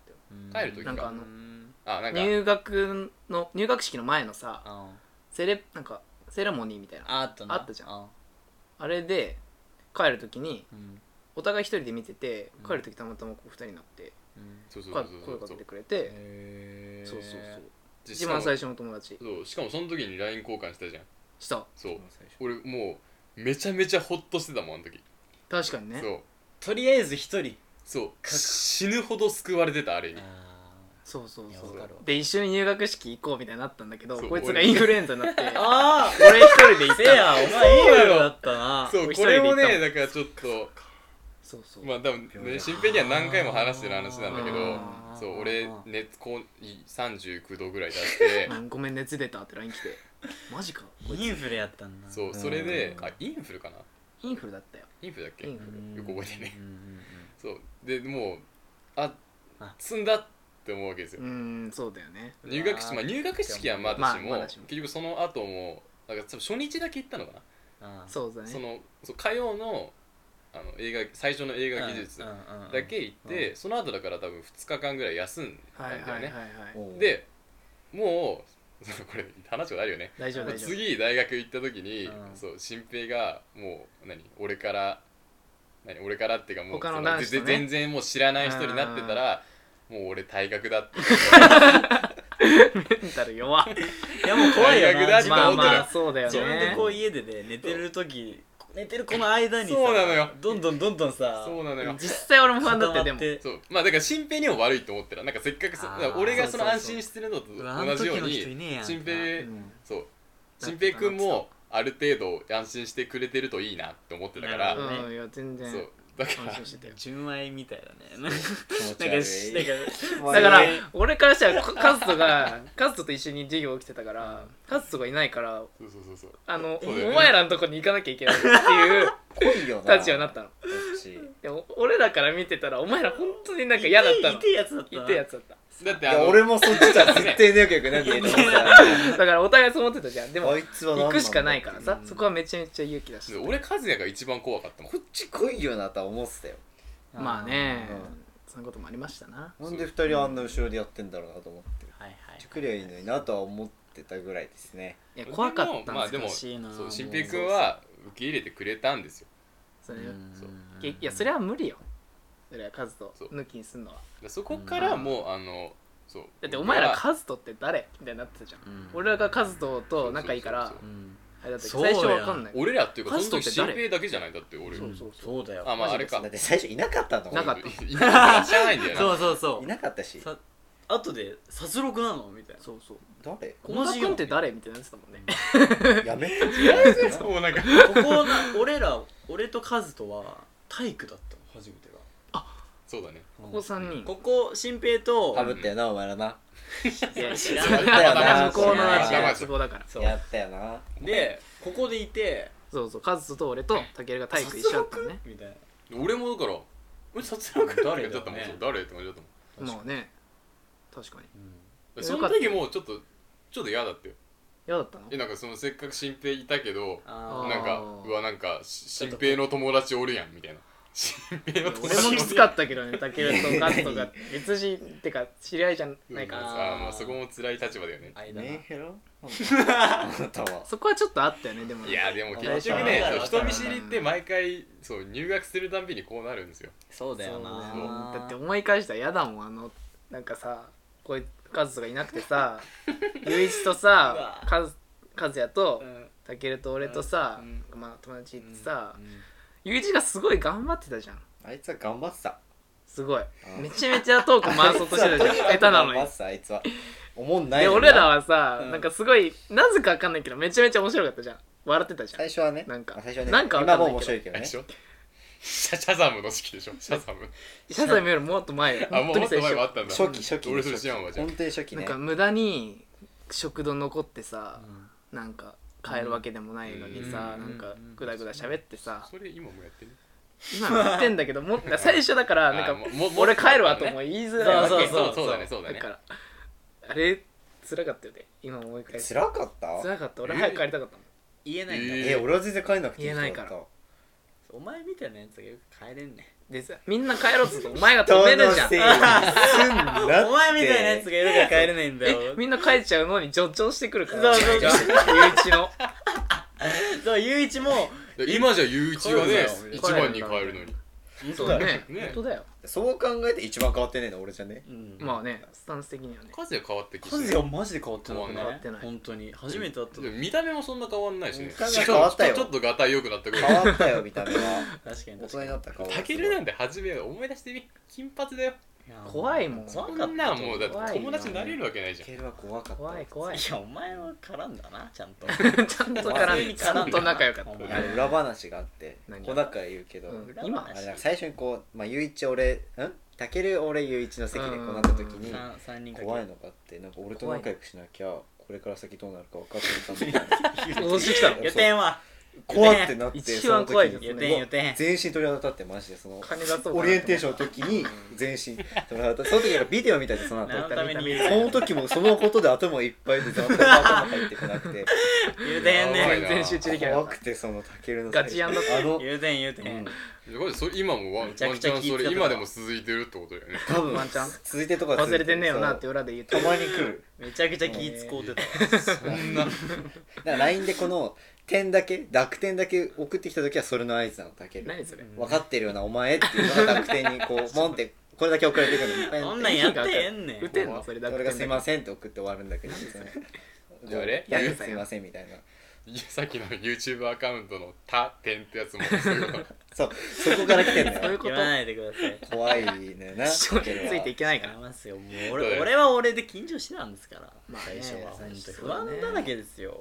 Speaker 1: たよ
Speaker 3: い
Speaker 4: 帰る時か
Speaker 1: なんかあの
Speaker 3: うん
Speaker 4: あなんか
Speaker 1: 入学の入学式の前のさ
Speaker 3: あ
Speaker 1: セレなんかセレモニーみたいな
Speaker 3: ーあったな
Speaker 1: あったじゃん
Speaker 3: あ
Speaker 1: あれで帰る時に
Speaker 3: ーうん
Speaker 1: お互い一人で見てて
Speaker 3: うん
Speaker 1: 帰る時たまたまこう二人になって
Speaker 3: うん
Speaker 4: そうそう
Speaker 1: 声
Speaker 4: そ
Speaker 1: 声
Speaker 4: う
Speaker 1: か
Speaker 4: そ
Speaker 1: け
Speaker 4: う
Speaker 1: てくれて
Speaker 3: へー
Speaker 1: そうそうそう
Speaker 4: でし
Speaker 1: 一
Speaker 4: かも
Speaker 1: 番最初の友達
Speaker 4: そうしかもその時に LINE 交換したじゃん
Speaker 1: した
Speaker 4: そう俺もうめちゃめちゃホッとしてたもんあの時
Speaker 1: 確かにね
Speaker 4: そう
Speaker 3: とりあえず一人
Speaker 4: そう死ぬほど救われてたあれに
Speaker 3: あ
Speaker 1: そうそうそ
Speaker 3: いやわかるわ
Speaker 1: うで一緒に入学式行こうみたいになったんだけど
Speaker 4: そう
Speaker 1: こいつが
Speaker 4: 俺
Speaker 1: インフルエンザに なって
Speaker 3: あ
Speaker 1: 俺一人で行っ
Speaker 3: せ
Speaker 1: た
Speaker 3: やお前いいよだったな
Speaker 4: そう
Speaker 1: 俺一
Speaker 4: こ
Speaker 1: 人で
Speaker 4: れ
Speaker 1: 行
Speaker 4: も
Speaker 1: ったもん
Speaker 4: ねだからちょっと
Speaker 1: そうそう、
Speaker 4: まあ多分
Speaker 2: 病
Speaker 4: ね
Speaker 2: 院
Speaker 4: 新平には何回も話してる話なんだけど
Speaker 1: あー
Speaker 4: そう俺熱こうい39度ぐらい出 して
Speaker 1: うんごめん熱出たって LINE 来てマジかこい
Speaker 3: インフレやったんだ
Speaker 4: そううそれで
Speaker 2: うん
Speaker 4: あインフルかな
Speaker 1: つインフルだったよ
Speaker 4: インフルだっけ
Speaker 1: インフル
Speaker 3: ん
Speaker 4: よく覚えてね
Speaker 3: うんうん
Speaker 4: そうでもうあ
Speaker 3: あ
Speaker 4: 積んだって思うわけですよ
Speaker 1: うーんそうだよね
Speaker 4: 入学式まあ入学式はまだしも
Speaker 1: まあまだしも
Speaker 4: 結局その後もなんか多分初日だけ行ったのか
Speaker 3: うんあー
Speaker 1: そうだ
Speaker 4: な
Speaker 1: ね
Speaker 4: そのそう火曜のあの映画最初の映画技術
Speaker 3: うんうんうん
Speaker 4: だけ行ってその後だから多分2日間ぐらい休んだ
Speaker 1: はい
Speaker 4: ん
Speaker 1: はい
Speaker 4: だ
Speaker 1: はい
Speaker 4: よ
Speaker 1: はい
Speaker 4: ね
Speaker 1: はい
Speaker 2: で
Speaker 4: でもうこれ話があるよね
Speaker 1: 大丈夫大丈夫
Speaker 4: 次大学行った時に、
Speaker 3: うん
Speaker 4: そう新平がもう何俺から何俺からっていうかもう
Speaker 1: 他の
Speaker 4: そ
Speaker 1: 男子とね
Speaker 4: ぜ全然もう知らない人になってたらもう俺退学だって
Speaker 1: メンタル 弱
Speaker 3: いやもう怖いよ
Speaker 4: 大学だ
Speaker 3: な
Speaker 4: って
Speaker 1: まあ
Speaker 4: 思って
Speaker 1: ま
Speaker 4: る
Speaker 1: あそうだよ
Speaker 3: 自分で
Speaker 1: ね
Speaker 3: こう家でね寝てる時寝てるこの間にさ
Speaker 4: そうなのよ
Speaker 3: どんどんどんどんさ
Speaker 4: そうなのよ
Speaker 1: 実際俺も不
Speaker 3: 固
Speaker 1: 安だ
Speaker 3: ま
Speaker 1: って
Speaker 3: って
Speaker 1: でも
Speaker 4: そうまあだから新平にも悪いと思ってたなんかせっかくそ
Speaker 3: あー
Speaker 4: だから俺がその
Speaker 3: そうそうそ
Speaker 4: 安
Speaker 3: う
Speaker 4: 心してるのと
Speaker 3: うわあの
Speaker 4: 同じよう
Speaker 3: 時の人い
Speaker 4: に
Speaker 3: ねえやん
Speaker 4: 新
Speaker 1: う
Speaker 4: 平
Speaker 1: ん
Speaker 4: そう新平君もある程度安心してくれてるといいなって思ってたか
Speaker 3: な
Speaker 4: ら
Speaker 3: るほどね
Speaker 1: うんいや全然
Speaker 4: そうだか
Speaker 1: 安
Speaker 4: ら
Speaker 1: 心 してたよ
Speaker 3: 純愛みたいだねなんか
Speaker 2: 気持ち
Speaker 3: なんか
Speaker 2: 悪
Speaker 3: し
Speaker 2: い
Speaker 3: なんか
Speaker 1: だから俺からしたらカカズトがカズトと一緒に授業起きてたからカズトがいないから
Speaker 4: そうそうそうそう
Speaker 1: あの
Speaker 4: そうだよ
Speaker 1: お
Speaker 4: ね
Speaker 1: 前らのとこに行かなきゃいけないっていう
Speaker 2: 濃いよな
Speaker 1: 立場になったの
Speaker 2: こっち
Speaker 1: でも俺らから見てたらお前ら本当になんか嫌だったの
Speaker 3: いてえやつだった
Speaker 1: い
Speaker 3: な
Speaker 1: てえやつだった
Speaker 4: だって
Speaker 2: い
Speaker 4: あ
Speaker 2: や
Speaker 4: の
Speaker 2: 俺もそっちじゃ絶対仲良くなんねえと 思って
Speaker 1: だからお互いそう思ってたじゃんで
Speaker 2: た
Speaker 1: も
Speaker 2: あいつは何な
Speaker 1: 行
Speaker 2: んだ
Speaker 1: くしかないからさ
Speaker 3: うん
Speaker 1: そこはめちゃめちゃ勇気出して
Speaker 4: 俺和也が一番怖かったもん
Speaker 2: こっち濃いよなとは思ってたよ
Speaker 1: まあね
Speaker 2: うん
Speaker 1: そんなこともありましたな
Speaker 2: なんで二人あんな後ろでやってんだろうなと思って
Speaker 3: はいはい
Speaker 2: 作りゃいいのになとは思ってたぐらいですね
Speaker 1: いや怖かったん
Speaker 4: まあ
Speaker 1: で
Speaker 4: でも
Speaker 3: 懐かしいな
Speaker 4: そう
Speaker 3: もう
Speaker 4: 新平君は受け入れてくれたんですよ
Speaker 1: すよそれ
Speaker 3: うん
Speaker 4: そう
Speaker 1: いやいやそれは無理よそれはカズト
Speaker 4: そう
Speaker 1: 抜きにすんのは
Speaker 4: そこからもうあのそう
Speaker 1: だってお前ら
Speaker 4: は
Speaker 1: カズトって誰みたいになってたじゃん
Speaker 3: うん
Speaker 1: 俺らがカズトと仲いいから
Speaker 4: そう
Speaker 3: うん
Speaker 1: あれだったけ
Speaker 3: そ
Speaker 1: ど
Speaker 3: うや
Speaker 1: 最初わかんない
Speaker 4: 俺らっていうか
Speaker 1: カ
Speaker 4: そ
Speaker 1: ズ
Speaker 4: の
Speaker 1: トっ
Speaker 4: 時
Speaker 1: て
Speaker 4: 新
Speaker 1: 誰
Speaker 4: 平だけじゃないだって俺
Speaker 1: そうそうそう
Speaker 3: そうだよ
Speaker 4: あまああれ
Speaker 2: だ
Speaker 4: か
Speaker 2: って最初いなかったんだもん
Speaker 1: なかっ
Speaker 4: いや知らないんだよな
Speaker 3: そうそうそ
Speaker 2: いうなかったし
Speaker 3: さ後で殺戮なのみたいな
Speaker 1: そうそう
Speaker 2: 誰
Speaker 1: 小田君って誰みたいなやつだもんね
Speaker 2: やめて
Speaker 4: そうなんか
Speaker 3: ここな俺ら俺とカズとは体育だったの初めてが
Speaker 4: そうだね
Speaker 1: ここ3人
Speaker 3: ここ新平と
Speaker 2: かぶったよなお前らない
Speaker 1: や知
Speaker 3: ら
Speaker 1: ら
Speaker 3: な
Speaker 1: ないい
Speaker 2: や
Speaker 1: 向こうの
Speaker 2: 知らない
Speaker 1: 話都合だから
Speaker 3: そう
Speaker 2: やったよな
Speaker 3: でここでいて
Speaker 1: そうそうカズトと俺とタケルが体育一緒だったのね
Speaker 3: みたいな
Speaker 4: 俺もだから俺殺戮って感じだったも
Speaker 3: 誰だよ
Speaker 4: ん
Speaker 3: ね
Speaker 4: そう誰って感じだったも
Speaker 3: 殺
Speaker 1: まあね確かに
Speaker 4: んその時もちょっとちょっと嫌だったよ
Speaker 1: 嫌だったの
Speaker 4: えなんかそのせっかく新平いたけど
Speaker 3: あー
Speaker 4: なんかうわなんかし新平の友達おるやんみたいな新平の友
Speaker 1: 俺
Speaker 4: 達
Speaker 1: もきつかったけどねタケルとカズ トが別人ってか知り合いじゃないか
Speaker 4: あ
Speaker 1: ら
Speaker 4: ーまあそこも辛い立場だよね
Speaker 3: 間な
Speaker 2: メンヘロあなたは
Speaker 1: そこはちょっとあったよねでも
Speaker 4: いやで
Speaker 1: あ
Speaker 4: も結
Speaker 1: わ
Speaker 4: 局
Speaker 1: かる
Speaker 4: ね
Speaker 1: わかる
Speaker 4: そう人見知りって毎回そう入学するたんびにこうなるんですよ
Speaker 3: そうだよ
Speaker 1: そうだ
Speaker 3: な
Speaker 1: よだって思い返したら嫌だもんあのなんかさこいカズとかいなくて さ唯一と
Speaker 3: う
Speaker 1: さ
Speaker 3: わ
Speaker 1: カズカズヤと
Speaker 3: うん
Speaker 1: タケルと俺とさ、
Speaker 3: うん
Speaker 1: まあ、友達行ってさ、ゆうじがすごい頑張ってたじゃん
Speaker 2: あいつは頑張ってた
Speaker 1: すごい
Speaker 2: うん
Speaker 1: めちゃめちゃトーク回 そうとしてたじゃん下手なのに
Speaker 2: 頑張ってたあいつは思んない
Speaker 1: で
Speaker 2: よな
Speaker 1: 俺らはさ、
Speaker 3: うん
Speaker 1: なんかすごいなぜかわかんないけどめちゃめちゃ面白かったじゃん笑ってたじゃん
Speaker 2: 最初はね
Speaker 1: なんか
Speaker 2: まあ最初はね
Speaker 1: なんかわか
Speaker 2: 今
Speaker 1: んないけど
Speaker 2: も面白いけ
Speaker 4: あ
Speaker 2: ど
Speaker 4: れ
Speaker 2: ね
Speaker 4: でしょシャシャザムの式でしょシャザム
Speaker 1: シャザムよりもっと前よ
Speaker 4: あ
Speaker 1: 本
Speaker 4: もう
Speaker 1: 当
Speaker 4: も
Speaker 1: に
Speaker 4: っと
Speaker 1: 最
Speaker 4: 前
Speaker 1: 初
Speaker 4: もあったんだ
Speaker 2: 初期初期
Speaker 4: 俺それ知らん
Speaker 2: 初
Speaker 4: わじ
Speaker 2: 期
Speaker 4: ゃあ
Speaker 2: 本当に初期
Speaker 1: なん
Speaker 2: ね
Speaker 1: か無駄に食堂残ってさ
Speaker 3: う、ん
Speaker 1: なんか帰るわけでもないのにさ、
Speaker 3: う
Speaker 1: なん
Speaker 3: ん
Speaker 1: かグダグダ喋ってさ、
Speaker 4: それ今もやってる
Speaker 1: 今も言ってんだけども最初だからなん
Speaker 4: あ
Speaker 1: か
Speaker 4: ももも
Speaker 1: 俺帰るわと思い言いづらいわけ
Speaker 3: そうそう
Speaker 4: そうそうだねそうだ
Speaker 1: だ
Speaker 4: ね
Speaker 1: からあれ辛かったよね今思い返す
Speaker 2: 辛かった
Speaker 1: 辛かった俺早く帰りたかったもん
Speaker 3: 言えないんだ
Speaker 4: え
Speaker 2: え俺は全然帰んなくて
Speaker 1: 言えないから
Speaker 2: ど
Speaker 3: お前みたいなやつがよく帰れんね
Speaker 1: でさみんな帰ろうとするとお前が止め る
Speaker 2: の
Speaker 1: じゃん
Speaker 2: せいにすんな
Speaker 3: お
Speaker 2: って
Speaker 3: 前みたいなやつがいるから帰れないんだ
Speaker 1: え
Speaker 3: よ
Speaker 1: みんな帰っちゃうのに助長してくるから
Speaker 3: そうそうそう
Speaker 1: ゆういちの
Speaker 3: そうゆういちも
Speaker 4: で今じゃ雄一はね
Speaker 3: 帰る
Speaker 4: 一
Speaker 1: ぞ
Speaker 4: 番に変えるのに
Speaker 1: そうだね
Speaker 4: ね
Speaker 1: 本当だよ
Speaker 2: そう考えて一番変わってねえの俺じゃ ね
Speaker 3: うん
Speaker 1: まあねスタンス的にはね
Speaker 4: 和也変わってき
Speaker 3: カズ
Speaker 4: て
Speaker 3: ヤマジで変わってなく
Speaker 4: 変
Speaker 1: わ
Speaker 3: な
Speaker 1: ってない
Speaker 3: い本当に初めて会った
Speaker 4: で
Speaker 3: 時
Speaker 4: も見た目もそんな変わんないしね
Speaker 2: 見た目は変わったよ
Speaker 4: ちょっとがたい良くなったぐらい
Speaker 2: 変わったよ見た目は
Speaker 3: 確かに
Speaker 2: 大
Speaker 3: 確か
Speaker 2: 人に
Speaker 3: に
Speaker 2: なった顔
Speaker 4: タケルなんて初め思い出してみ金髪だよ
Speaker 3: いや
Speaker 1: 怖いもん
Speaker 3: 怖か
Speaker 4: こ
Speaker 3: った
Speaker 4: んなんもうだ
Speaker 1: 怖
Speaker 4: っ
Speaker 1: い
Speaker 4: て
Speaker 1: よ
Speaker 4: 友達になれるわけないじゃん
Speaker 2: タケルは怖かった
Speaker 1: 怖い怖 い
Speaker 3: いやお前は絡んだなちゃんと
Speaker 1: ちゃんと絡んで、ちゃんと仲良かった。
Speaker 2: あの裏話があって
Speaker 1: 何
Speaker 2: ここだから言うけど、
Speaker 1: うん
Speaker 3: 裏話
Speaker 1: 今
Speaker 2: あれなんか最初にこう、まあ、ゆういち俺んタケル俺ゆういちの席でこうなった時に
Speaker 3: 三三人かけ
Speaker 2: 怖いのかってなんか俺と仲良くしなきゃこれから先どうなるか分かってたみたいな
Speaker 1: 脅してきたの
Speaker 3: 予定は
Speaker 2: 怖ってなって
Speaker 1: 一番怖い
Speaker 2: その時
Speaker 1: で
Speaker 2: に
Speaker 1: す
Speaker 3: 予
Speaker 1: ね
Speaker 3: 定予定
Speaker 2: 全身鳥肌立ってマジでその
Speaker 1: 金出そうかなと思
Speaker 2: オ
Speaker 1: っ
Speaker 2: リ
Speaker 1: て
Speaker 2: エンテーションの時に全 身鳥肌立ってその時なんかビデオみたいでその後
Speaker 3: 何のために
Speaker 1: 見
Speaker 3: 言
Speaker 1: た
Speaker 3: う
Speaker 2: その時もそのことで頭いっぱいで頭入ってこなくて
Speaker 3: 言うてへん
Speaker 4: やば
Speaker 3: ね
Speaker 4: い
Speaker 1: 全
Speaker 3: ん
Speaker 1: 然集中できなか
Speaker 2: 怖
Speaker 1: った
Speaker 2: くてそのタケルの
Speaker 1: ガチやんだった
Speaker 2: あの
Speaker 3: 言うてん言うて
Speaker 2: うんん
Speaker 4: マジそれ今もワンワ
Speaker 3: め
Speaker 4: ン
Speaker 3: ち
Speaker 4: チ
Speaker 3: ゃくちゃ
Speaker 4: ャンそ
Speaker 3: 気
Speaker 4: れ
Speaker 3: 遣ってた
Speaker 4: 今でも続いてるってことだよね
Speaker 2: 多分
Speaker 1: ワンチャン
Speaker 2: 続いてとか
Speaker 1: 忘れてんねえよなって裏で言って
Speaker 2: そうたまに来る
Speaker 3: めちゃくちゃ気ぃ使うてた
Speaker 4: そんな
Speaker 2: だから LINE でこの点だけ濁点だけ送ってきた時はそれの合図なのタケル
Speaker 1: 何それ
Speaker 2: 分かってるよなお前っていうのが濁点にこ うモンってこれだけ送られてくるのペンって
Speaker 3: そんなんやってへんねん
Speaker 1: 打てんのそれだ
Speaker 2: 俺が「すいま
Speaker 1: せん
Speaker 2: せん」って送って終わるんだけ ど別に
Speaker 4: じゃああれ
Speaker 2: いやすいませんみたいない
Speaker 4: やさっきの YouTube アカウントの「た」「点」ってやつもそうい うこと
Speaker 2: そうそこから来てん
Speaker 1: そう
Speaker 2: だ
Speaker 1: いう
Speaker 2: よ
Speaker 1: こと
Speaker 3: 言わないでください
Speaker 2: 怖いねな
Speaker 1: 一緒についていけないか
Speaker 3: や
Speaker 1: ら
Speaker 3: りますよもう
Speaker 4: そうだ
Speaker 3: 俺
Speaker 4: よ
Speaker 3: 俺は俺で緊張してたんですから、
Speaker 1: まあ
Speaker 3: 最
Speaker 1: ね
Speaker 3: 初は
Speaker 1: 最
Speaker 3: 本
Speaker 1: 初
Speaker 3: 当に不安だらけですよ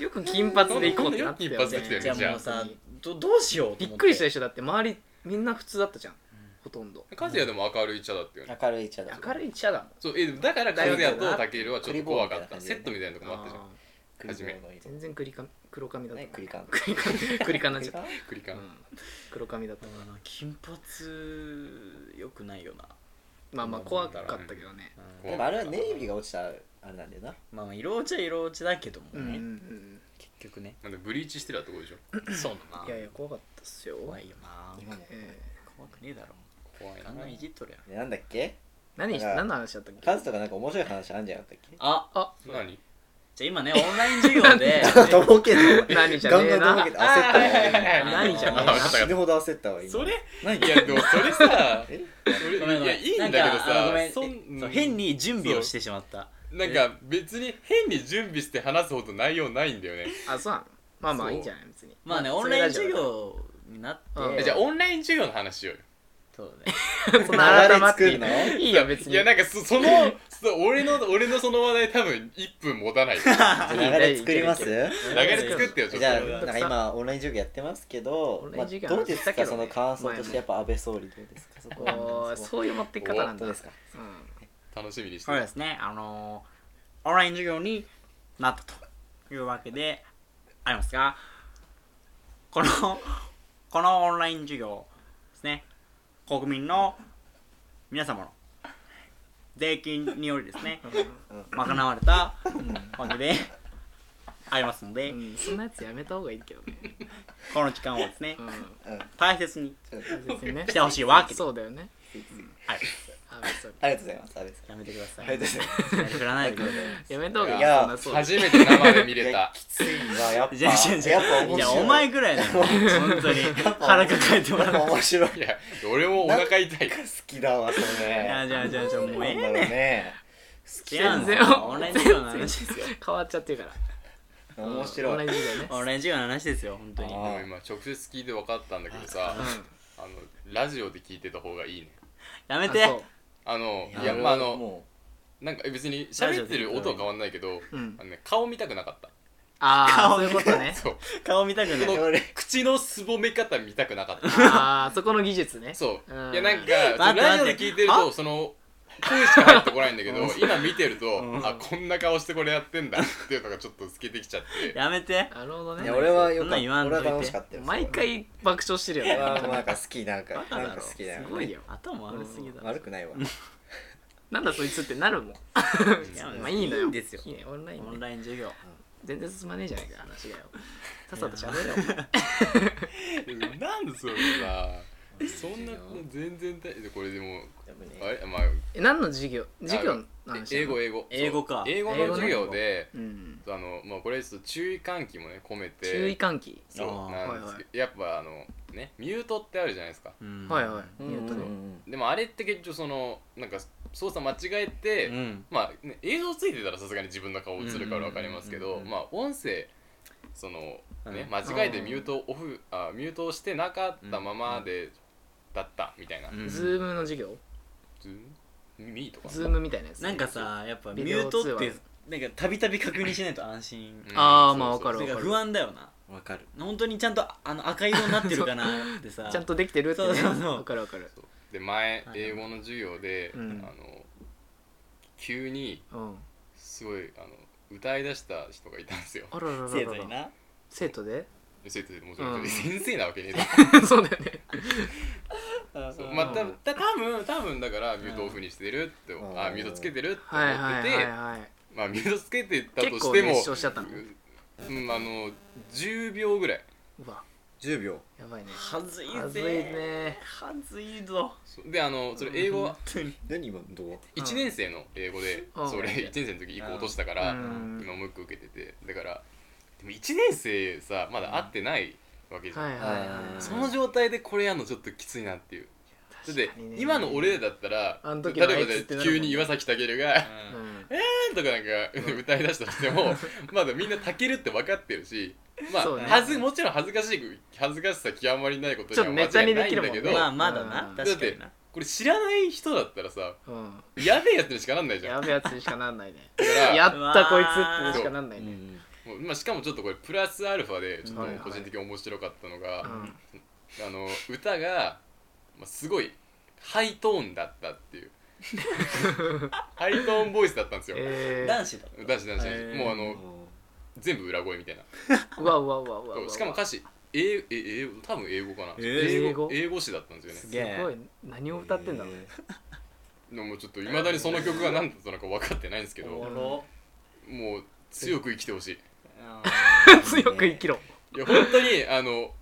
Speaker 1: よく金髪で行こうってなってたよ
Speaker 4: よく金髪で来て
Speaker 1: ね
Speaker 4: る
Speaker 3: じゃあ
Speaker 4: じゃあ
Speaker 3: もうさどどうしようと
Speaker 1: び
Speaker 3: 思
Speaker 1: ってくりしたでしょだって周りみんな普通だったじゃんほとんど
Speaker 4: 和也でも明るい茶だってよね
Speaker 2: 明るい茶だ
Speaker 1: 明るい茶だもん
Speaker 4: そうえだから和也とタケルはちょっと怖
Speaker 2: クリボーみた
Speaker 4: かっ
Speaker 2: いな
Speaker 4: た
Speaker 2: 感じ
Speaker 4: セ
Speaker 2: でね
Speaker 4: ットみたいなとこもあったじゃ
Speaker 1: あ
Speaker 2: 黒
Speaker 4: ん
Speaker 2: 棒の
Speaker 1: ー
Speaker 2: 色
Speaker 1: 全然栗か黒髪だった
Speaker 2: ね栗かん
Speaker 1: 栗か 栗かなじゃん
Speaker 2: 栗
Speaker 4: クリカ
Speaker 1: う
Speaker 4: ン
Speaker 1: ん黒髪だった
Speaker 3: でもな金髪よくないよな、
Speaker 1: まあまあ怖かったけどね
Speaker 2: かんでもあれはネイビーが落ちたあれなんだよな
Speaker 3: まあまあ色落ちは色落ちだけども
Speaker 1: うんうんう
Speaker 3: ね、
Speaker 1: ん
Speaker 3: 結局ね
Speaker 4: なんでブリーチしてるってことでしょ
Speaker 3: そうだない
Speaker 1: やいや怖かったっすよ
Speaker 3: 怖いよな
Speaker 2: 今も
Speaker 1: ええ
Speaker 3: 怖くねえだろ
Speaker 4: 怖いな
Speaker 3: 考えいじっとるやん
Speaker 2: でなんだっけ
Speaker 1: 何し
Speaker 2: だから
Speaker 1: 何の話だったっけ
Speaker 2: カズとかなんか面白い話あんじゃなかったっ
Speaker 3: あ
Speaker 4: 何
Speaker 3: じゃあ今ねオンライン授業で
Speaker 2: け とぼけてる
Speaker 1: 何じゃ
Speaker 2: ガ
Speaker 1: ね
Speaker 2: ン
Speaker 1: え
Speaker 2: ガンとぼ
Speaker 1: な
Speaker 2: けて焦ったわ
Speaker 3: いはい
Speaker 1: 何じゃねえ
Speaker 4: あ
Speaker 1: な
Speaker 4: わかった
Speaker 2: 死ぬほど焦ったわ今
Speaker 3: それ
Speaker 2: 何
Speaker 4: いやでもそれさ
Speaker 2: え
Speaker 4: それ
Speaker 3: ごめんご
Speaker 4: いや
Speaker 3: め
Speaker 4: い
Speaker 3: ん
Speaker 4: いんだけど
Speaker 3: なんかあごめ
Speaker 4: さ
Speaker 3: ん
Speaker 4: そ
Speaker 3: そうん変に準備をしてしまった
Speaker 4: なんか別に変に準備して話すほど内容ないんだよね
Speaker 1: あそうなのまあまあ
Speaker 4: そう
Speaker 1: いいんじゃない別に
Speaker 3: まあねオン
Speaker 1: それ
Speaker 3: ライン
Speaker 1: ラジオ
Speaker 3: 授業になって、
Speaker 1: うん
Speaker 4: えじゃあオンライン授業の話しようよ
Speaker 3: そうだね
Speaker 1: そんな改 まっ
Speaker 2: 流れ
Speaker 1: て
Speaker 2: 作んの
Speaker 1: いいいいよ別に
Speaker 4: いやなんかそ そのそ俺の俺のその話題多分1分持たない流
Speaker 2: 流れ作ります
Speaker 1: いや
Speaker 4: れ作 ってよちょっと
Speaker 2: じゃあ
Speaker 3: それ
Speaker 2: な
Speaker 3: は
Speaker 2: んか今オンライン授業やってますけ
Speaker 1: オ
Speaker 2: ど
Speaker 1: ン、ライ
Speaker 2: ま
Speaker 1: ン
Speaker 2: あ、
Speaker 1: 授業
Speaker 2: どうです
Speaker 1: したけど
Speaker 2: かそ
Speaker 1: ね
Speaker 2: の感想
Speaker 1: 前
Speaker 2: と
Speaker 1: も
Speaker 2: してやっぱ安倍総理どうですかそこは
Speaker 1: おーそういう持ってき方なん
Speaker 2: ど
Speaker 1: だ
Speaker 2: うですか
Speaker 1: うん
Speaker 4: 楽しみにして
Speaker 3: そう
Speaker 4: る
Speaker 3: ですね、あのー、オンライン授業になったというわけでありますが、この、このオンライン授業ですね、国民の皆様の税金によりですね、賄われたわけでありますので
Speaker 1: う、んそんなやつやめた方がいいけどね
Speaker 3: この時間をですね
Speaker 1: う、ん
Speaker 2: うん
Speaker 3: 大切に
Speaker 1: 別にね
Speaker 3: してほしいわけで、
Speaker 1: そうだよね
Speaker 3: はい、
Speaker 1: あ別 に
Speaker 2: ありがとうございます安倍さ
Speaker 3: やめてくださ
Speaker 2: ん
Speaker 3: い。
Speaker 2: ありがとうございます
Speaker 3: 振らないでください。
Speaker 1: やめた方がいい
Speaker 2: いや
Speaker 1: そんなそうだよ
Speaker 4: 初めて生で見
Speaker 2: い
Speaker 4: れ
Speaker 2: や
Speaker 4: た
Speaker 2: きついわやっぱ
Speaker 3: じゃじゃじ
Speaker 2: やっぱ
Speaker 3: ゃ
Speaker 2: 面白い
Speaker 3: いやお前ぐら いだよ本当に腹抱えてもら
Speaker 2: やっ
Speaker 3: っ
Speaker 2: てぱ面白い
Speaker 4: いや俺もお腹痛い
Speaker 2: 好きだわそ
Speaker 3: いや
Speaker 2: れ
Speaker 3: じゃあじゃあじゃあもうええ
Speaker 2: なんだろ
Speaker 3: ね
Speaker 2: うね
Speaker 3: 好きやん
Speaker 1: 全然
Speaker 3: オンライン授業の話ですよ
Speaker 1: 変わっちゃってるから
Speaker 2: 面
Speaker 1: オン
Speaker 2: 白
Speaker 1: ライ
Speaker 2: い
Speaker 1: ン授業ね
Speaker 3: オンライン授業の話ですよ本当に
Speaker 4: でも今直接聞いて分かったんだけどさあのラジオで聞いてた方がいいね
Speaker 3: や
Speaker 1: う
Speaker 3: め
Speaker 1: ん
Speaker 3: て
Speaker 1: あそう
Speaker 4: あのい
Speaker 2: や
Speaker 4: やまああの
Speaker 2: も
Speaker 4: なんか別に喋ってる音は変わんないけど、
Speaker 1: うん
Speaker 4: あのね、顔見たくなかった
Speaker 1: ああ
Speaker 3: 顔
Speaker 1: そういうことね
Speaker 4: そう
Speaker 3: 顔見たくない
Speaker 4: こ
Speaker 2: 俺
Speaker 4: の口のすぼめ方見たくなかった
Speaker 1: ああそこの技術ね
Speaker 4: そう、
Speaker 1: うん
Speaker 4: いやなんか
Speaker 3: 待
Speaker 4: そ
Speaker 3: っ
Speaker 4: の
Speaker 3: て
Speaker 4: ラジオで聞いてる
Speaker 3: 待
Speaker 4: とその声しか入ってこないんだけど今見てると、あこんな顔してこれやってんだっていうのがちょっと透けてきちゃって
Speaker 3: やめて
Speaker 1: なるほど
Speaker 2: うい
Speaker 1: ね
Speaker 2: や俺はよか
Speaker 3: そんな
Speaker 2: っ
Speaker 3: ん言
Speaker 2: た
Speaker 3: わん
Speaker 2: 俺は
Speaker 3: といて
Speaker 2: 楽しかったよ
Speaker 1: 毎回爆笑してるよね
Speaker 2: 俺はもうなんか好きなんか
Speaker 3: だろ
Speaker 2: なんか好きだよ
Speaker 1: す
Speaker 2: ね
Speaker 1: ごいよ
Speaker 3: 頭悪すぎだろ
Speaker 2: 悪くないわ
Speaker 1: なんだそいつってなるもん
Speaker 3: や
Speaker 1: まあいいのよ
Speaker 3: いいんですよ
Speaker 1: いいねオンライ
Speaker 3: オ
Speaker 1: ン
Speaker 3: ン
Speaker 1: ね
Speaker 3: ライン授業
Speaker 1: 全然進まねえじゃないか
Speaker 3: 話がよ
Speaker 1: さっさと喋れよお前
Speaker 4: なんでそれさそんな全然大これでも
Speaker 2: でもね
Speaker 4: あれまあ
Speaker 1: え何の授業授業の
Speaker 4: え
Speaker 1: 話
Speaker 4: 英語
Speaker 1: 英
Speaker 4: 英語
Speaker 3: 英語か
Speaker 4: そう英語
Speaker 1: 英
Speaker 4: の
Speaker 1: 語ね
Speaker 4: 授業で、
Speaker 1: 語うん
Speaker 4: あのまあこれちょっと注意喚起もね込めて
Speaker 1: 注意喚起
Speaker 4: そう
Speaker 3: あー
Speaker 4: なんです
Speaker 1: はいは
Speaker 4: けどやっぱあのねミュートってあるじゃないですか
Speaker 3: うん
Speaker 1: はいは
Speaker 2: う
Speaker 1: い
Speaker 2: ん
Speaker 1: ミュート
Speaker 2: う
Speaker 1: ね
Speaker 2: ん
Speaker 4: でもあれって結局そのなんか操作間違えて、
Speaker 3: うん
Speaker 4: まあ、ね、映像ついてたらさすがに自分の顔映るから分かりますけ
Speaker 3: うんうん
Speaker 4: ど
Speaker 3: うんうん
Speaker 4: まあ音声その、ね
Speaker 3: うん
Speaker 4: 間違えてミュートオフあミュートをしてなかったままでだったみたいな、
Speaker 3: うん
Speaker 1: ズームの授業
Speaker 4: ズームミーとか
Speaker 1: ズームみたいなやつ
Speaker 3: なんかさやっぱミュート
Speaker 1: ビデオ
Speaker 3: って
Speaker 1: 通
Speaker 3: なんかたびたび確認しないと安心
Speaker 4: うん
Speaker 1: あー
Speaker 4: そう
Speaker 1: まあわ
Speaker 4: そう
Speaker 1: か
Speaker 4: そう
Speaker 1: るわ
Speaker 3: なん
Speaker 1: か
Speaker 3: か
Speaker 1: る
Speaker 3: 不安だよな
Speaker 2: わかる
Speaker 3: 本当にちゃんとあの赤色になってるかなって さ
Speaker 1: ちゃんとできてるってね
Speaker 3: そうそうそう
Speaker 1: わかるわかる
Speaker 4: そうで前
Speaker 3: はい
Speaker 4: 英語の授業で、
Speaker 1: うん
Speaker 4: あの急に
Speaker 1: うん
Speaker 4: すごいあの歌い出した人がいたんですよ
Speaker 1: あらららら
Speaker 3: 生徒にな
Speaker 1: 生徒で
Speaker 4: 生徒でもちろん、
Speaker 1: うん
Speaker 4: 先生なわけねえだろ
Speaker 1: そうだよね
Speaker 4: そうまあ、たた多分多分だからミュートオフにしてるって、
Speaker 2: うん
Speaker 4: あミュートつけてるって思
Speaker 1: はい
Speaker 4: っ
Speaker 1: は
Speaker 4: て
Speaker 1: い
Speaker 4: て、
Speaker 1: はいはい
Speaker 4: まあミュートつけてたと
Speaker 1: 結
Speaker 4: し
Speaker 1: 構
Speaker 4: ても
Speaker 1: 熱唱しちゃったの
Speaker 4: うん、あの10秒ぐらいう
Speaker 1: わ
Speaker 2: 10秒
Speaker 1: やばいね
Speaker 3: はずいぜ
Speaker 1: はずいね
Speaker 3: はずいぞ
Speaker 4: そうであのそれ英語、
Speaker 2: 何今のとこ
Speaker 1: ん
Speaker 4: 1年生の英語で、
Speaker 1: うん
Speaker 4: それ1年生の時1個落としたから、
Speaker 1: うん
Speaker 4: 今もう1個受けててだからでも1年生さまだ会ってないわけじゃん、
Speaker 1: はいはいは
Speaker 2: うん
Speaker 1: い
Speaker 4: その状態でこれやるのちょっときついなっていうだって
Speaker 1: 確かにね
Speaker 4: 今の俺らだったら
Speaker 1: あの時
Speaker 4: 例
Speaker 1: の
Speaker 4: えば
Speaker 1: あ
Speaker 4: ね
Speaker 1: いつってなるもんね
Speaker 4: 急に岩崎武が「
Speaker 1: うん
Speaker 4: なんとかなんか歌い出したとしても まだみんなたけるって分かってるしまあ、
Speaker 1: そうね
Speaker 4: はずもちろん恥ずかしく恥ずかしさ極まりないことに
Speaker 1: ちょ
Speaker 4: は
Speaker 1: っとネタ
Speaker 4: 間違
Speaker 1: に
Speaker 4: いな
Speaker 1: で
Speaker 4: い
Speaker 1: き
Speaker 4: ん
Speaker 1: る
Speaker 4: だ
Speaker 1: もんね
Speaker 4: けど、
Speaker 3: まあまだな
Speaker 1: うん
Speaker 3: 確かにな
Speaker 4: これ知らない人だったらさ
Speaker 1: うん
Speaker 4: やべえやつにしかなんないじゃん
Speaker 1: やべえやつにしかなんないね
Speaker 4: だから
Speaker 1: やったこいつってしかなんな
Speaker 2: う
Speaker 1: いね
Speaker 2: ん
Speaker 4: もうまあしかもちょっとこれプラスアルファでちょっと
Speaker 1: はいはい
Speaker 4: 個人的に面白かったのが、
Speaker 1: うん
Speaker 4: あの歌が、まあ、すごいハイトーンだったっていう ハイトーンボイスだったんですよ、
Speaker 1: えー
Speaker 2: 男子だった
Speaker 4: 男子男子、
Speaker 1: えー
Speaker 4: もうあ
Speaker 2: う
Speaker 4: の
Speaker 2: ん
Speaker 4: 全部裏声みたいな
Speaker 1: うわうわうわうわうわ
Speaker 4: しかも歌詞英え英語多分英語かな、
Speaker 3: えー
Speaker 1: 英
Speaker 4: 英
Speaker 1: 語
Speaker 4: 語英語詞だったんです
Speaker 2: す
Speaker 4: よ
Speaker 2: げ
Speaker 4: ね
Speaker 2: え
Speaker 1: すごい何を歌ってんだろうね
Speaker 4: でもちょっといまだにその曲が何だったのか分かってないんですけど
Speaker 3: お
Speaker 4: も
Speaker 3: もろ
Speaker 4: う強く生きてほしい
Speaker 1: 強く生きろ
Speaker 4: いや本当にあの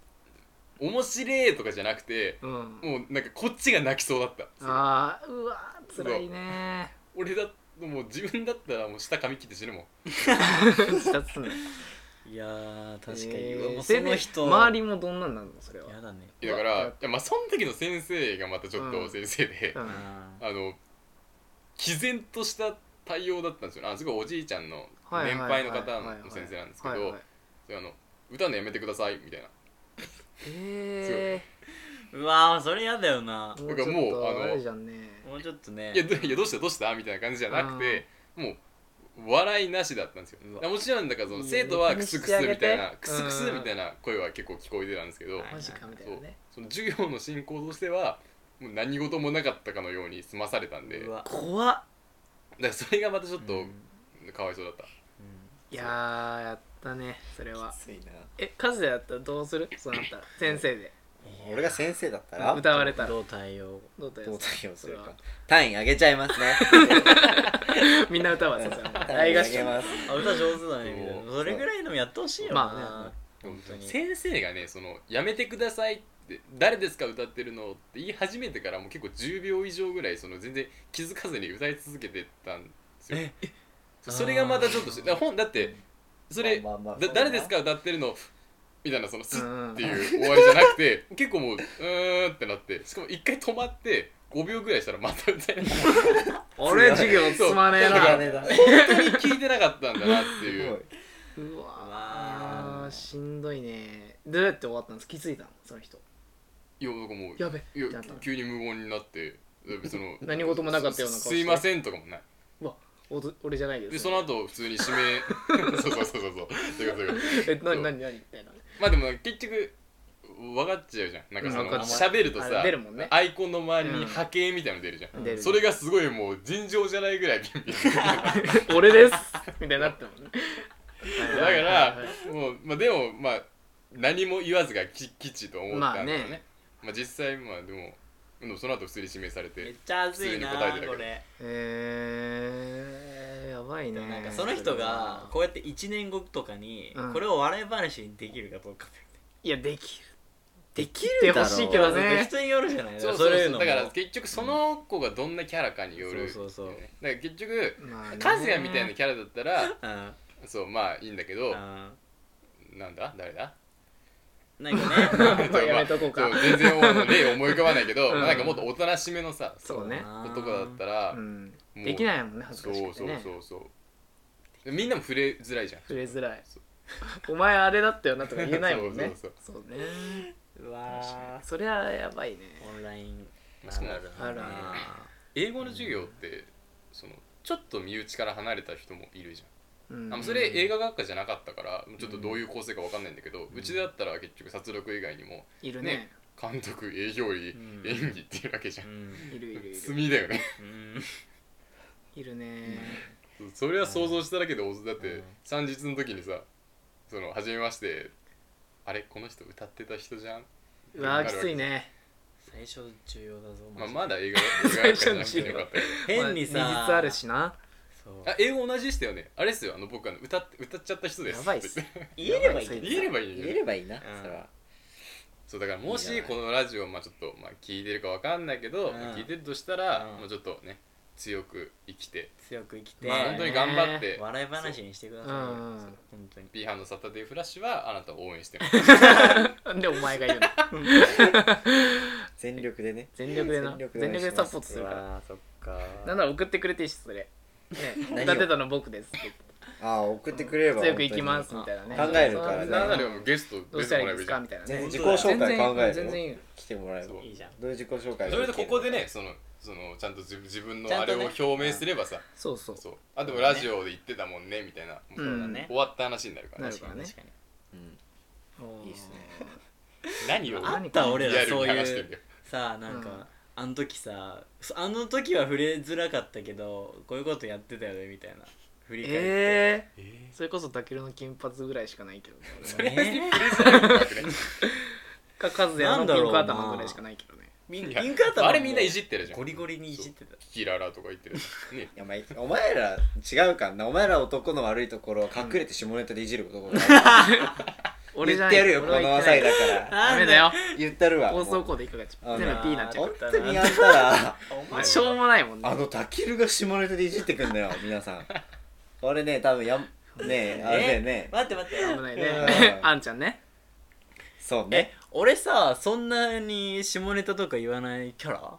Speaker 4: 面白いとかじゃなくて
Speaker 1: うん
Speaker 4: もうなんかこっちが泣きそうだった
Speaker 1: あーうわー辛いね
Speaker 4: 俺だもう自分だったらもう舌噛み切って死ぬもん
Speaker 1: 自殺すんの
Speaker 3: いやー確かに、
Speaker 1: えー
Speaker 3: うわ
Speaker 1: それ
Speaker 3: そ
Speaker 1: で
Speaker 3: の人
Speaker 1: 周りもどんなんなのそれは
Speaker 3: やだね
Speaker 4: いやだか
Speaker 1: うわ
Speaker 4: らいやまあその時の先生がまたちょっ
Speaker 1: うん
Speaker 4: と先生で、
Speaker 1: う
Speaker 3: うんん
Speaker 4: あの毅然とした対応だったんですよあすごいおじいちゃんの
Speaker 1: はい
Speaker 4: 年
Speaker 1: はいはい
Speaker 4: 配の方の先生なんですけ
Speaker 1: はいはい
Speaker 4: ど
Speaker 1: はい
Speaker 4: あの歌うのやめてくださいみたいな
Speaker 1: え
Speaker 3: うわーそれやだよな
Speaker 1: ー
Speaker 4: ごい
Speaker 1: もうちょっと
Speaker 4: だからもうあの
Speaker 1: あれじゃんね
Speaker 3: もうちょっとね
Speaker 4: いやどいやどうしたどうしたみたいな感じじゃなくてもう笑いなしだったんですよ
Speaker 3: うわ
Speaker 4: だからもちろんだからその生徒はクスクスみたい
Speaker 1: いや
Speaker 4: な
Speaker 1: 見
Speaker 4: ク
Speaker 1: せてあげて
Speaker 4: スクスみたいな声は結構聞こえてたんですけど、
Speaker 3: はい
Speaker 1: マジかみたい
Speaker 4: そ
Speaker 1: な
Speaker 4: う
Speaker 1: ね
Speaker 4: その授業の進行としてはもう何事もなかったかのように済まされたんで
Speaker 3: う
Speaker 4: だか
Speaker 3: わ怖っ
Speaker 4: らそれがまたちょっ
Speaker 3: う
Speaker 4: と
Speaker 3: ん
Speaker 4: かわいそうだった、
Speaker 1: いやーやったねそれは
Speaker 2: きついな
Speaker 1: えカズヤだったらどうするそうなったら先生で
Speaker 2: 俺が先生だったら
Speaker 1: 歌われたらど
Speaker 3: どう対応
Speaker 1: うだ
Speaker 2: ど
Speaker 1: よ
Speaker 2: う対応する
Speaker 1: それ
Speaker 2: か
Speaker 1: は
Speaker 2: 単位上げちゃ いますね
Speaker 1: みんな歌わせた
Speaker 2: 単
Speaker 1: 大
Speaker 2: 位
Speaker 1: 合
Speaker 2: 上げ
Speaker 1: 唱
Speaker 2: ます
Speaker 3: あ歌上手だねみたい
Speaker 4: そ
Speaker 3: なそれぐらいのもやってほしいよな、
Speaker 1: ま
Speaker 3: 本当に
Speaker 4: 先生がねその「やめてください」って「誰ですか歌ってるの?」って言い始めてからもう結構10秒以上ぐらいその全然気づかずに歌い続けてたんですよそうそれがまたちょっとしだから本だってそれ、
Speaker 2: まあまあまあ
Speaker 4: だ
Speaker 2: そうだな
Speaker 4: 誰ですか歌ってるのみたいなそのス
Speaker 1: うん
Speaker 4: ッっていう終わりじゃなくて結構もううーんってなってしかも一回止まって5秒ぐらいしたらまた歌いながら
Speaker 1: 俺授業進まねえ
Speaker 4: そう
Speaker 1: な
Speaker 4: だ
Speaker 2: ねだ
Speaker 4: 本当に聞いてなかったんだなって
Speaker 2: す
Speaker 4: い
Speaker 2: ご
Speaker 4: う
Speaker 2: いう
Speaker 3: う
Speaker 1: わ
Speaker 3: わ
Speaker 1: ー
Speaker 3: ー
Speaker 1: しんどいねどうやって終わったんですか気づいたのその人
Speaker 4: いやなんかもう
Speaker 1: やべ
Speaker 4: いや
Speaker 1: ってなったの
Speaker 4: 急に無言になってその
Speaker 1: 何事もなかったような顔して
Speaker 4: すすい ませんとかもないう
Speaker 1: わおと俺じゃないです
Speaker 4: でその後普通に指 名そうそうそうそうそうそういうことそういうこと
Speaker 1: えなになになにみたいな
Speaker 4: まあでも結局分かっちゃうじゃんなんかそ
Speaker 1: うん
Speaker 4: の
Speaker 1: 分かっちゃう
Speaker 4: 喋ると
Speaker 1: あ
Speaker 4: さ
Speaker 1: 出るもんね
Speaker 4: アイコンの周り
Speaker 1: うん
Speaker 4: に波形みたいなの出るじゃん、
Speaker 1: 出る
Speaker 4: それがすごいもう尋常じゃないぐらいビンビ ン
Speaker 1: 俺ですみたいになったもんね
Speaker 4: だからもう、まあ、でもまあ何も言わずがき吉と思ったんだよね,、
Speaker 1: ま
Speaker 4: ま
Speaker 1: あ
Speaker 4: あ
Speaker 1: ね
Speaker 4: 実際まあでもでもその後普通に指名され
Speaker 3: めってちゃ熱いな
Speaker 4: 普通に答えてたけど
Speaker 3: これ
Speaker 1: えー、やばいね
Speaker 3: なんかその人がこうやって1年後とかに
Speaker 1: うん
Speaker 3: これを笑い話にできるかどうか
Speaker 1: いやでき
Speaker 2: でき
Speaker 1: る
Speaker 2: る
Speaker 1: だ
Speaker 2: だ
Speaker 1: ろう
Speaker 2: ろう
Speaker 1: けどね
Speaker 3: 人によるじゃない
Speaker 4: そう
Speaker 3: そ
Speaker 4: そう
Speaker 3: れ
Speaker 4: そ
Speaker 3: いう
Speaker 4: う
Speaker 3: の
Speaker 4: だ
Speaker 3: も
Speaker 4: から結局その子がどんなキャラかによる、
Speaker 3: そうそうそう
Speaker 4: だから結局
Speaker 1: る、まあね
Speaker 4: カズヤみたいなキャラだっ たら
Speaker 3: うん
Speaker 4: そうまあいいんだけど
Speaker 3: うん
Speaker 4: なんだ誰だ
Speaker 3: なんかね
Speaker 1: まあやめとこうか
Speaker 4: そう全然もう例思い浮かばない けど、
Speaker 1: うん
Speaker 4: まあなんかもっとおとなしめのさ
Speaker 1: そうね
Speaker 4: 男だったら、
Speaker 1: うん
Speaker 4: もう
Speaker 1: できないもんね恥ず
Speaker 4: そ
Speaker 1: かしく
Speaker 4: う
Speaker 1: て
Speaker 4: そう
Speaker 1: ね
Speaker 4: そうそうでみんなも触れづらいじゃん
Speaker 1: 触れづらい
Speaker 4: そ
Speaker 1: お前あれだったよなとか言えないもんね
Speaker 4: そう
Speaker 1: そうね
Speaker 3: うわ
Speaker 1: そりゃやばいね
Speaker 3: ーオンライン
Speaker 4: まあしかも
Speaker 1: あるあ
Speaker 4: 英語の授業ってそのちょっと身内から離れた人もいるじ
Speaker 1: うん
Speaker 4: ゃん、あのそれ映画学科じゃなかったからちょっとどういう構成かわかんないんだけど、うちだったら結局殺戮以外にも
Speaker 1: いるね
Speaker 4: ね監督営業医、
Speaker 3: ん
Speaker 4: 演技っていうわけじゃ、
Speaker 3: うんん
Speaker 1: いるいるいる
Speaker 4: 罪だよね
Speaker 3: うん
Speaker 1: いるね
Speaker 4: それは想像しただけでおだっ
Speaker 3: う
Speaker 4: て
Speaker 3: ん
Speaker 4: 三日の時にさその初めましてあれこの人歌ってた人じゃん
Speaker 1: うわー
Speaker 4: なるわ
Speaker 1: き
Speaker 4: け
Speaker 1: ついね
Speaker 2: 最初重要だぞ
Speaker 4: ま
Speaker 2: マ
Speaker 4: あ、
Speaker 2: ジで
Speaker 4: まだ映画映画館じゃなくてよかったけど
Speaker 2: 変にさ
Speaker 1: まあ技術あるしな
Speaker 2: そう
Speaker 4: あ英語同じでしたよねあれですよあの僕あの歌って歌っちゃった人です
Speaker 1: やばいっす
Speaker 2: 言えればいいけどさ
Speaker 4: 言えればいいよね
Speaker 2: 言えればいいな、
Speaker 3: ん
Speaker 2: それは
Speaker 4: そうだからも
Speaker 2: いい
Speaker 4: し
Speaker 2: じゃない
Speaker 4: このラジオまあちょっとまあ聞いてるかわかんないけど、
Speaker 2: うん
Speaker 4: まあ聞いてるとしたら、
Speaker 2: うん
Speaker 4: まあちょっとね強く生きて、
Speaker 2: 強く生きて、
Speaker 4: まあ
Speaker 1: ね
Speaker 4: 本当に頑張って、
Speaker 2: 笑い話にしてくださいよ
Speaker 1: うん
Speaker 2: そう本当に
Speaker 4: ビーハンのサタデーフラッシュはあなたを応援してます
Speaker 1: なんでお前が言うの
Speaker 2: 全力でね
Speaker 1: 全力でな
Speaker 2: 全
Speaker 1: 全力
Speaker 2: 力でお願い
Speaker 1: で
Speaker 2: します
Speaker 1: サポートするから
Speaker 2: あそっか
Speaker 1: なんなら送ってくれていいし それ
Speaker 2: 何
Speaker 1: ね
Speaker 2: を
Speaker 1: 歌ってたの僕ですって言って
Speaker 2: ああ送ってくれれば
Speaker 1: 強く行きますみ
Speaker 2: 本
Speaker 1: たいなね
Speaker 2: 考えるからね
Speaker 4: なんなら
Speaker 1: ど
Speaker 4: もうゲスト
Speaker 1: う
Speaker 4: 出
Speaker 1: したら
Speaker 4: て
Speaker 1: い
Speaker 4: もら
Speaker 1: いです
Speaker 4: えばいいじゃ
Speaker 1: か
Speaker 4: ん
Speaker 1: みたいな
Speaker 2: 当に
Speaker 1: ね
Speaker 2: ね自己紹介考える
Speaker 1: 全然いい
Speaker 2: の
Speaker 1: よ
Speaker 2: 来てもらえば
Speaker 4: そう
Speaker 3: いいじゃん
Speaker 2: どういう自己紹介
Speaker 4: そ
Speaker 2: が
Speaker 4: れ
Speaker 2: い
Speaker 4: で
Speaker 2: け
Speaker 4: こ
Speaker 2: る
Speaker 4: こでねそのそのちゃんと自自分のあれを
Speaker 2: ちゃんとね
Speaker 4: 表明すればさ、
Speaker 1: そうそう
Speaker 4: そうあでもラジオで言ってたもんねみたいな、
Speaker 1: う
Speaker 3: そうだ
Speaker 1: ん
Speaker 3: ね
Speaker 4: 終わった話になるから、
Speaker 1: な
Speaker 4: ね
Speaker 1: る、からね
Speaker 3: 確かに
Speaker 2: うん
Speaker 1: おー
Speaker 2: いいっすね
Speaker 4: 何を
Speaker 1: あ
Speaker 4: リ
Speaker 1: ん
Speaker 3: た俺
Speaker 4: ア
Speaker 3: ら
Speaker 4: ル
Speaker 3: そう
Speaker 4: に話して
Speaker 3: い
Speaker 4: んだ
Speaker 3: う
Speaker 4: よ
Speaker 3: さあなんか、
Speaker 1: うん
Speaker 3: あの時さそあの時は触れづらかったけどこういうことやってたよねみたいな振り返って、
Speaker 1: え
Speaker 4: え
Speaker 1: ーそれこそダケルの金髪ぐらいしかないけどね
Speaker 3: それね
Speaker 1: かカズヤのピンク頭ぐらいしかないけどね
Speaker 3: ピン
Speaker 4: いや
Speaker 3: ピンク頭も
Speaker 4: あれみんないじってるじゃん
Speaker 3: ゴリゴリにいじってた
Speaker 4: キララとか言ってるね
Speaker 2: いやまあいお前ら違うからなお前ら男の悪いところは隠れて下ネタでいじることがある
Speaker 1: 俺じ
Speaker 2: 言
Speaker 1: ゃな
Speaker 2: って
Speaker 1: い
Speaker 2: やるよこ
Speaker 1: 俺は言って
Speaker 2: の
Speaker 1: な
Speaker 2: 際
Speaker 1: い
Speaker 2: だから
Speaker 1: ダメだよ
Speaker 2: 言ったるわ
Speaker 1: 放送
Speaker 2: もう
Speaker 1: コードいかがち
Speaker 2: あの
Speaker 1: 全部 P になっちゃう
Speaker 2: 本当にあんたら
Speaker 3: お
Speaker 1: ま
Speaker 3: 前
Speaker 1: あしょうもないもんね
Speaker 2: あのタキルが下ネタでいじってくんだよ 皆さんこれね多分やん ねえあれだよね
Speaker 3: 待って待って
Speaker 1: 危ないね
Speaker 2: うん
Speaker 1: あんちゃんね
Speaker 2: そう
Speaker 3: え
Speaker 2: ね
Speaker 3: 俺さそんなに下ネタとか言わないキャラ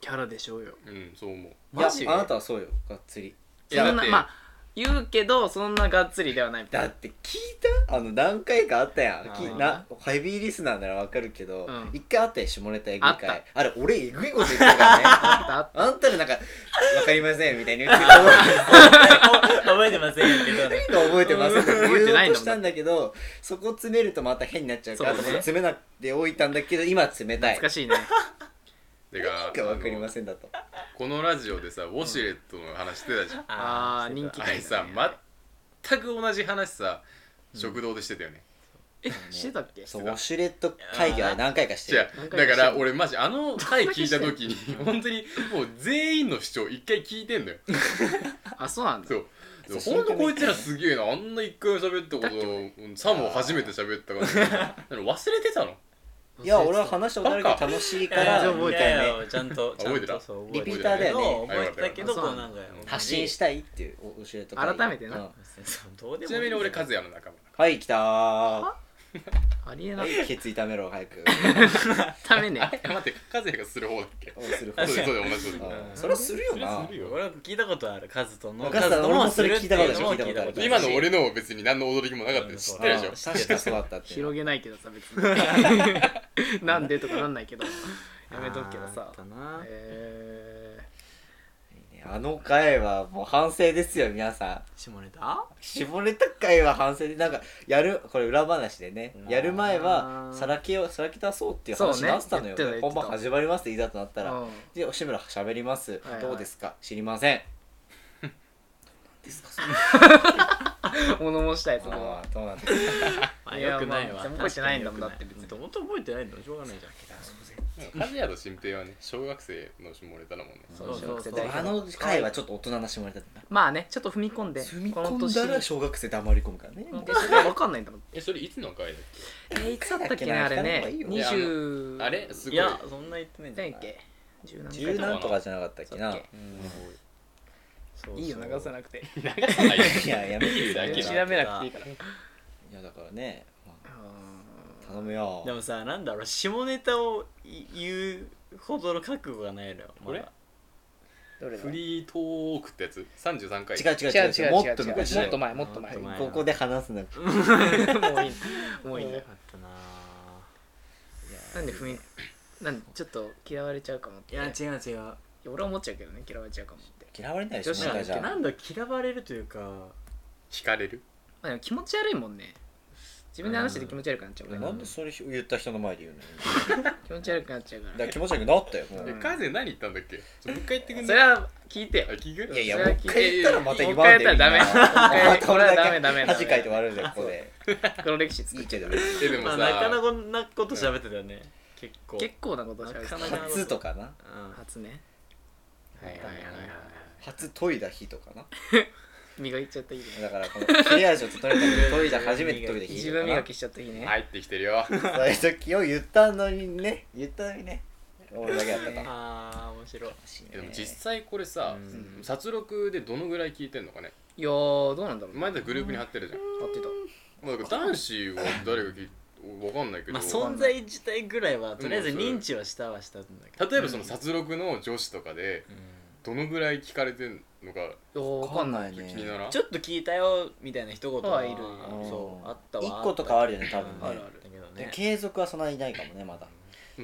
Speaker 1: キャラでしょうよ
Speaker 4: うんそう思う
Speaker 2: いや
Speaker 3: マジ
Speaker 2: あなたはそうよがっつり
Speaker 4: いや
Speaker 1: そん
Speaker 4: だっ
Speaker 1: な
Speaker 4: て
Speaker 1: まあ言うけどそんながっつりではない
Speaker 2: だって聞いたあの何回かあったやん
Speaker 3: あ
Speaker 2: き
Speaker 3: ー
Speaker 2: なヘビーリスナーならわかるけど
Speaker 1: うん
Speaker 2: 一、回あったよ下ネタえぐい
Speaker 1: あっ
Speaker 2: 回あれ俺えぐいこと言ってたからね
Speaker 1: あっ
Speaker 2: あんたらなんか「わかりません」みたいに言っ てたの
Speaker 3: 覚えてませんよって言ったの
Speaker 2: 覚えてませんって
Speaker 1: 覚えてないだも
Speaker 2: 言おうん
Speaker 1: ん
Speaker 2: としたんだけどそこ詰めるとまた変になっちゃうから
Speaker 1: そうね
Speaker 2: そこ詰めなくておいたんだけど今冷
Speaker 1: た
Speaker 2: た
Speaker 1: 懐
Speaker 2: い
Speaker 1: か しいね
Speaker 4: てか
Speaker 2: かわかりま
Speaker 4: あ
Speaker 2: せんだと
Speaker 4: のこのラジオでさウォシュレットの話してたじゃん
Speaker 1: あー人気
Speaker 4: あれさ全く同じ話さ食堂でしてたよね
Speaker 1: えしてたっけ
Speaker 2: そうウォシュレット会議は何回かして
Speaker 4: じゃ
Speaker 2: る
Speaker 1: 何回
Speaker 4: だ
Speaker 1: か
Speaker 4: か
Speaker 1: して
Speaker 4: ら
Speaker 1: る
Speaker 4: 俺マジあの回聞いた時に本当にもう全員の主張一回聞いてんだよ
Speaker 1: あそうなんだ
Speaker 4: そう
Speaker 2: そう
Speaker 4: ほんとこいつらすげえなあんな一回も喋ったことうんサモン初めて喋ったから忘れてたの
Speaker 2: いや俺は話したことあるけど楽しいから
Speaker 1: 全然覚えて
Speaker 2: みたいなね
Speaker 3: ちゃんと
Speaker 4: 覚えてた
Speaker 3: そう覚え
Speaker 2: リ
Speaker 3: て
Speaker 2: ピーターだよね
Speaker 3: 覚えてたけど
Speaker 1: はい
Speaker 3: こうなんか
Speaker 4: うん
Speaker 2: 発信したいっていうウォシュレット
Speaker 1: 改めてな
Speaker 2: うん
Speaker 3: そうどうでもいい
Speaker 4: ちなみに俺和也の仲間
Speaker 2: はい来たー
Speaker 1: ありえな
Speaker 2: はいいケツ痛めろ 早く
Speaker 1: ため
Speaker 4: あ
Speaker 1: ね
Speaker 4: れ待って和也がする方だっけ
Speaker 2: おうする
Speaker 4: そうで
Speaker 2: そ
Speaker 4: そうで同じそう
Speaker 2: うんそれはするよな
Speaker 4: それはするよ
Speaker 3: 俺は聞いたことあるカズとの
Speaker 2: カズとの
Speaker 3: カ
Speaker 2: 俺もそれ聞いたことある
Speaker 3: するっていうのも
Speaker 2: 聞いたことある
Speaker 4: 今の俺のも別に何の驚きもなかったです知ってるでしょ
Speaker 3: うん
Speaker 2: あ確かそうだったっていうの
Speaker 1: 広げないけどさ別になんでとかなんないけどやめとくけど
Speaker 3: あ
Speaker 1: さ
Speaker 3: ったな
Speaker 1: え
Speaker 2: あの回はもう反省ですよ皆さん
Speaker 3: 下ネタ
Speaker 2: 絞れた回は反省でなんかやるこれ裏話でね
Speaker 3: うん
Speaker 2: やる前はさらけをさらけ出そうっていう
Speaker 1: そ
Speaker 2: 話
Speaker 1: う
Speaker 2: に
Speaker 1: ね
Speaker 2: なってたのよ、
Speaker 1: 言ってた
Speaker 2: 本番
Speaker 1: 言って
Speaker 2: 始まりますっていざとなった
Speaker 1: ー
Speaker 2: ら、
Speaker 1: うん
Speaker 2: で吉村しゃべります、
Speaker 1: はいはい
Speaker 2: どうですか知りません
Speaker 1: 物申したいそこ
Speaker 2: あ
Speaker 1: は
Speaker 2: ーどうなんですか
Speaker 3: まあ
Speaker 1: いや
Speaker 3: よくない
Speaker 1: ま
Speaker 3: わ
Speaker 1: あ覚えてないんだもん
Speaker 3: 確かに
Speaker 1: だって別に
Speaker 3: 本当覚えてないんだもんしょうがないじゃん
Speaker 4: 和也と新平はね小学生の下ネタだもんね
Speaker 1: そう
Speaker 3: そうそう
Speaker 1: 小学生
Speaker 3: そ
Speaker 1: 代
Speaker 3: う
Speaker 1: 表
Speaker 2: あの回はちょっと大人な下ネタだな
Speaker 1: まあねちょっと踏み込んで
Speaker 2: 踏み
Speaker 1: この
Speaker 2: 込ん
Speaker 1: 年
Speaker 2: だら小学生黙り込むからね
Speaker 1: この年で分かんないんだもん
Speaker 4: えそれいつの回だっ
Speaker 1: えーいつだったっけねあれね
Speaker 2: い
Speaker 4: やあの
Speaker 1: 20
Speaker 4: けあれす
Speaker 3: い
Speaker 4: ごい
Speaker 3: やそんな言ってないんじゃ
Speaker 1: 何
Speaker 3: ん
Speaker 1: だっけ十何
Speaker 2: 十
Speaker 1: 回
Speaker 2: 何とかじゃなかったっけな
Speaker 1: そうっ
Speaker 3: そうそう
Speaker 1: いいよ流さなくて
Speaker 4: 流さないよ
Speaker 2: いややめてください
Speaker 4: だけ
Speaker 2: い
Speaker 1: 調
Speaker 4: だ
Speaker 2: や
Speaker 1: べなくていいから
Speaker 2: だからねまあ
Speaker 1: う
Speaker 2: 頼むよ
Speaker 3: でもさなんだろう下ネタをい言うほどの覚悟がないのよまだ
Speaker 4: これ
Speaker 1: どれだ
Speaker 4: フリートークってやつ33回
Speaker 2: 違う違う
Speaker 1: 違う違う違
Speaker 2: 違う
Speaker 1: う
Speaker 2: もっと昔
Speaker 1: も
Speaker 2: だ
Speaker 1: っ
Speaker 2: よ
Speaker 1: と前もっと前
Speaker 3: もっと前
Speaker 2: ここで話すの
Speaker 1: もういいもういいんだ
Speaker 3: よ
Speaker 1: よ
Speaker 3: かったなあ
Speaker 1: なんで踏みなんでちょっと嫌われちゃうかもって
Speaker 3: いや違う違う
Speaker 1: いや俺は思っちゃうけどね嫌われちゃうかもって、
Speaker 2: 嫌われないでしょ
Speaker 1: 女子なんて
Speaker 2: じゃ
Speaker 3: な
Speaker 2: あ
Speaker 3: んだ嫌われるというか
Speaker 4: 聞かれる
Speaker 1: まあ、でも気持ち悪いもんね自分で話してて気持ち悪くなっちゃうから、
Speaker 2: なんでそれ言った人の前で言うの
Speaker 1: 気持ち悪くなっちゃうか
Speaker 2: だからら気持ち悪くなったよも
Speaker 4: え
Speaker 2: う
Speaker 4: カズ何言ったんだっけちょもう一回言ってくん
Speaker 1: そ
Speaker 4: ない
Speaker 1: れは聞いてよ
Speaker 4: あ聞く
Speaker 2: いやいや
Speaker 1: そ
Speaker 2: も
Speaker 1: れ
Speaker 2: う
Speaker 1: は聞い
Speaker 2: 一
Speaker 1: て
Speaker 2: 回言ったらまた言わんで
Speaker 1: もう一回やったらダメ
Speaker 2: みんな
Speaker 1: これはダメダメダメ
Speaker 2: 恥かいて終わるんだよここで
Speaker 1: 黒歴史作っ
Speaker 2: いい
Speaker 1: ちゃ
Speaker 2: け
Speaker 1: う
Speaker 2: ど
Speaker 4: えでも
Speaker 3: まあ
Speaker 4: さ、
Speaker 3: なかなかなこと喋ってたよね結構
Speaker 1: 結構なことしゃべってた
Speaker 3: なかなか
Speaker 2: 初とかな
Speaker 3: うん
Speaker 1: 初ねはいはいはいはい
Speaker 2: 初研いだ日とかな
Speaker 1: 磨いちゃった日ね
Speaker 2: だからこの切れ味を整えた時研いだ初めて研いだ日
Speaker 1: 自分磨きしちゃった日ね
Speaker 4: 入ってきてるよ
Speaker 2: そういう時を言ったのにね言ったのにね俺だけだったか
Speaker 3: ああ面白い
Speaker 4: でも実際これさ、
Speaker 1: うん
Speaker 4: 殺録でどのぐらい聞いてんのかね
Speaker 1: いやーどうなんだろう
Speaker 4: 前だグループに貼ってるじゃん、
Speaker 1: 合ってた
Speaker 4: まあ、だから男子は誰が聞いわかんないけど、
Speaker 3: まあ存在自体ぐらいはとりあえず
Speaker 4: うん
Speaker 3: 認知はしたはしたんだけど
Speaker 4: 例えばその殺録の女子とかでどのぐらい聞かれてんのか
Speaker 1: いやーわ
Speaker 2: 分
Speaker 1: か
Speaker 2: か
Speaker 1: ん
Speaker 2: ん
Speaker 1: ない
Speaker 2: ないね
Speaker 4: 気にならん
Speaker 3: ちょっと聞いたよみたいな一言
Speaker 1: はいいる
Speaker 3: そうあったわ
Speaker 2: 1個とかはあるよね多分
Speaker 3: うんある
Speaker 2: ね
Speaker 3: あるだけど
Speaker 2: で
Speaker 3: ね
Speaker 2: 継続はそんなにいないかもねまだ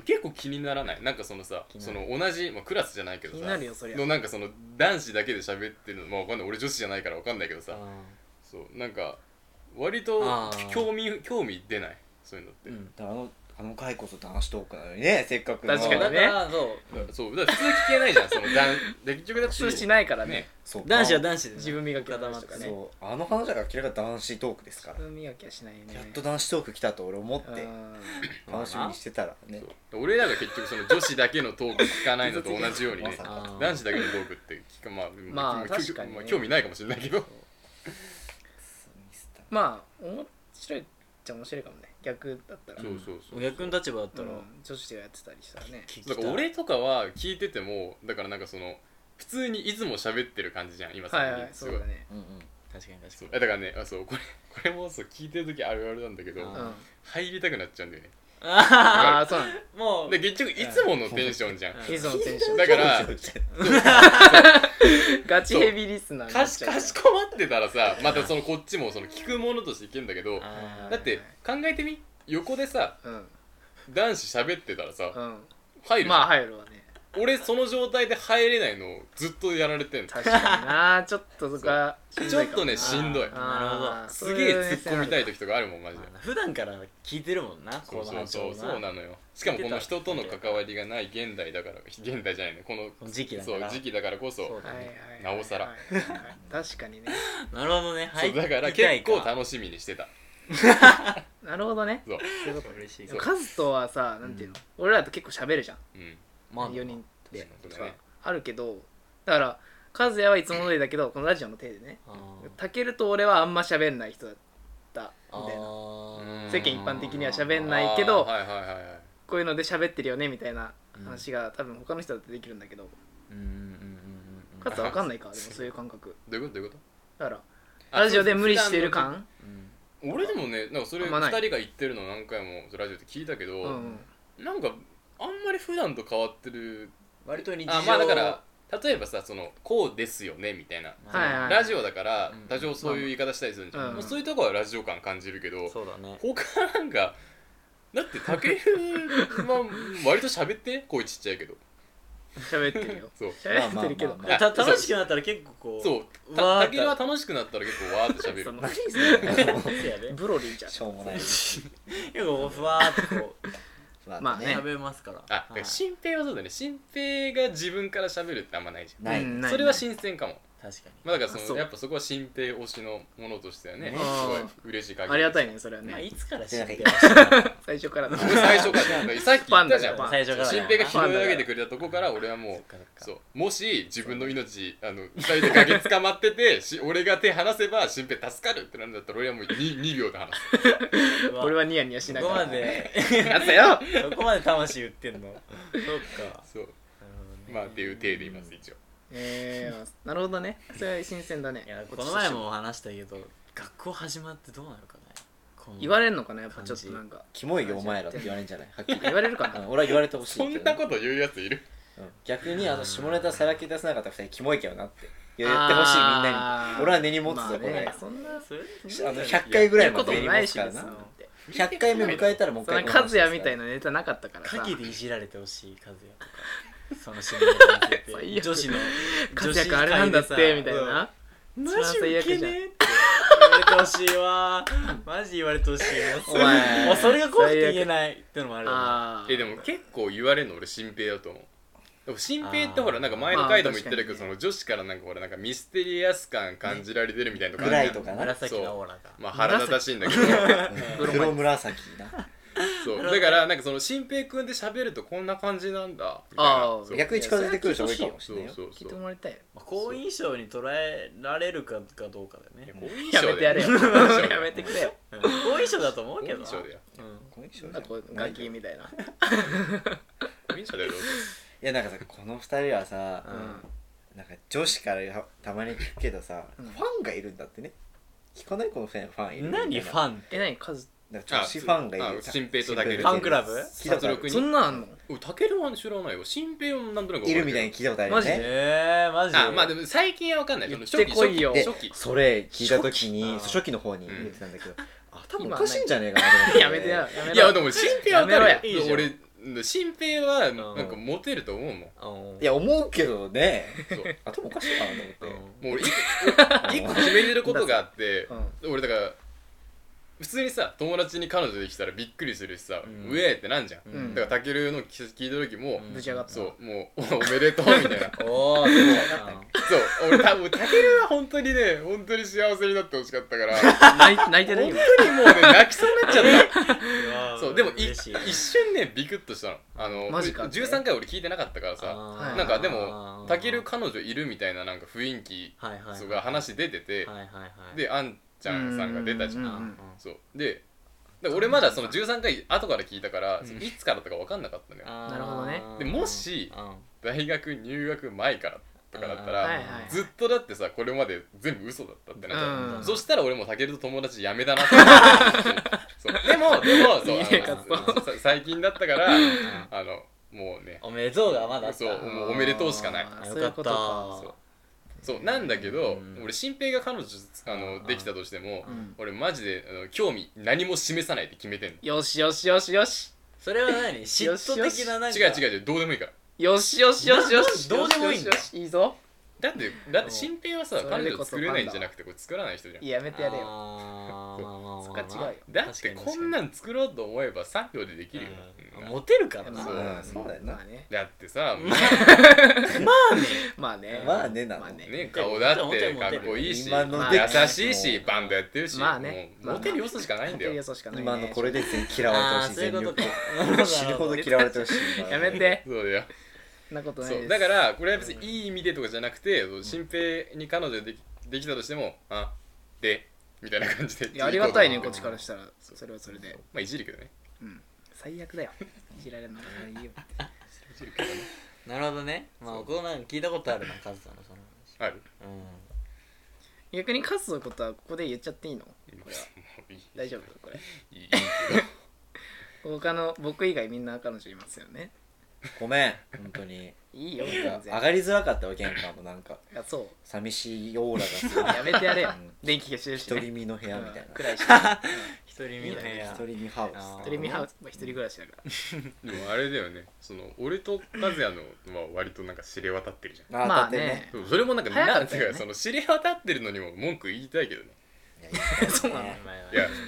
Speaker 4: 結構気にならないなんかそのさ
Speaker 3: 気に
Speaker 4: そ
Speaker 3: なる
Speaker 4: の同じ、まあ、クラスじゃないけ
Speaker 1: 気
Speaker 4: ど
Speaker 1: に
Speaker 4: さ
Speaker 1: なるよそりゃ
Speaker 4: のなんかその男子だけで喋ってるのまあわかんない俺女子じゃないからわかんないけどさ
Speaker 3: う
Speaker 4: そうなんか割と
Speaker 3: あー
Speaker 4: 興味興味出ないそういうのって、
Speaker 3: ん
Speaker 2: だからあのあの回こそ男子トークなのにねせっかくの
Speaker 1: 確かに
Speaker 3: だ
Speaker 1: ね
Speaker 3: からそう
Speaker 4: そうだから普通聞けないじゃ んその男で結局だって
Speaker 1: 普通しないからね
Speaker 4: ね
Speaker 2: そう
Speaker 3: 男子は男子で
Speaker 1: 自分磨きの
Speaker 3: 固ま
Speaker 1: 話
Speaker 3: っ
Speaker 1: と
Speaker 3: て
Speaker 1: かね
Speaker 2: そうあの話だから明らかに男子トークですから
Speaker 1: 自分磨きはしないね
Speaker 2: やっと男子トーク来たと俺思っ
Speaker 1: う
Speaker 2: て
Speaker 1: ん
Speaker 2: 楽しみにしてたらね
Speaker 4: そう俺らが結局その女子だけのトーク聞かないのと同じようにね
Speaker 2: まさか
Speaker 3: あー
Speaker 4: 男子だけのトークって聞かまあ、
Speaker 1: まあ
Speaker 4: き
Speaker 1: 確かにね
Speaker 4: まあ興味ないかもしれないけど
Speaker 1: まあ面白いっちゃ面白いかもね逆だったら
Speaker 4: そうそうそう
Speaker 3: 逆の立場だった
Speaker 1: う
Speaker 3: ら
Speaker 1: ん女子がやってたりしたらね
Speaker 3: 聞きた
Speaker 4: だ
Speaker 3: い
Speaker 4: から俺とかは聞いててもだからなんかその普通にいつも喋ってる感じじゃん今さ
Speaker 1: はい
Speaker 4: ら
Speaker 1: はいそうだね
Speaker 2: うんうん
Speaker 3: 確かに確
Speaker 4: そう
Speaker 3: か
Speaker 4: だからねあそうこれ これもそう聞いてる時あるあるなんだけど
Speaker 3: あ
Speaker 1: う
Speaker 3: ー
Speaker 1: ん
Speaker 4: 入りたくなっちゃうんだよね
Speaker 1: ああそうなんだ
Speaker 3: に もう
Speaker 4: で結局いつものテンションじゃん
Speaker 3: うん
Speaker 1: いつものテンション
Speaker 4: だから
Speaker 2: そうそう
Speaker 1: ガチヘビリスナーにな
Speaker 4: か
Speaker 1: っ
Speaker 4: し
Speaker 1: ちゃう
Speaker 4: かしこまってたらさまたそのこっちもその聞くものとしていけんだけど
Speaker 3: あー
Speaker 4: だって考えてみ横でさ
Speaker 1: うん
Speaker 4: 男子喋ってたらさ
Speaker 1: う
Speaker 4: 入
Speaker 1: ん
Speaker 4: る、
Speaker 1: まあ入るわね
Speaker 4: 俺その状態で入れないのをずっとやられてんの
Speaker 1: 確かになちょっとそこはしん
Speaker 4: ち
Speaker 1: ど
Speaker 4: ょ
Speaker 1: い
Speaker 4: っ
Speaker 1: かも
Speaker 4: とねしんどい
Speaker 1: あー
Speaker 3: なるほど
Speaker 1: あー
Speaker 4: すげえ突っ込みたい
Speaker 1: そういう目線ある
Speaker 4: 時とかあるもんマジで
Speaker 3: まあ普段から聞いてるもんな
Speaker 4: そ
Speaker 3: こ
Speaker 4: う
Speaker 3: の
Speaker 4: そう
Speaker 3: 話
Speaker 4: そ
Speaker 3: を
Speaker 4: うそうなのよしかもこの人との関わりがない現代だから現代じゃないねこの
Speaker 3: この時期だか
Speaker 4: そう
Speaker 3: ら
Speaker 4: 時期だからこ
Speaker 3: そ
Speaker 4: そう
Speaker 3: だ
Speaker 1: はい
Speaker 3: ね
Speaker 1: はい
Speaker 4: なおさら
Speaker 1: はいはいはい確かにね
Speaker 3: なるほどね
Speaker 4: そうだから結構楽しみにしてた
Speaker 1: なるほどね
Speaker 4: そう
Speaker 3: しい嬉しい
Speaker 1: でもカズとはさなんていうの俺らと結構喋るじゃん
Speaker 4: うん
Speaker 1: 4人で
Speaker 4: 確
Speaker 1: と
Speaker 4: かに
Speaker 1: か
Speaker 4: ね
Speaker 1: あるけどだからカズヤはいつも通りだ けどこのラジオの手でね
Speaker 3: あ
Speaker 1: タケルと俺はあんま喋んない人だった
Speaker 3: ー
Speaker 1: みたいな
Speaker 4: うん
Speaker 1: 世間一般的には喋んないけど
Speaker 4: あーはいはいはいはい
Speaker 1: こういうので喋ってるよねみたいな話が多分他の人だってできるんだけど
Speaker 3: うんうんうんうん
Speaker 1: カズは分かんないかでもそういう感覚
Speaker 4: どういうことどういうこ
Speaker 1: だから
Speaker 4: と
Speaker 1: ラジオで無理してる
Speaker 4: あそう
Speaker 1: 感
Speaker 4: そう俺でもねなんかそれ
Speaker 1: あ
Speaker 4: 二
Speaker 1: んまない
Speaker 4: 人が言ってるの何回もラジオで聞いたけど、
Speaker 1: うんうん
Speaker 4: なんかあんまり普段と変わってる
Speaker 3: 割と日常
Speaker 4: あまあだから例えばさそのこうですよねみたいな
Speaker 1: はいはい
Speaker 4: ラジオだから
Speaker 3: うん
Speaker 4: 多少そういう言い方したりするんじゃん、
Speaker 1: うん
Speaker 4: まあそういうとこはラジオ感感じるけど
Speaker 3: そうだね
Speaker 4: 他なんかだって竹井は割と喋って声ちっちゃいけど
Speaker 1: 喋って るよ
Speaker 4: そう
Speaker 1: 喋ってるけど
Speaker 2: まあまあまあまあ
Speaker 3: た楽しくなったら結構こう
Speaker 4: そう
Speaker 3: うわ
Speaker 4: た
Speaker 3: ー
Speaker 4: 竹井は楽しくなったら結構わーって喋
Speaker 1: そ
Speaker 4: る
Speaker 1: の
Speaker 3: そうやね
Speaker 1: ブロリーじゃん
Speaker 2: しょうもない
Speaker 3: 結構ふわーっとこう
Speaker 1: まあね
Speaker 3: 食べますから
Speaker 4: あだから新平はそうだね新平が自分から喋るってあんまないじゃん
Speaker 2: ない
Speaker 1: うん
Speaker 4: それは新鮮かも、
Speaker 3: 確か
Speaker 4: まあ、だからその
Speaker 1: あそう
Speaker 4: やっぱそこは新平推しのものとしてはね
Speaker 2: ね
Speaker 4: すごい嬉しい限り
Speaker 1: ありがたいねそれは
Speaker 3: にまあ
Speaker 1: ね
Speaker 3: いつから知
Speaker 2: で
Speaker 3: っ
Speaker 2: なんか
Speaker 3: て
Speaker 2: い
Speaker 3: る
Speaker 1: 最初からだ
Speaker 4: 俺最初からなんかさっき言ったじゃん
Speaker 1: パンダ
Speaker 3: 最初から
Speaker 4: 新平が拾い上げてくれたとこから俺はもう
Speaker 3: そ
Speaker 4: そううもし自分の命あの2人で崖捕まってて し俺が手離せば新平助かるってなんだったら俺はもう 2, 2秒で離す
Speaker 1: 俺はニヤニヤしな
Speaker 3: そこ
Speaker 1: が
Speaker 3: ま
Speaker 1: ら
Speaker 3: で
Speaker 1: やったよ
Speaker 3: そこまで魂売ってんのそっか
Speaker 4: そうまあっていう体でいます一応
Speaker 1: えー、なるほどねそれは新鮮だね
Speaker 3: いやこの前も話したけど学校始まってどうなるかねこの
Speaker 1: 言われるのかなやっぱちょっとなんか
Speaker 2: キモいよお前らって言われるんじゃないはっきり
Speaker 1: 言われるか
Speaker 2: う
Speaker 1: なん
Speaker 2: 俺は言われてほしい
Speaker 4: そんなこと言うやついる
Speaker 2: と、うん逆にあの下ネタさらけ出せなかった2人キモいけどなって言ってほしいみん
Speaker 1: あ
Speaker 2: なに
Speaker 1: ー
Speaker 2: 俺は根に持つぞ
Speaker 1: まあ
Speaker 2: これ
Speaker 1: ね、そんな
Speaker 3: それ
Speaker 2: あの100回ぐらいまで根に持つから
Speaker 1: そんな
Speaker 2: な
Speaker 1: こともないし
Speaker 2: 100回目迎えたらもう一
Speaker 1: そん
Speaker 2: 回
Speaker 1: なカズヤみたい
Speaker 2: な
Speaker 1: なネタなかったからさ
Speaker 3: 鍵でいじられてほしい和也とかその趣味につい
Speaker 1: 最
Speaker 3: て
Speaker 1: 悪
Speaker 3: 女子の
Speaker 1: カズヤ君あれなんだってみたいな、
Speaker 3: マジウケねえってわれてほしいわマジ言われてほしい
Speaker 1: お
Speaker 3: わ
Speaker 1: 前
Speaker 3: もうそれが怖くて言えないってのもあるよな
Speaker 1: あー
Speaker 4: えでも結構言われるの俺新平だと思うでも新平ってほらなんか前の回でも言ってたけど、
Speaker 1: まあ
Speaker 4: その女子からなんかほらなんかミステリアス感感じられてるみたいなとこあ
Speaker 2: ぐ
Speaker 4: るじゃ
Speaker 2: ら
Speaker 4: ん
Speaker 2: いとかな
Speaker 3: 紫のオーラが
Speaker 4: まあ腹立たしい んだけど
Speaker 2: 黒紫な
Speaker 4: そうだからなんかその新平君で喋るとこんな感じなんだみたいな
Speaker 1: あー
Speaker 4: そう
Speaker 2: 逆に近づいてくる人多いかもし
Speaker 4: そ
Speaker 2: れないうよ
Speaker 4: そう
Speaker 1: 聞い
Speaker 4: そ
Speaker 1: て
Speaker 4: う
Speaker 1: もらいたいよ
Speaker 3: まあ好印象に捉えられるかかどうかだよね
Speaker 4: 好印
Speaker 1: や
Speaker 4: 象
Speaker 1: めて
Speaker 4: で
Speaker 1: やれよ やめてくれよ
Speaker 3: うん好印象だと思う
Speaker 4: 好
Speaker 3: けどな
Speaker 4: 印象だよ
Speaker 3: うん
Speaker 2: こういう人
Speaker 1: なん
Speaker 2: じゃ
Speaker 1: か
Speaker 2: ん
Speaker 1: こうガキみたいな
Speaker 4: 好印象だよどうぞ
Speaker 2: いやなんかさこの二人はさ、
Speaker 1: うん
Speaker 2: なんか女子からやたまに聞くけどさ、
Speaker 1: うん
Speaker 2: ファンがいるんだってね聞かないこの二人のファンいる
Speaker 3: 何フ
Speaker 2: ン
Speaker 3: ァンって
Speaker 1: え何カズ
Speaker 2: なんか女子ファンがいる
Speaker 4: あ新平とだけ
Speaker 2: 新
Speaker 4: で
Speaker 2: 平
Speaker 3: ファンクラブ
Speaker 2: 聞いたことある
Speaker 4: 殺
Speaker 1: そんなんあんの
Speaker 4: おたけるは知らないよ新平もなんとなく分かるけど
Speaker 2: いるみたいに聞いたことあるよ
Speaker 1: マジ
Speaker 2: ね
Speaker 3: えー、マジ
Speaker 4: あまあでも最近は分かんないその初
Speaker 1: 言っ
Speaker 4: 期
Speaker 1: てこいよ
Speaker 2: で
Speaker 4: 初期初期
Speaker 2: それ聞いた時に
Speaker 3: 初期
Speaker 2: そう初期の方に
Speaker 4: うん
Speaker 2: 言ってたんだけど、頭おかしいんじゃねえかなと思って
Speaker 1: やめてややめ
Speaker 4: いやで
Speaker 1: ろ
Speaker 4: も新平は分か
Speaker 1: や
Speaker 4: る
Speaker 1: め
Speaker 3: ろやいいじゃん
Speaker 4: 俺新平はなんかモテると思うもん
Speaker 3: うん
Speaker 2: いや思うけどね
Speaker 4: そう
Speaker 2: 頭おかしいかなと
Speaker 3: う
Speaker 2: 思っ
Speaker 3: ん
Speaker 4: もう俺一個決めてることがあって
Speaker 1: うん
Speaker 4: 俺だから普通にさ友達に彼女できたらびっくりするしさ、
Speaker 3: うん
Speaker 4: ウェーってなんじゃん、
Speaker 1: うん
Speaker 4: だからたけるの聞いた時も、
Speaker 3: うん
Speaker 1: ぶち上がった
Speaker 4: そうもうおめでとうみたいな
Speaker 3: おーでも
Speaker 4: そう俺多分たけるは本当にね本当に幸せになってほしかったから
Speaker 1: 泣い泣いてる
Speaker 4: 本
Speaker 1: 今
Speaker 4: 当にもうね泣きそうになっちゃった
Speaker 3: うん
Speaker 4: そうでもい
Speaker 3: 嬉しい
Speaker 4: 一瞬ねビクッとしたのあの
Speaker 1: マジか
Speaker 4: 13回俺聞いてなかったからさ
Speaker 3: あー
Speaker 4: なんかで
Speaker 3: あ
Speaker 4: も
Speaker 3: ー
Speaker 4: たける彼女いるみたいななんか雰囲気
Speaker 3: はいはい
Speaker 4: そうが話出てて、
Speaker 3: はいはいはい
Speaker 4: であんちゃんさんが出たじゃん
Speaker 1: う
Speaker 3: うんん
Speaker 4: そうでで俺まだその13回後から聞いたから、そのいつからとか分かんなかったのよ
Speaker 3: あー
Speaker 1: なるほどね
Speaker 4: でもし
Speaker 3: うん
Speaker 4: 大学入学前からとかだったら、
Speaker 1: はいはい
Speaker 4: ずっとだってさこれまで全部嘘だったってなっちゃう、
Speaker 1: うん
Speaker 4: そしたら俺もうタケルと友達やめだ なって思うそうでもでもそう
Speaker 1: いいねカツオ
Speaker 4: あのさ最近だったからあのもうね
Speaker 3: おめでとうがまだあった
Speaker 4: そうもうおめでとうしかない
Speaker 1: あ
Speaker 3: あ
Speaker 1: ー
Speaker 3: よ
Speaker 1: そうい
Speaker 3: か
Speaker 1: う
Speaker 3: っ
Speaker 1: こ
Speaker 3: た
Speaker 1: と
Speaker 4: そうそうなんだけど、
Speaker 3: うん
Speaker 4: 俺新平が彼女あのできたとしても、
Speaker 1: うん
Speaker 4: 俺マジであの興味何も示さないって決めてんの
Speaker 1: よしよしよしよし
Speaker 3: それは何嫉妬的ななんか
Speaker 4: 違う違
Speaker 3: う
Speaker 4: う違うどうでもいいから
Speaker 1: よしよしよしよし
Speaker 3: どうでもいいんだ
Speaker 1: よしよしよしいいぞ
Speaker 4: だってだって新平はさ
Speaker 1: そう
Speaker 4: 彼女作れないんじゃなくてこれ作らない人じゃん
Speaker 1: いややめてやれよ
Speaker 3: あーまあまあまあ
Speaker 1: そっか違うよ
Speaker 4: だってこんなん作ろうと思えば3秒でできるよ、
Speaker 3: う
Speaker 4: うんん
Speaker 3: モテるから
Speaker 1: ま
Speaker 3: な
Speaker 1: あ
Speaker 4: そう
Speaker 1: まあ
Speaker 2: そうだよな
Speaker 1: まあね
Speaker 4: だってさ
Speaker 1: まあね
Speaker 2: まあねなの
Speaker 1: まあ
Speaker 4: ね顔だってかっこいいし
Speaker 2: 今の
Speaker 1: で
Speaker 4: 優しいしバンドやってるし、
Speaker 1: まあね
Speaker 4: もうモテる要素しかないんだよ、
Speaker 1: 本当にそうしか
Speaker 2: て
Speaker 1: ないね
Speaker 2: 今のこれで全然嫌われてほしい
Speaker 3: あーそういう
Speaker 2: 全
Speaker 3: こと
Speaker 2: 力
Speaker 3: か
Speaker 2: で死ぬほど嫌われてほしい今の
Speaker 1: やめて
Speaker 4: そうだよ
Speaker 1: そんなことない
Speaker 4: そ
Speaker 1: です
Speaker 4: うだからこれは別にいい意味でとかじゃなくて新平に彼女できできたとしてもあでみたいな感じで
Speaker 1: いやありがたいね
Speaker 4: 次
Speaker 1: こ
Speaker 4: 行
Speaker 1: っ
Speaker 4: こ
Speaker 1: ちからしたらそれはそれで
Speaker 4: うまあいじるけどね
Speaker 1: うん最悪だよいじられるのがいいよ
Speaker 4: いじるけどね
Speaker 3: なるほどねまあ
Speaker 4: そう
Speaker 3: 僕もなんか聞いたことあるなカズさんのその
Speaker 4: ある
Speaker 3: 話うん
Speaker 1: 逆にカズのことはここで言っちゃっていいのこれは
Speaker 4: もういい
Speaker 1: 大丈夫これ
Speaker 4: いいいいけど
Speaker 1: 他の僕以外みんな彼女いますよね
Speaker 2: ごめん本当に
Speaker 1: いいよ
Speaker 2: な
Speaker 1: 全
Speaker 2: んか上
Speaker 1: 然
Speaker 2: がりづらかったわ玄関もなんか
Speaker 1: あそう
Speaker 2: 寂しいオーラがすごい
Speaker 1: やめてやれよ
Speaker 2: うん
Speaker 1: 電気消してるし
Speaker 2: 一
Speaker 1: ね
Speaker 2: 人身の部屋みたい
Speaker 1: うん
Speaker 2: な
Speaker 1: 暗いしね
Speaker 3: 一人見ないや
Speaker 2: 一人身ハウ
Speaker 3: あー
Speaker 1: 一人身ハウスまあ一人暮らしだから
Speaker 4: でもあれだよねその俺と和也のは割となんか知れ渡ってるじゃん
Speaker 2: スあー
Speaker 1: まあ
Speaker 2: だって
Speaker 1: ね
Speaker 4: そうそれもなんか
Speaker 1: 早か
Speaker 4: な
Speaker 1: っ
Speaker 4: ん
Speaker 1: た
Speaker 4: て
Speaker 1: よね
Speaker 4: いうかその知れ渡ってるのにも文句言いたいけどね
Speaker 1: そうなの
Speaker 4: いや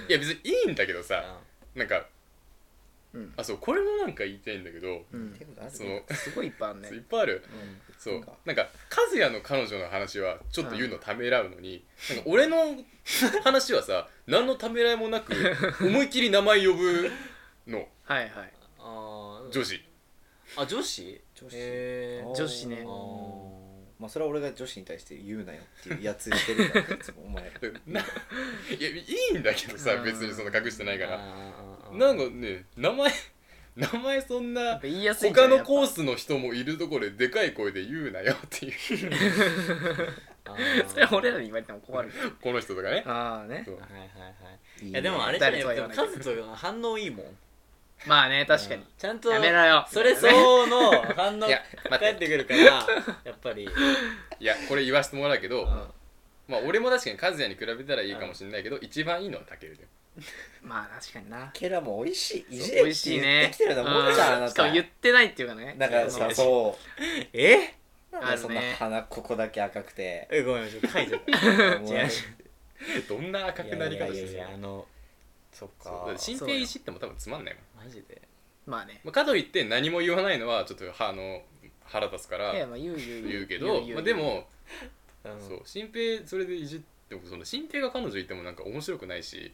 Speaker 4: いや別にいいんだけどさなんか
Speaker 1: うん
Speaker 4: あそうこれもなんか言いたいんだけど
Speaker 1: うん
Speaker 2: 手札ある
Speaker 4: その
Speaker 1: すごいいっぱいある
Speaker 4: そういっ
Speaker 1: ね
Speaker 4: ぱいある
Speaker 1: うん
Speaker 4: そう
Speaker 2: そう
Speaker 4: なんか和也の彼女の話はちょっと言うのためらうのに、なんか俺の話はさ何のためらいもなく思いっきり名前呼ぶの
Speaker 1: はいはい
Speaker 3: あー
Speaker 4: 女子
Speaker 3: あ女子
Speaker 2: 女子
Speaker 3: へー
Speaker 1: 女子ね
Speaker 3: あー
Speaker 2: まあそれは俺が女子に対して言うなよっていうやつしてるからいつもお前
Speaker 4: ないやいいんだけどさ
Speaker 1: うん
Speaker 4: 別にそんな隠してないから
Speaker 3: あー
Speaker 4: なんかね名前名前そん
Speaker 1: やっ
Speaker 4: な
Speaker 1: ぱ言いやすいんじゃ
Speaker 4: 他
Speaker 1: ない
Speaker 4: のコースの人もいるところででかい声で言うなよっていう
Speaker 3: あー
Speaker 1: それは俺らに言われても困るけど
Speaker 4: この人とかね
Speaker 1: ああね
Speaker 4: そう
Speaker 3: はいはいはい
Speaker 2: い
Speaker 3: い
Speaker 2: い
Speaker 3: や
Speaker 2: ね
Speaker 3: でもあれじゃね
Speaker 1: 誰とは
Speaker 3: で
Speaker 1: 言わ
Speaker 3: も
Speaker 1: ない
Speaker 3: カズとか反応いいもん
Speaker 1: まあね確か
Speaker 3: う
Speaker 1: に
Speaker 3: んちゃんと
Speaker 1: やめろよ
Speaker 3: それ相応の反応
Speaker 4: いや待
Speaker 3: 返
Speaker 4: っ
Speaker 3: っててくるからやっぱり
Speaker 4: いやこれ言わせてもらうけど、
Speaker 1: ん
Speaker 4: まあ俺も確かに和也に比べたらいいかもしれないけど、一番いいのはたけるで
Speaker 1: まあ確かにな
Speaker 2: ケラも美味しいいじ
Speaker 1: 美
Speaker 2: れって言
Speaker 1: 味しいね
Speaker 2: ってきてるようなもんじゃんあ
Speaker 1: う
Speaker 2: なん
Speaker 1: しか
Speaker 2: た
Speaker 1: も言ってないっていうかね
Speaker 2: だからさ
Speaker 1: う
Speaker 2: そう
Speaker 3: え
Speaker 2: なんか
Speaker 1: あ
Speaker 2: そ
Speaker 1: る
Speaker 2: んな
Speaker 1: ね
Speaker 2: 鼻ここだけ赤くて
Speaker 3: えごめんなさい書いてた
Speaker 2: もう
Speaker 3: 違う
Speaker 4: どんな赤くなり方
Speaker 2: い
Speaker 4: し
Speaker 2: や
Speaker 4: て
Speaker 2: いやい
Speaker 4: る
Speaker 2: やあのそっ
Speaker 4: そうだ
Speaker 2: か
Speaker 4: から進展いじっても多分つまんないもん
Speaker 2: マジで
Speaker 1: まあね
Speaker 4: まあ、かといって何も言わないのはちょっとはあの腹立つから
Speaker 1: いやまあ言う言う
Speaker 4: 言うけど
Speaker 1: 言う
Speaker 4: まあ、でも
Speaker 2: うん
Speaker 4: そう新平それでいじってもその新平が彼女いてもなんか面白くないし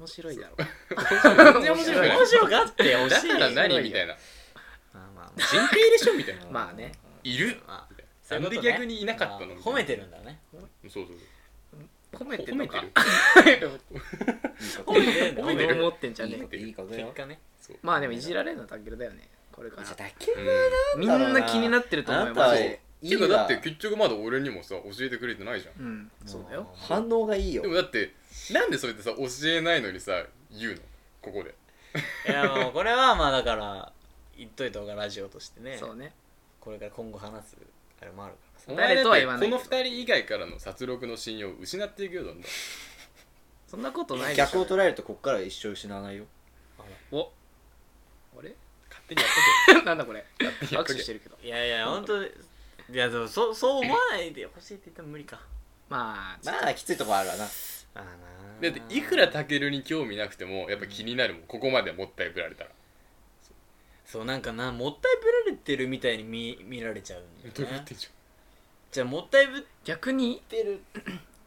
Speaker 1: 面白いだろ
Speaker 4: 全然面白くない
Speaker 3: 面白かってほ
Speaker 4: だ
Speaker 3: しい
Speaker 4: から何みたいな
Speaker 2: まあまあ
Speaker 4: 新平でしょみたいな
Speaker 2: まあ
Speaker 1: まあね
Speaker 4: いる
Speaker 3: まあ
Speaker 4: なんで逆にいなかった
Speaker 2: まあ
Speaker 4: のみたい
Speaker 2: 褒
Speaker 4: な
Speaker 2: めてるんだね
Speaker 4: そうそう
Speaker 1: 褒
Speaker 4: そ
Speaker 1: め
Speaker 4: う
Speaker 1: て
Speaker 4: 褒
Speaker 1: んの
Speaker 4: め
Speaker 1: か
Speaker 4: てる
Speaker 2: 褒めてるんだ
Speaker 1: 褒めてる思ってんじゃ
Speaker 2: いい
Speaker 1: ね
Speaker 2: こといいこと
Speaker 1: え
Speaker 2: よ
Speaker 1: 結果ね
Speaker 4: そう
Speaker 1: まあでもいじられるのはタケルだよねこれか
Speaker 2: じ
Speaker 1: ら
Speaker 2: ゃあだけ
Speaker 1: みんな気になってると思う
Speaker 2: あ
Speaker 1: よ
Speaker 2: なた
Speaker 1: マ
Speaker 2: は
Speaker 1: ジで
Speaker 4: ていうかだって結局まだ俺にもさ教えてくれてないじゃん
Speaker 1: うんそうだよ
Speaker 2: 反応がいいよ
Speaker 4: でもだってなんでそれってさ教えないのにさ言うのここで
Speaker 3: いやもうこれはまあだから言っといた方がラジオとしてね
Speaker 1: そうね
Speaker 2: これから今後話すあれもあるからさ
Speaker 4: お前
Speaker 1: 誰とは言わないけど
Speaker 4: だってこの二人以外からの殺戮の信用を失っていくよどんどん
Speaker 1: そんなことないでし
Speaker 2: 逆を
Speaker 1: ょ
Speaker 2: 捉えるとこっから一生失わないよ
Speaker 1: おあれ
Speaker 4: 勝手にや っ
Speaker 1: なんだこれ
Speaker 4: とけ
Speaker 1: 握手してるけど
Speaker 3: いやいや本当いやでもそうそう思わないでほしいって言っても無理か
Speaker 1: まあちょっ
Speaker 2: まあきついとこあるわな
Speaker 3: あな
Speaker 4: だっていくらタケルに興味なくてもやっぱ気になるもんここまでもったいぶられたら
Speaker 3: そうなんかなもったいぶられてるみたいに見見られちゃうんだ
Speaker 4: どう
Speaker 3: よ
Speaker 4: や
Speaker 3: ね
Speaker 4: ってんじ
Speaker 3: じゃあもったいぶ
Speaker 1: と逆に
Speaker 2: てる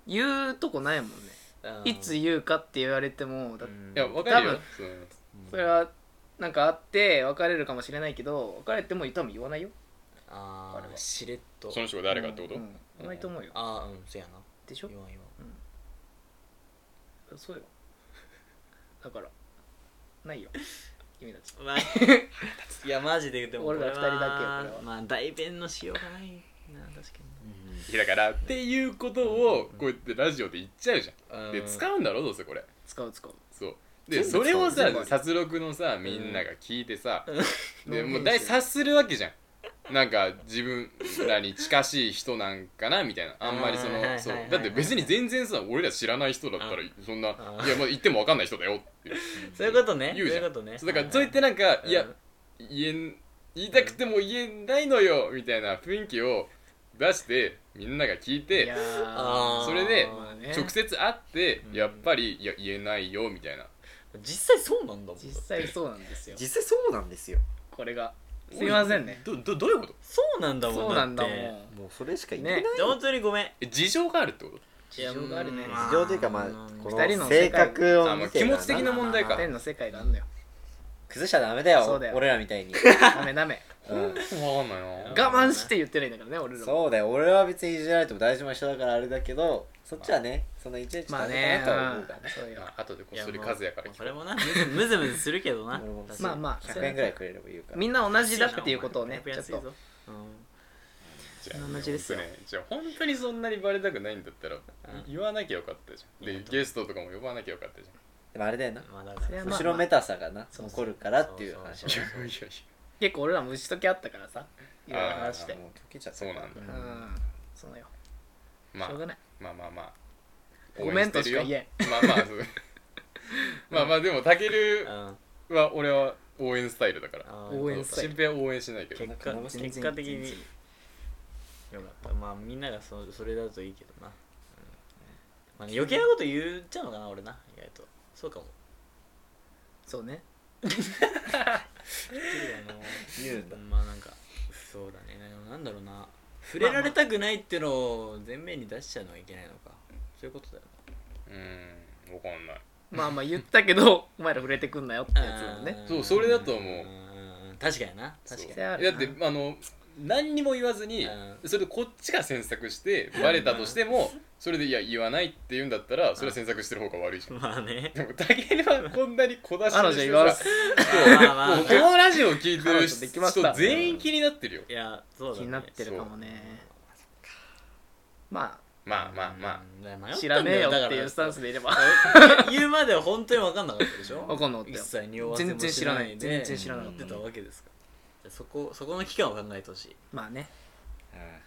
Speaker 1: 言うとこないもんね
Speaker 3: あー
Speaker 1: いつ言うかって言われてもだっ
Speaker 2: う
Speaker 1: て
Speaker 2: ん
Speaker 4: ゃんいやわかる
Speaker 1: 多
Speaker 4: よ
Speaker 1: 分
Speaker 4: その
Speaker 1: それはなんかあって別れるかもしれないけど別れても多分言わないよ
Speaker 3: あ
Speaker 1: あれ
Speaker 3: ー
Speaker 1: は
Speaker 3: しれっと
Speaker 4: その人が誰かってこと、
Speaker 1: うんうん言わないと思うよ
Speaker 3: ああうんそうやな
Speaker 1: でしょ
Speaker 3: 言わん言わん
Speaker 1: そうよだからないよ君たち
Speaker 3: まあいやマジで言っても
Speaker 1: 俺ら
Speaker 3: これは
Speaker 1: 二人だけよこれは
Speaker 3: まあ代弁のしようがないな確か
Speaker 4: いやだからっていうことをこうやってラジオで言っちゃうじゃん、
Speaker 3: うん
Speaker 4: で使うんだろどうせこれ
Speaker 1: 使う使う
Speaker 4: そうで
Speaker 1: 全部
Speaker 4: それをさ
Speaker 1: 全部ある
Speaker 4: 殺戮のさみんなが聞いてさ、でも
Speaker 1: どう
Speaker 4: う大
Speaker 1: ぞ
Speaker 4: 察するわけじゃんなんか自分らに近しい人なんかなみたいなあんまりそ
Speaker 3: はいはいはいはい
Speaker 4: のそうだって別に全然さ俺ら知らない人だったらそ んな「いやまあ言っても分かんない人だよ」って
Speaker 3: にそういうことね
Speaker 4: 言うじゃ
Speaker 3: そうい
Speaker 4: ん
Speaker 3: うことね
Speaker 4: そうだからそう言ってなんか「
Speaker 3: うん
Speaker 4: いや言えん言いたくても言えないのよ」みたいな雰囲気を出してみんなが聞い
Speaker 1: い
Speaker 4: て
Speaker 1: やー
Speaker 3: あー
Speaker 4: それで
Speaker 1: まあね
Speaker 4: 直接会って
Speaker 3: うん
Speaker 4: やっぱり「いや言えないよ」みたいな
Speaker 3: 実際そうなんだもん
Speaker 1: 実際そうなんですよ
Speaker 2: 実際そうなんですよ
Speaker 1: これがすいませんね
Speaker 4: どどどういうこと
Speaker 3: そうなんだもん
Speaker 1: そうなんだもん
Speaker 3: って
Speaker 2: もうそれしか言ってない
Speaker 1: ね
Speaker 3: じゃあ本当にごめん
Speaker 4: え事情があるってこと
Speaker 1: 事情があるね
Speaker 3: いや
Speaker 2: 事情というかまあ
Speaker 3: うん
Speaker 2: こ
Speaker 1: 二人
Speaker 2: の
Speaker 1: の
Speaker 2: 性
Speaker 1: 世界
Speaker 2: 格を
Speaker 4: あまあ
Speaker 2: 見て
Speaker 4: 気持ち的な問題か
Speaker 1: 天の世界があんのよ
Speaker 2: 崩しちゃダメだよ
Speaker 1: そうだよ
Speaker 2: 俺らみたい に、
Speaker 1: ダメダメ
Speaker 2: うん
Speaker 4: 分かんないな
Speaker 1: 我慢して言ってないんだからね俺らも
Speaker 2: そうだよ俺は別にいじられても大丈夫な人だからあれだけどそっちはねそのいちいち
Speaker 1: まあ
Speaker 2: ダ
Speaker 1: ね
Speaker 2: メだなとは思うから
Speaker 1: うんそうよ
Speaker 4: あとでこっそり数やから
Speaker 3: いもうそれもなむずむずむずするけどな
Speaker 2: 俺も
Speaker 1: まあまあ
Speaker 2: 100円ぐらいくれれば言うから
Speaker 1: みんな同じだっていうことをね
Speaker 3: ち
Speaker 1: ち
Speaker 3: ょ
Speaker 1: ょ
Speaker 3: っ
Speaker 1: っ
Speaker 3: と
Speaker 1: と
Speaker 4: じゃあ
Speaker 1: 同じですよ
Speaker 4: 本当ねじゃあ本当にそんなにバレたくないんだったら言わなきゃよかったじゃん
Speaker 3: いや
Speaker 4: で
Speaker 3: 本当
Speaker 4: ゲストとかも呼ばなきゃよかったじ
Speaker 2: でもあれだよな
Speaker 3: まあだか
Speaker 1: それ
Speaker 3: ら
Speaker 1: はまあ
Speaker 2: 後ろめたさがな
Speaker 1: そうそう
Speaker 2: 残るからっていう話
Speaker 3: そ
Speaker 4: ゃん
Speaker 3: う
Speaker 4: い
Speaker 3: そう
Speaker 4: やいやいや
Speaker 1: 結構俺らも打ち解けあったからさいろいろ話して
Speaker 2: あーもう溶けちゃった
Speaker 4: そうなんだ
Speaker 1: う
Speaker 2: うん
Speaker 1: そうよ
Speaker 4: まあ
Speaker 1: しょうがない
Speaker 4: まあまあまあ
Speaker 1: ごめんとしか言え
Speaker 4: えまあまあそうまあまあでもたけ
Speaker 3: う
Speaker 4: る
Speaker 3: ん
Speaker 4: は俺は応援スタイルだから
Speaker 3: あー
Speaker 1: 応援
Speaker 3: そ
Speaker 1: スタ
Speaker 3: う
Speaker 1: イ
Speaker 4: 新平は応援しないけど
Speaker 3: 結果
Speaker 2: 全
Speaker 1: 然
Speaker 3: 結果的
Speaker 1: 全
Speaker 3: に
Speaker 1: 然
Speaker 3: よかったまあみんながそそれだといいけどな、まあ、余計なこと言っちゃうのかな俺な意外とそ うかも
Speaker 1: そうね
Speaker 2: 言うんだ
Speaker 3: まあなんかそうだねなんだろうな触れられたくないってのを前面に出しちゃうのはいけないのかそういうことだよ
Speaker 4: うーんわかんない
Speaker 1: まあまあ言ったけどお前ら触れてくんなよって
Speaker 3: な
Speaker 1: やつだもんね
Speaker 4: そうそれだと思うん
Speaker 3: うん確かにな確
Speaker 4: そ
Speaker 3: か
Speaker 4: う
Speaker 3: に
Speaker 1: あ
Speaker 4: だっ
Speaker 1: るな
Speaker 4: てあの何にも言わずに
Speaker 3: うん
Speaker 4: それでこっちが詮索してバレたとしてもそれでいや言わないって言うんだったらそれは詮索してる方が悪いじゃん
Speaker 3: まあね
Speaker 4: でもタケルはこんなに小出しに
Speaker 1: 彼女
Speaker 4: して
Speaker 1: 言わ
Speaker 4: さ
Speaker 1: す
Speaker 3: まあまあ
Speaker 4: もうこのラジオを聞いてる
Speaker 1: 彼女できました
Speaker 4: 人全員気になってるよ
Speaker 3: いやそうだ、ね、
Speaker 1: 気になってるかもねま
Speaker 4: まあまあま
Speaker 3: あ迷
Speaker 1: あ
Speaker 3: った
Speaker 1: 知
Speaker 3: んだ
Speaker 1: らねえよ
Speaker 3: だ
Speaker 1: っ
Speaker 3: か
Speaker 1: てい
Speaker 3: ら
Speaker 1: うスタンスでいれば
Speaker 3: 言うまでは本当に分かんなかったでしょ
Speaker 1: 分かんなかった
Speaker 3: 一
Speaker 1: よ
Speaker 3: 切匂わせも
Speaker 1: 全然知らない
Speaker 3: しで
Speaker 1: 全然知らなかった
Speaker 3: やってたわけですからじゃあそこそこの期間を考えてほしい
Speaker 1: まあね
Speaker 4: あ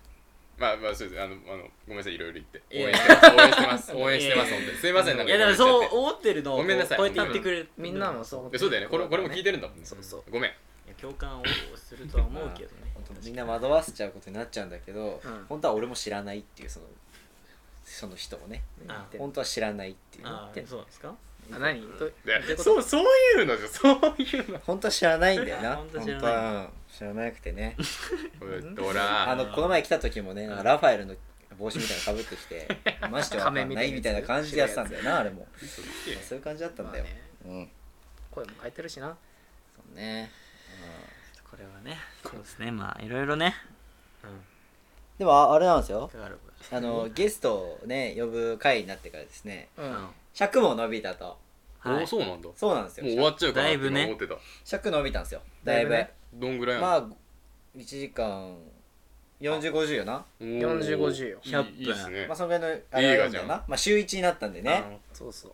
Speaker 4: まあまあそうですあのあのごめんなさいいろいろ言って
Speaker 3: いや
Speaker 4: 応援してます応援してます応援してます本当にすいませんなん
Speaker 3: い
Speaker 4: か
Speaker 3: やでもそう思ってるのを
Speaker 4: ごめんなさい
Speaker 3: こうやって言ってくれる
Speaker 1: みんなもそう思っ
Speaker 4: え
Speaker 1: て
Speaker 4: そうだよねこれこれも聞いてるんだもんね
Speaker 1: そうそう
Speaker 4: ごめん
Speaker 3: いや共感をするとは思うけどね
Speaker 2: 本当みんな惑わせちゃうことになっちゃうんだけど
Speaker 1: うん
Speaker 2: 本当は俺も知らないっていうそのその人をね
Speaker 3: あ
Speaker 2: 本当は知らないっていう
Speaker 3: あーそうなんですか
Speaker 1: あ何と
Speaker 4: でそうそういうのじゃそういうの
Speaker 2: 本当は知らないんだよな
Speaker 3: 本
Speaker 2: 本
Speaker 3: 当
Speaker 2: 当
Speaker 3: は
Speaker 2: は
Speaker 3: 知
Speaker 2: 知
Speaker 3: ら
Speaker 2: ら
Speaker 3: ない
Speaker 2: ない知らなくてね
Speaker 4: ほ
Speaker 2: あ
Speaker 4: ら
Speaker 2: のこの前来た時もねなんかラファエルの帽子みたいなの被ってきてましてわかん
Speaker 1: 仮面み
Speaker 2: な
Speaker 1: たい
Speaker 2: い
Speaker 1: なやつ
Speaker 2: みたいな感じでやってたんだよなあれも
Speaker 4: 嘘つけ
Speaker 2: そういう感じだったんだよ
Speaker 3: まあね
Speaker 2: うん
Speaker 1: 声も変えてるしな
Speaker 2: そうね
Speaker 3: これはねそうですねまあいろいろね
Speaker 2: でもああれなんですよ
Speaker 3: かかる部
Speaker 2: あのゲストをね呼ぶ回になってからですね
Speaker 1: うん、
Speaker 2: 尺も伸びたと
Speaker 3: 分はい
Speaker 4: おそうなんだもう
Speaker 2: そうなんです
Speaker 4: 終
Speaker 2: よ
Speaker 4: わっちゃうかな
Speaker 3: だ
Speaker 4: っ
Speaker 3: い
Speaker 4: て
Speaker 3: ぶね
Speaker 4: 今思ってた
Speaker 2: 尺伸びたんですよだいぶ
Speaker 1: だい
Speaker 4: どんぐらい
Speaker 2: ま
Speaker 4: あ
Speaker 2: あ1時間4050よな
Speaker 1: 40-50よ
Speaker 4: 100分いいですね
Speaker 2: まあそのぐらいのあれなんだ
Speaker 4: 映画
Speaker 2: よ
Speaker 4: じゃ
Speaker 2: なまあ週1になったんでね
Speaker 1: そうそう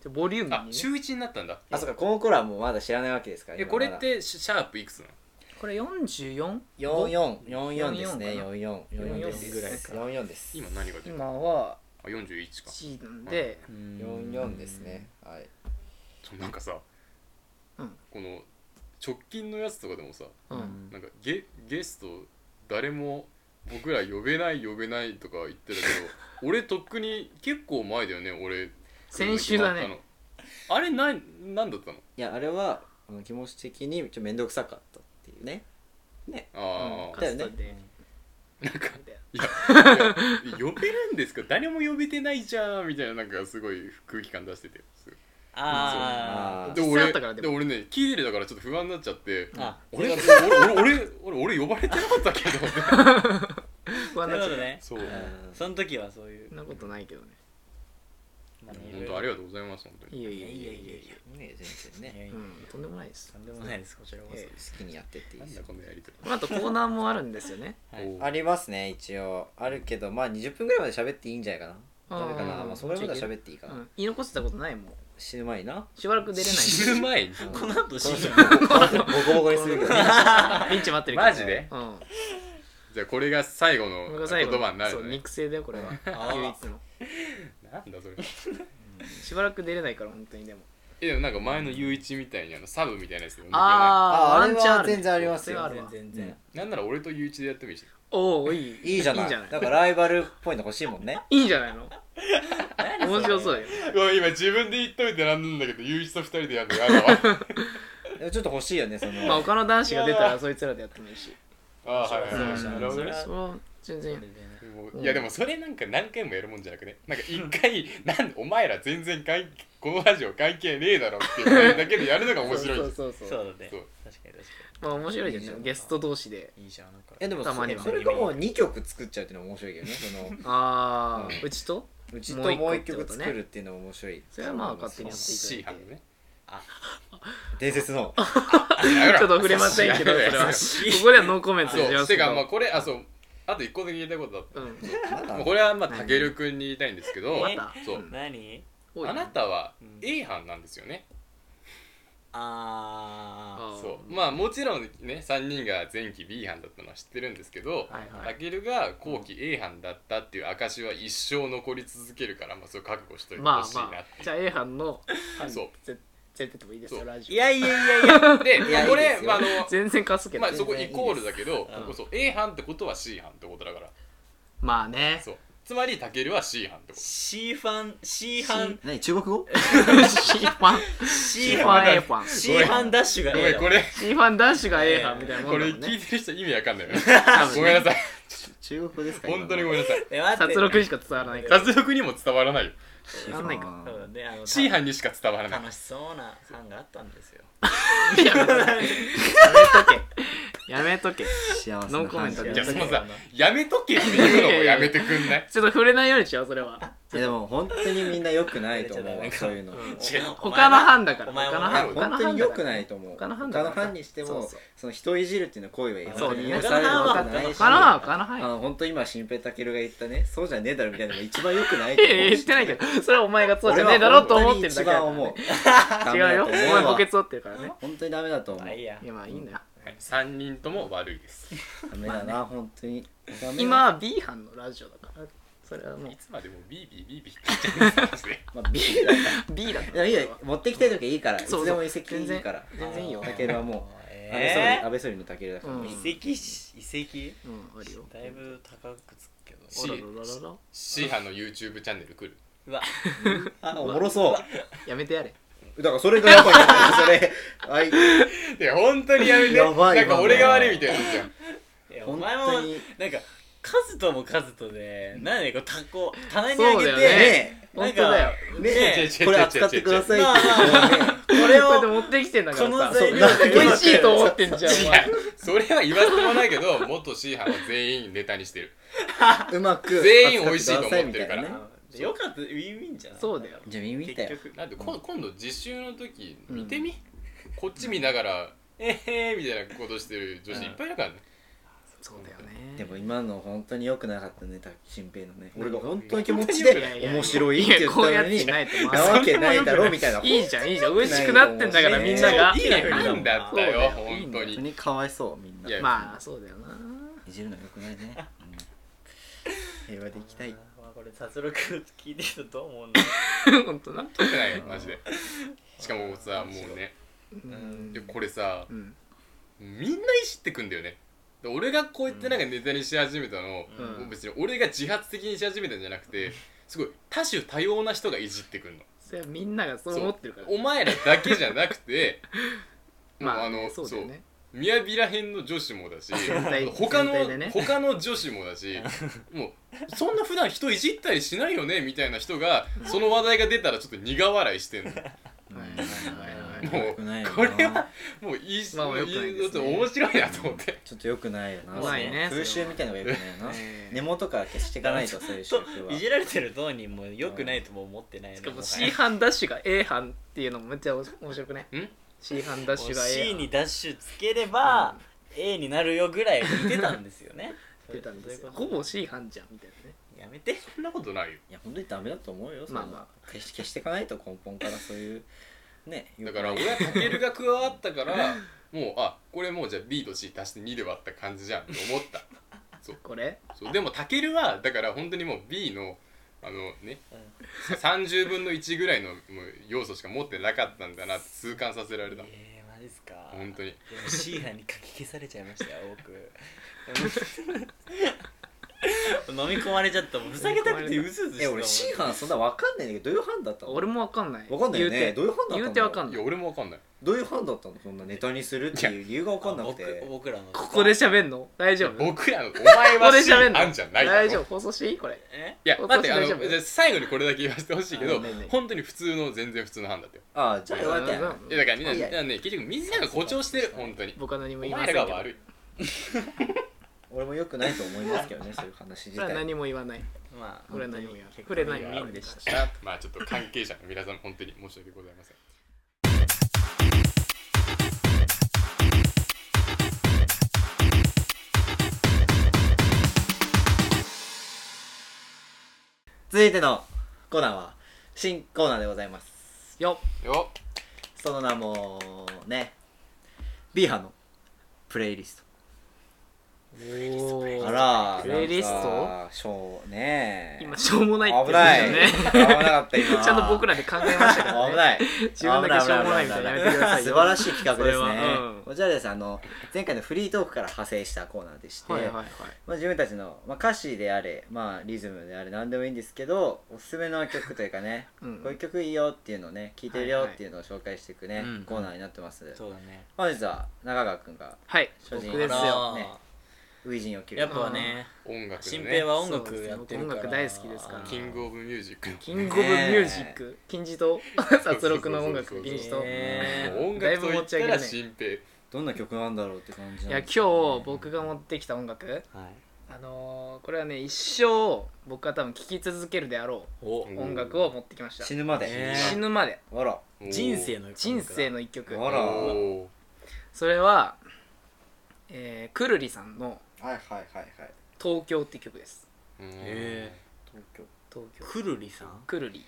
Speaker 1: じゃボリューム
Speaker 4: あ
Speaker 1: に、ね、
Speaker 4: 週一になったんだ
Speaker 2: あそうかこの頃はもうまだ知らないわけですから
Speaker 4: え
Speaker 2: 今
Speaker 4: これ
Speaker 2: ま
Speaker 4: っ
Speaker 2: だ
Speaker 4: てシシャープいくつなの
Speaker 1: これ 44?
Speaker 2: 4444ですね4444
Speaker 1: 44
Speaker 2: です
Speaker 1: ぐらいか
Speaker 2: 44です
Speaker 4: 今何が出てる
Speaker 1: 今は
Speaker 4: あ41か
Speaker 1: 1なんで、
Speaker 2: 44ですねはい
Speaker 4: そうなんかさ、
Speaker 1: うん
Speaker 4: この直近のやつとかでもさ
Speaker 1: うん
Speaker 4: なんかゲゲスト誰も僕ら呼べない 呼べないとか言ってたけ ど俺とっくに結構前だよね俺
Speaker 1: 先週だね
Speaker 4: あれなんなんだったの
Speaker 2: いやあれはあの気持ち的にちょっと面倒くさかったっていうねね
Speaker 4: あ
Speaker 1: カ
Speaker 4: あ、
Speaker 1: スタ
Speaker 2: だよ
Speaker 1: で
Speaker 4: なんか
Speaker 1: みたい
Speaker 4: いやいや呼べるんですか誰も呼べてないじゃんみたいななんかすごい空気感出しててすごい
Speaker 3: あ
Speaker 2: あ
Speaker 4: で
Speaker 1: 実際あ
Speaker 4: 俺
Speaker 1: ったからで
Speaker 4: で
Speaker 1: も
Speaker 4: 俺ね聞いてるだからちょっと不安になっちゃって
Speaker 3: ああ
Speaker 4: 俺俺俺俺俺俺呼ばれてなかったけど
Speaker 1: 不安
Speaker 3: あな
Speaker 1: にな
Speaker 3: るほ
Speaker 1: っちゃ
Speaker 3: ど
Speaker 1: う
Speaker 3: ね
Speaker 4: そう
Speaker 2: うん
Speaker 3: その時はそういう
Speaker 1: そんなことないけどね
Speaker 3: 本
Speaker 4: 本当ありがとうございます本当に
Speaker 1: いや
Speaker 3: い
Speaker 1: い
Speaker 3: や
Speaker 1: や
Speaker 3: い
Speaker 1: い
Speaker 3: や
Speaker 1: や
Speaker 3: い
Speaker 1: い
Speaker 3: や
Speaker 1: や
Speaker 3: い
Speaker 1: い
Speaker 3: や
Speaker 2: ね全然ね
Speaker 1: やうんとんでもないです
Speaker 3: とんでもないですこちらこ
Speaker 1: ええ
Speaker 2: 好きにやってっていい
Speaker 4: な
Speaker 2: です
Speaker 4: んだ
Speaker 2: よ
Speaker 4: このやりとり
Speaker 1: この後コーナーもあるんですよ ね
Speaker 3: はい
Speaker 4: おう
Speaker 2: ありますね一応あるけどまあ20分ぐらいまで喋っていいんじゃないかな
Speaker 1: あ
Speaker 2: ダ
Speaker 1: ー
Speaker 2: メかなまあそれまでは喋っていいか
Speaker 1: う
Speaker 2: なん
Speaker 1: 言い残したことないもん
Speaker 2: 死ぬ前にな
Speaker 1: しばらく出れない
Speaker 4: 死 ぬ前に
Speaker 2: うん
Speaker 3: この後死ぬ
Speaker 2: この人ボコボコにするけどね
Speaker 1: リンチ待ってる
Speaker 4: マジで
Speaker 1: うん
Speaker 4: じゃあこれが最後の
Speaker 1: こ
Speaker 4: 言
Speaker 1: れが最後
Speaker 4: 葉にな
Speaker 1: そう
Speaker 4: るね
Speaker 1: 肉声だよこれは
Speaker 3: あー
Speaker 1: 唯一の
Speaker 4: なんだそれ
Speaker 1: しばらく出れないから本当にでも
Speaker 4: えでもなんか前の雄一みたいにあのサブみたいなやつでも
Speaker 1: あ
Speaker 2: あ
Speaker 1: あワ
Speaker 2: ー
Speaker 1: ンチャンあ
Speaker 2: あれは
Speaker 1: るね
Speaker 2: 全然あります
Speaker 1: それは
Speaker 2: よ
Speaker 1: あるわ
Speaker 3: 全然
Speaker 4: なんなら俺と雄一でやってもいいし
Speaker 1: おおいい
Speaker 2: いいじゃない
Speaker 1: いいんじ
Speaker 2: だからライバルっぽいの欲しいもんね
Speaker 1: いいんじゃないの面白そううだよ
Speaker 4: 今自分で言っといてなんだけど雄一と二人でやるのやだわ
Speaker 2: でもちょっと欲しいよねその
Speaker 1: まあ他の男子が出たらそいつらでやってもいいし
Speaker 4: ああはいはいは
Speaker 3: そう
Speaker 4: いなるほどね
Speaker 1: それは全然
Speaker 4: もういやでもそれなんか何回もやるもんじゃなくねなんか一回なんお前ら全然関係このラジオ関係ねえだろっていう回だけでやるのが面白い
Speaker 1: そ
Speaker 4: んで
Speaker 1: う
Speaker 4: す
Speaker 1: そうそう
Speaker 3: そ
Speaker 1: そうう
Speaker 3: だね
Speaker 4: そう
Speaker 3: 確かに確か
Speaker 1: まあ面白いじゃんゲスト同士で
Speaker 3: にいいじゃんなんか
Speaker 2: えでも
Speaker 1: たまには
Speaker 2: そそれかもう2曲作っちゃうっていうのも面白いけどねその
Speaker 1: ああ
Speaker 2: うん
Speaker 1: うちと
Speaker 2: うちと
Speaker 1: もう一個
Speaker 2: もう
Speaker 1: っ
Speaker 2: 1
Speaker 1: てことね
Speaker 2: 曲作るっていうのも面白い
Speaker 1: それはまあ勝手にやって
Speaker 4: シー
Speaker 1: いた
Speaker 4: ハ
Speaker 1: だい
Speaker 4: ン
Speaker 1: て
Speaker 4: ね
Speaker 2: 伝説の
Speaker 4: やめろ
Speaker 1: ちょっと触れませんけどそれはここではノーコメントにし
Speaker 4: そ
Speaker 1: ま
Speaker 4: う
Speaker 1: すけ
Speaker 4: て
Speaker 1: ど
Speaker 4: かまあこれあそうあと一個だけ言いたいことだった
Speaker 1: うん
Speaker 2: まだ
Speaker 4: まあこれはまあたけるくんに言いたいんですけど
Speaker 1: また
Speaker 4: そう
Speaker 3: 何
Speaker 1: 多いね
Speaker 4: あなたは
Speaker 3: うん
Speaker 4: A 班なんですよね、
Speaker 3: あ
Speaker 1: あー
Speaker 4: そうまあもちろんね3人が前期 B 班だったのは知ってるんですけど、
Speaker 1: はいは
Speaker 4: た
Speaker 1: い
Speaker 4: けるが後期 A 班だったっていう証は一生残り続けるから、まあ、それ覚悟しといて
Speaker 1: ま
Speaker 4: ほ
Speaker 1: あ
Speaker 4: しいなっ
Speaker 1: ま
Speaker 4: て、
Speaker 1: あじゃあ A 班の
Speaker 4: そう
Speaker 1: ぜ全然でもいいですよ
Speaker 4: そう
Speaker 1: ラ
Speaker 3: い
Speaker 1: ジ
Speaker 3: やいやいやいや
Speaker 4: で、
Speaker 2: いや
Speaker 4: こ
Speaker 2: いい
Speaker 4: れ
Speaker 2: ですよ
Speaker 4: まああの
Speaker 1: オ全然貸すけど
Speaker 4: まあ
Speaker 1: ね
Speaker 4: そこイコールだけ
Speaker 3: 全
Speaker 4: ど、
Speaker 3: 然いいです
Speaker 4: そう A 班ってことは C 班ってことだから
Speaker 1: まあ ね
Speaker 4: そうつまりたけるは C 班ってこと
Speaker 3: C ファン C ハン
Speaker 2: 何中 国語
Speaker 1: C ファン
Speaker 3: C
Speaker 1: C フ
Speaker 3: フ
Speaker 1: ァン
Speaker 3: ァ
Speaker 1: A
Speaker 3: ン
Speaker 1: ファン
Speaker 3: C ハンダッシュが
Speaker 4: ごめ
Speaker 3: A
Speaker 4: ん
Speaker 3: だ
Speaker 4: これ
Speaker 1: C ファン男子が A 班みたいなも
Speaker 4: こ
Speaker 1: んだ
Speaker 4: れ
Speaker 1: もん
Speaker 4: 聞い
Speaker 1: ね
Speaker 4: てる人意味わかんないよね
Speaker 1: 多分ね
Speaker 4: ごめんなさい
Speaker 2: 中国語ですか
Speaker 4: 本当にごめんなさい
Speaker 3: え待って
Speaker 1: 殺戮にしか伝わらないから
Speaker 4: 脱力にも伝わらないよ
Speaker 1: 伝わらないか
Speaker 3: そうだねあの
Speaker 4: C 班にしか伝わらない
Speaker 3: 楽しそうな班があったんですよ
Speaker 1: やめとけやめとけ
Speaker 2: 幸せ
Speaker 1: ノーコメントで
Speaker 2: い
Speaker 4: いや
Speaker 2: や
Speaker 4: その
Speaker 3: そうだ
Speaker 4: さ
Speaker 3: な
Speaker 4: やめとけっていうのもやめてくんない
Speaker 1: ちょっと触れないようにしようそれは
Speaker 2: でも本当にみんな良くないと思うわそういうの
Speaker 1: 他の班だから
Speaker 3: お前
Speaker 1: 他の
Speaker 3: は
Speaker 1: 班
Speaker 4: お前は
Speaker 1: 他の
Speaker 2: 本
Speaker 1: 班だか
Speaker 2: 当
Speaker 1: ら
Speaker 2: に良くないと思う
Speaker 1: 他の班だ
Speaker 2: 他
Speaker 1: か
Speaker 2: の
Speaker 1: ら
Speaker 2: 班にして
Speaker 1: そう
Speaker 2: も
Speaker 1: そう
Speaker 2: その人いじるっていうのは行為は
Speaker 1: そう
Speaker 2: 本
Speaker 1: ね
Speaker 2: 当に許されることないし
Speaker 1: 他の班は他の班
Speaker 2: あの本当に今新平たけるが言ったねそうじゃねえだろみたいなのが一番良くない
Speaker 1: い
Speaker 2: と
Speaker 1: や
Speaker 2: 思う
Speaker 1: いや言ってないけどそれはお前がそうじゃねえだろうと思ってるだけ
Speaker 2: 俺
Speaker 1: だ
Speaker 2: は本 当に一番思う
Speaker 1: 違うよお
Speaker 2: ダ
Speaker 1: 前
Speaker 2: メだと思う
Speaker 1: 補
Speaker 2: わ
Speaker 1: 欠取ってるからね
Speaker 2: 本当にダメだと思う
Speaker 3: まあいいや
Speaker 1: いやまあいいんだよ
Speaker 4: 3人とも悪いですい
Speaker 2: ダメだな本当にダメだ
Speaker 1: 今は B 班のラジオだからそれはも
Speaker 4: つまでもビービービービーって言っちゃうんですね
Speaker 2: まあ B だから
Speaker 1: う B だか
Speaker 2: い
Speaker 1: ら
Speaker 2: やいいよ持ってきたい時はいいからい
Speaker 1: そうそう
Speaker 2: つでも移籍いいから
Speaker 1: 全然いいよ
Speaker 2: たけるはもう安倍総理
Speaker 3: え
Speaker 2: 安倍総理のたけるだから
Speaker 1: うん
Speaker 3: ー移籍し移籍
Speaker 1: うんあるよ
Speaker 3: だいぶ高くつ
Speaker 2: けど
Speaker 1: おらら
Speaker 4: C
Speaker 1: ららら
Speaker 4: シーハの YouTube チャンネル来る
Speaker 2: うわあおもろそう
Speaker 1: やめてやれ
Speaker 2: だからそれがやばいよそれはい
Speaker 4: いや本当にやめて
Speaker 2: やばい
Speaker 4: なん
Speaker 2: わ
Speaker 4: か俺が悪いみたいになっち ゃう
Speaker 5: いやお
Speaker 2: 本
Speaker 5: 前も
Speaker 2: 当に
Speaker 5: なんかカズともカズとでなんでこうタコ棚にあ
Speaker 1: そう
Speaker 5: げ
Speaker 1: だ
Speaker 5: て
Speaker 1: よ
Speaker 2: ね
Speaker 1: ね
Speaker 5: なん
Speaker 1: 本
Speaker 5: か
Speaker 1: 当だよ
Speaker 5: ね
Speaker 2: ね
Speaker 4: 違う違う違う違う
Speaker 2: これ扱ってください
Speaker 5: まあ
Speaker 2: ってね
Speaker 5: これ
Speaker 1: こうやって
Speaker 5: を
Speaker 1: 持ってきてんだか
Speaker 5: この
Speaker 1: らさ
Speaker 5: 材料
Speaker 2: そう
Speaker 5: で
Speaker 1: 美味しいと思ってんじゃん
Speaker 4: い
Speaker 1: お
Speaker 4: や
Speaker 1: 前
Speaker 4: それは言わせてもないけど元シーハは全員ネタにし てる
Speaker 2: うまく
Speaker 4: 全員美味しいと思ってるから
Speaker 2: 扱ってくださいみたいなね
Speaker 5: でよかったウィンウィンじゃん
Speaker 1: そうだよ
Speaker 2: じゃあ耳見たよ
Speaker 5: 結局
Speaker 4: だってこ今度実習の時見てみ、こっち見ながらえー、へーみたいなことしてる女子いっぱいいるからね、
Speaker 1: そうだよね
Speaker 2: でも今の本当に良くなかったね新平のね俺が本当
Speaker 4: 当
Speaker 2: に
Speaker 4: に
Speaker 2: 気持ち
Speaker 1: いやい
Speaker 2: で
Speaker 1: や
Speaker 2: 面白いって言った
Speaker 1: こうや
Speaker 2: の
Speaker 1: っ
Speaker 2: に
Speaker 1: て
Speaker 2: な
Speaker 1: ないと
Speaker 2: わけないだろみたいない
Speaker 1: いじゃんいいじゃん美味しくなってんだからみんなが
Speaker 5: いいね
Speaker 4: なんだったよ
Speaker 1: そうだよ
Speaker 4: 本当
Speaker 2: 本当
Speaker 4: に
Speaker 2: にかわいそうみんない
Speaker 4: や
Speaker 1: まあそうだよない
Speaker 2: じるのよくないね、うん平和でいきたい
Speaker 5: まあこれ達録聞いてるとどう思うんだ
Speaker 1: 本当な
Speaker 4: 撮ってないよマジでしかもさもうね
Speaker 1: うん
Speaker 4: いやこれさ
Speaker 1: うん
Speaker 4: みんないじってくんだよねで俺がこうやってなんかネタにし始めたのを、
Speaker 1: うん
Speaker 4: 別に俺が自発的にし始めたんじゃなくてすごい多種多様な人がいじってくんの
Speaker 1: それはみんながそう思ってるから
Speaker 4: お前らだけじゃなくてもう
Speaker 1: まあ
Speaker 4: あの
Speaker 1: そうだよね
Speaker 4: 宮平編の女子もだし
Speaker 1: 体
Speaker 4: 他 の、
Speaker 1: 全体でね
Speaker 4: 他の女子も だしもうそんな普段人いじったりしないよねみたいな人がその話題が出たらちょっと苦笑 いしてんの
Speaker 1: はいはいはい
Speaker 4: もう
Speaker 2: よくないよな
Speaker 4: これはもういいし、
Speaker 1: まあ
Speaker 4: もういい
Speaker 1: よくないですね
Speaker 4: ちょっと面白いなと思って
Speaker 2: ちょっとよくないよな
Speaker 1: 怖いね
Speaker 2: その風習みたいなのがよくないよな、
Speaker 1: ええ
Speaker 2: 根元から消していかないとそういう習
Speaker 5: と
Speaker 2: 慣はい
Speaker 5: じられてるどうにも良くないとも思ってない
Speaker 1: しかも C 班ダッシュが A 班っていうのもめっちゃ面白くね
Speaker 4: ん
Speaker 1: C 班ダッシュが A 班
Speaker 5: C にダッシュつければ A になるよぐらい似てたんですよ ね
Speaker 1: 出たんです
Speaker 5: そ
Speaker 1: よ
Speaker 5: う
Speaker 1: ほ
Speaker 5: いうこ
Speaker 1: ぼ C 班じゃんみたいなね
Speaker 5: とやめて
Speaker 4: そんなことないよ
Speaker 2: いや本当にダメだと思うよ
Speaker 1: まあ
Speaker 2: そんな
Speaker 1: ま
Speaker 2: 消し消していかないと根本からそういう ね
Speaker 4: だから俺はたけるが加わったからもうあこれもうじゃあ B と C 足して2で割った感じじゃんって思った
Speaker 1: これ
Speaker 4: そうでもたけるはだから本当にもう B のあのね、30分の1ぐらいのもう要素しか持ってなかったんだなって痛感させられた
Speaker 5: えー、マジっすか
Speaker 4: 本当に
Speaker 5: でも C 班にかき消されちゃいましたよ 僕飲み込まれちゃったもんふざけたくてうずうずして
Speaker 2: え俺 C 班そんなわかんないんだけどどういう班だったの
Speaker 1: 俺もわかんない
Speaker 2: わかんないよね
Speaker 1: 言うて
Speaker 2: どういう班だったんだろう
Speaker 1: 言うてわかん
Speaker 4: い
Speaker 1: な
Speaker 4: や
Speaker 1: い
Speaker 4: 俺もわかんない
Speaker 2: どういう班だったのそんなネタにするっていう理由がわかんなくて
Speaker 5: 僕僕らの
Speaker 1: ここで喋んの大丈夫こ
Speaker 4: 僕らのお前
Speaker 1: こ
Speaker 4: は
Speaker 1: で
Speaker 4: C
Speaker 1: 喋ん
Speaker 4: あん
Speaker 1: の
Speaker 4: じゃないだろ
Speaker 1: 大丈夫放送していいこれ
Speaker 5: え
Speaker 4: いや待ってあの
Speaker 1: 大丈夫
Speaker 4: じゃあ最後にこれだけ言わせてほしいけ
Speaker 1: あ
Speaker 4: ど
Speaker 1: ねえねえ
Speaker 4: 本当に普通の全然普通の班だったよ
Speaker 2: ああじゃあよかったやん
Speaker 4: いやだからみんない
Speaker 2: や
Speaker 4: だからね結局みんなが誇張してる本当に
Speaker 1: 僕は何も
Speaker 4: お
Speaker 1: 言いませ
Speaker 4: 前
Speaker 1: んけ
Speaker 4: ら
Speaker 1: ど
Speaker 4: が悪い
Speaker 2: 俺もよくないと思いますけどねそういう話
Speaker 1: そ
Speaker 2: 自
Speaker 1: れは
Speaker 2: 体
Speaker 1: 何も言わない
Speaker 5: まあ
Speaker 1: これは何も言わない触
Speaker 5: れ
Speaker 1: れ
Speaker 5: な
Speaker 1: ないい
Speaker 5: ウィ
Speaker 1: もん
Speaker 5: ンでした
Speaker 4: まあちょっと関係者の皆さん本当に申し訳ございません
Speaker 2: 続いてのコーナーは新コーナーでございます
Speaker 1: よ
Speaker 4: よっ
Speaker 2: その名もね B 班のプレイリスト
Speaker 1: おー
Speaker 2: あら
Speaker 1: プレイリスト
Speaker 2: なんかしょうね
Speaker 1: 今しょうもないって
Speaker 2: 危
Speaker 1: 言っ
Speaker 2: な
Speaker 1: て
Speaker 2: い
Speaker 1: たよね
Speaker 2: 危なかった今
Speaker 1: ちゃんと僕らで考えましたからね
Speaker 2: 危ない
Speaker 1: 自分だけしょうもないみたいなのやめてください
Speaker 2: 素
Speaker 1: よ
Speaker 2: 晴らしい企画です
Speaker 1: それ
Speaker 2: ね
Speaker 1: はうん
Speaker 2: こちらですあの前回のフリートークから派生したコーナーでして、
Speaker 1: はいはいはい
Speaker 2: まあ、自分たちの、まあ、歌詞であれ、まあ、リズムであれ何でもいいんですけどおすすめの曲というかね、
Speaker 1: うん
Speaker 2: こういう曲いいよっていうのをね聴いてる
Speaker 1: は
Speaker 2: よ
Speaker 1: いはい
Speaker 2: っていうのを紹介していくね、
Speaker 5: うん
Speaker 2: コーナーになってます、
Speaker 5: そうだね
Speaker 2: 本日は中川君が
Speaker 1: はい
Speaker 2: 所持
Speaker 1: 僕です
Speaker 2: あ
Speaker 1: よ
Speaker 2: らね初陣を切る
Speaker 5: やっぱね
Speaker 4: 音楽
Speaker 5: 新
Speaker 4: の
Speaker 5: 平
Speaker 4: ね
Speaker 5: は音楽やってるから
Speaker 1: そうですね僕音楽大好きですから
Speaker 4: キングオブミュージックの
Speaker 1: キングオブミュージック金字 塔殺戮の音楽金字塔
Speaker 5: ね
Speaker 4: もう音楽と言った
Speaker 1: だいぶ持
Speaker 4: ら
Speaker 1: ち
Speaker 4: 新平
Speaker 2: どんな曲なんだろうって感じ
Speaker 1: い
Speaker 2: な
Speaker 1: や
Speaker 2: ん
Speaker 1: 今
Speaker 2: ですよ
Speaker 1: 日僕が持ってきた音楽
Speaker 5: はい
Speaker 1: あのーこれはね一生僕は多分聴き続けるであろ
Speaker 5: お
Speaker 1: う音楽を持ってきました
Speaker 2: 死ぬまで、
Speaker 5: ね
Speaker 1: 死ぬまで
Speaker 2: あら
Speaker 5: 人生の
Speaker 1: 人生の一曲
Speaker 2: あら
Speaker 4: おー
Speaker 1: それは、えー、くるりさんの
Speaker 2: はいはいはいはい
Speaker 1: 「東京」って曲です
Speaker 4: うん
Speaker 5: へ
Speaker 2: 東京
Speaker 1: 東京
Speaker 5: くるりさん
Speaker 1: くるり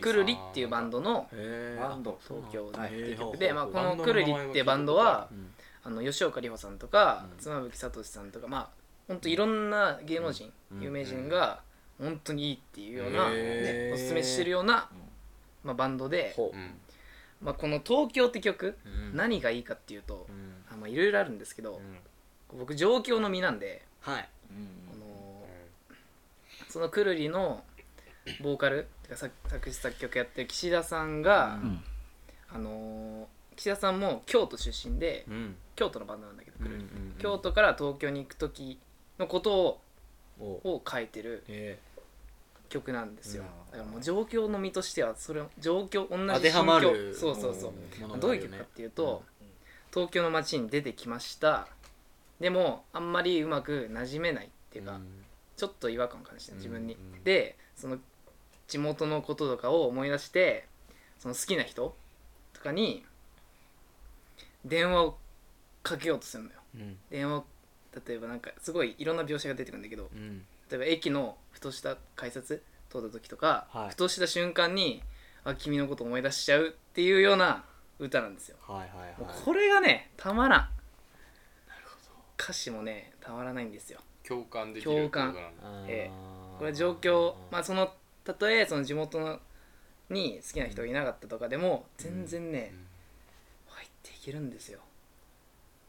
Speaker 1: くるりっていうバンドの
Speaker 5: へ
Speaker 2: バンド
Speaker 1: 「東京」
Speaker 2: はい
Speaker 1: って曲
Speaker 5: へ
Speaker 1: で、
Speaker 5: ー
Speaker 1: まあ、こ
Speaker 4: バ
Speaker 1: の
Speaker 4: ンドの
Speaker 1: くるりってバンドは
Speaker 5: うん
Speaker 1: あの吉岡里帆さんとか、
Speaker 5: うん
Speaker 1: 妻夫木聡さんとかまあほんといろんな芸能人、
Speaker 5: うん
Speaker 1: 有名人が本当にいいっていうような、
Speaker 5: へー
Speaker 1: ねおすすめしてるような
Speaker 2: うん、
Speaker 1: まあ、バンドで、
Speaker 5: ほ
Speaker 4: うん
Speaker 1: まあ、この「東京」って曲、
Speaker 5: うん
Speaker 1: 何がいいかっていうと
Speaker 5: う、ん
Speaker 1: あまあ、いろいろあるんですけど、
Speaker 5: うん
Speaker 1: 僕上京の身なんで、
Speaker 5: はい
Speaker 2: うん
Speaker 1: あのーそのくるりのボーカルてか作作詞作曲やってる岸田さんが、
Speaker 3: ん
Speaker 1: あのー岸田さんも京都出身で
Speaker 2: うん
Speaker 1: 京都のバンドなんだけど、くるり
Speaker 2: ん
Speaker 1: 京都から東京に行く時のことを
Speaker 2: お
Speaker 1: を書いてる
Speaker 2: え
Speaker 1: 曲なんですよ
Speaker 2: なる
Speaker 1: だ
Speaker 2: ほど
Speaker 1: からもう状況の身としてはそれ状況同じ心境
Speaker 2: 当てはまる
Speaker 1: そうそうそう
Speaker 3: ものがあるよね
Speaker 1: どういう曲かっていうと、東京の街に出てきましたでもあんまりうまく馴染めないっていうか、ちょっと違和感を感じて自分に、
Speaker 4: うん
Speaker 1: でその地元のこととかを思い出してその好きな人とかに電話をかけようとするのよ
Speaker 2: うん
Speaker 1: 電話例えばなんかすごいいろんな描写が出てくるんだけど
Speaker 2: うん
Speaker 1: 例えば駅のふとした改札通った時とか、
Speaker 2: はい
Speaker 1: ふとした瞬間にあ君のこと思い出しちゃうっていうような歌なんですよ
Speaker 2: はいはい
Speaker 1: もう
Speaker 2: はい
Speaker 1: これがねたまらん歌詞もねたまらないんですよ
Speaker 4: 共感できるってことなんだ
Speaker 1: え
Speaker 2: あー
Speaker 1: これ状況まあそのたとえその地元のに好きな人がいなかったとかでも全然ね、入っていけるんですよ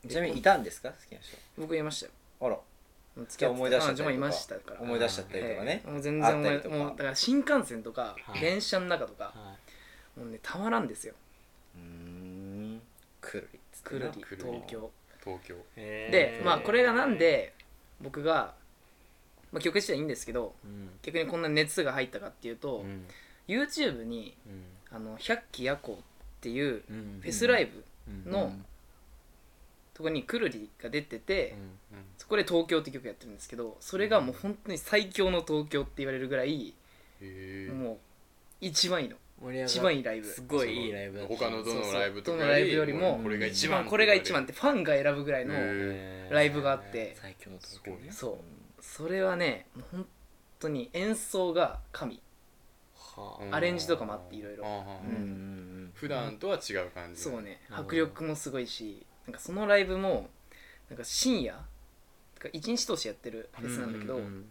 Speaker 2: ちなみにいたんですか好きな人
Speaker 1: 僕言いましたよ
Speaker 2: あら
Speaker 1: 付き合っ
Speaker 2: 思い
Speaker 1: てた
Speaker 2: 出しち
Speaker 1: 彼
Speaker 2: ゃったり
Speaker 1: 女
Speaker 2: とか
Speaker 1: もいましたから
Speaker 2: 思い出しちゃったりとかね
Speaker 1: ええもう全然思い
Speaker 2: あったりとか
Speaker 1: もうだから新幹線とか
Speaker 2: はい
Speaker 1: 電車の中とか、
Speaker 2: は
Speaker 1: もうねたまらんですよ
Speaker 2: うーんくるりっつって
Speaker 1: く
Speaker 2: な
Speaker 1: るり
Speaker 4: くるり
Speaker 1: 東京
Speaker 4: 東京
Speaker 1: でまあこれがなん
Speaker 2: で
Speaker 1: で僕が、まあ、曲自体いいんですけど
Speaker 2: うん
Speaker 1: 逆にこんな熱が入ったかっていうと、
Speaker 2: うん
Speaker 1: YouTube に
Speaker 2: うん
Speaker 1: 「あの百鬼夜行」っていう
Speaker 2: うん
Speaker 1: フェスライブ、
Speaker 2: う
Speaker 1: の
Speaker 2: ん
Speaker 1: とこにくるりが出てて、
Speaker 2: うん
Speaker 1: そこで「東京」って曲やってるんですけどそれがもう本当に最強の東京って言われるぐらい、
Speaker 4: へえ
Speaker 1: もう一番いいの
Speaker 2: 盛り上がっ
Speaker 1: 一番いいライブ
Speaker 2: すごいいいライブだった
Speaker 4: 他のどのライブと
Speaker 1: そうそうど
Speaker 4: か
Speaker 1: のライブよりも
Speaker 4: これが一
Speaker 1: 一
Speaker 4: 番
Speaker 1: 番これが一番ってファンが選ぶぐらいの、
Speaker 4: へ
Speaker 2: えー
Speaker 1: ライブがあって
Speaker 2: 最強の東
Speaker 4: すごいね
Speaker 1: そうそれはねもう本当に演奏が神
Speaker 2: は
Speaker 4: うん
Speaker 1: アレンジとかもあっていろいろ
Speaker 4: あーは
Speaker 2: あ
Speaker 4: ー
Speaker 2: うんうん
Speaker 4: 普段とは違う感じ
Speaker 1: そうね
Speaker 2: なるほど
Speaker 1: 迫力もすごいしなんかそのライブもなんか深夜てか一日通してやってるフェスなんだけど、
Speaker 2: うんうん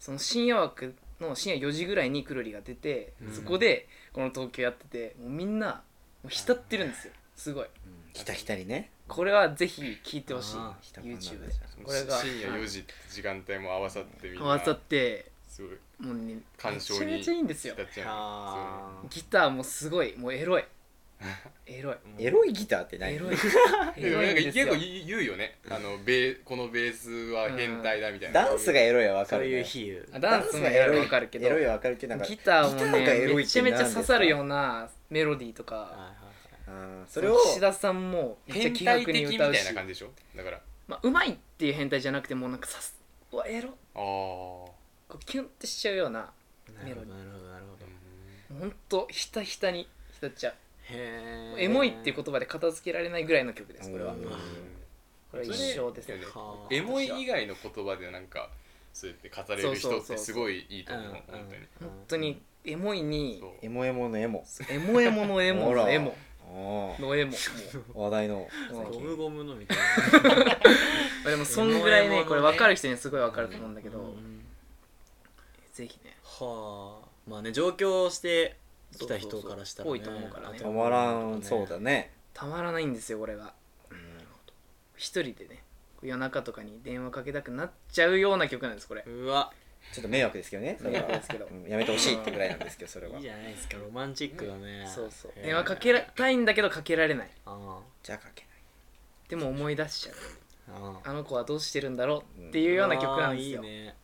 Speaker 1: その深夜枠の深夜4時ぐらいにくるりが出て、そこでこの東京やっててもうみんなもう浸ってるんですよすごい
Speaker 2: うんひたひたりね
Speaker 1: これはぜひ聴いてほしい
Speaker 2: あーひたこんなんだ
Speaker 1: YouTube で
Speaker 2: じゃ
Speaker 1: これが
Speaker 4: 深夜4時って時間帯も合わさってみん
Speaker 1: 合わ
Speaker 4: な
Speaker 1: さって
Speaker 4: すごい
Speaker 1: もうね
Speaker 4: 鑑賞
Speaker 1: め
Speaker 4: に
Speaker 1: ちゃめちゃいいんですよ
Speaker 4: 浸っちゃ
Speaker 2: あ
Speaker 1: ギターもすごいもうエ ロいエロい
Speaker 2: ーエロいギターって何
Speaker 1: エ ロい
Speaker 4: うねでもな
Speaker 1: ん
Speaker 4: んか
Speaker 1: です
Speaker 4: 結
Speaker 1: よ
Speaker 4: 構言うよねあのベこのベースは変態だみたいな
Speaker 2: ダンスがエロいはわか
Speaker 5: そう
Speaker 2: る
Speaker 5: いう
Speaker 2: ね
Speaker 5: 比喩
Speaker 1: あダンスもエロいわかるけど
Speaker 2: エロいはわかるけどなんか
Speaker 1: ギターも
Speaker 2: ギターがエ
Speaker 1: ね
Speaker 2: ロい
Speaker 1: め
Speaker 2: って
Speaker 1: ちゃ
Speaker 2: 何
Speaker 1: め
Speaker 2: で
Speaker 1: ちゃ
Speaker 2: すか
Speaker 1: 刺さるようなメロディーとか
Speaker 2: あーそ
Speaker 1: そ
Speaker 2: れ
Speaker 1: れ
Speaker 2: を
Speaker 1: を岸田さんもめっちゃ
Speaker 4: 変
Speaker 1: 気
Speaker 4: 態
Speaker 1: 楽
Speaker 4: 的
Speaker 1: に
Speaker 4: み
Speaker 1: 歌
Speaker 4: た
Speaker 1: う
Speaker 4: い
Speaker 1: し
Speaker 4: な感じでしょだから
Speaker 1: まあうまいっていう変態じゃなくてもうなんかさすうわエロ
Speaker 4: ああ
Speaker 1: こうキュンってしちゃうような
Speaker 2: なるほどなるほどなるほど
Speaker 1: ほんとひたひたに浸っちゃう
Speaker 2: へ
Speaker 1: エモいっていう言葉で片付けられないぐらいの曲ですこれは
Speaker 2: うん
Speaker 1: これは一生ですね
Speaker 2: はあ
Speaker 4: エモい以外の言葉でなんかそうやって語れる人ってすごいいいと思う
Speaker 2: そうそうそうそう
Speaker 4: 本当に
Speaker 1: 本当にエモいに
Speaker 4: そう
Speaker 2: エモエモのエモ
Speaker 1: エモエモのエモ
Speaker 2: ほら
Speaker 1: のエモ
Speaker 2: あ
Speaker 1: のエモも
Speaker 2: ー話題の
Speaker 1: ううん
Speaker 5: ゴムゴムのみたい
Speaker 1: まあでもそんぐらい
Speaker 5: エモエモのね
Speaker 1: ねこれ分かる人にはすごい分かると思うんだけ
Speaker 5: なう
Speaker 1: ど
Speaker 5: ん
Speaker 1: ぜひね
Speaker 5: はあまあね上京してきた人からしたらね
Speaker 1: そうそうそう多いと思うからね
Speaker 2: たまらんそうだね
Speaker 1: たまらないんですよこれが一人でね夜中とかに電話かけたくなっちゃうような曲なんですこれ
Speaker 5: うわ
Speaker 2: ちょっと迷惑ですけどねそれは
Speaker 1: ですけど
Speaker 2: うんやめてほしいってぐらいなんですけどそれ
Speaker 5: い
Speaker 2: はい
Speaker 5: じゃないですかロマンチックだね
Speaker 1: そうそう
Speaker 5: へえ
Speaker 1: 電話かけらたいんだけどかけられない
Speaker 5: あ
Speaker 2: じゃあかけない
Speaker 1: でも思い出しちゃう
Speaker 5: ああ
Speaker 1: あの子はどうしてるんだろうっていうような曲なんですよ
Speaker 5: ああいいね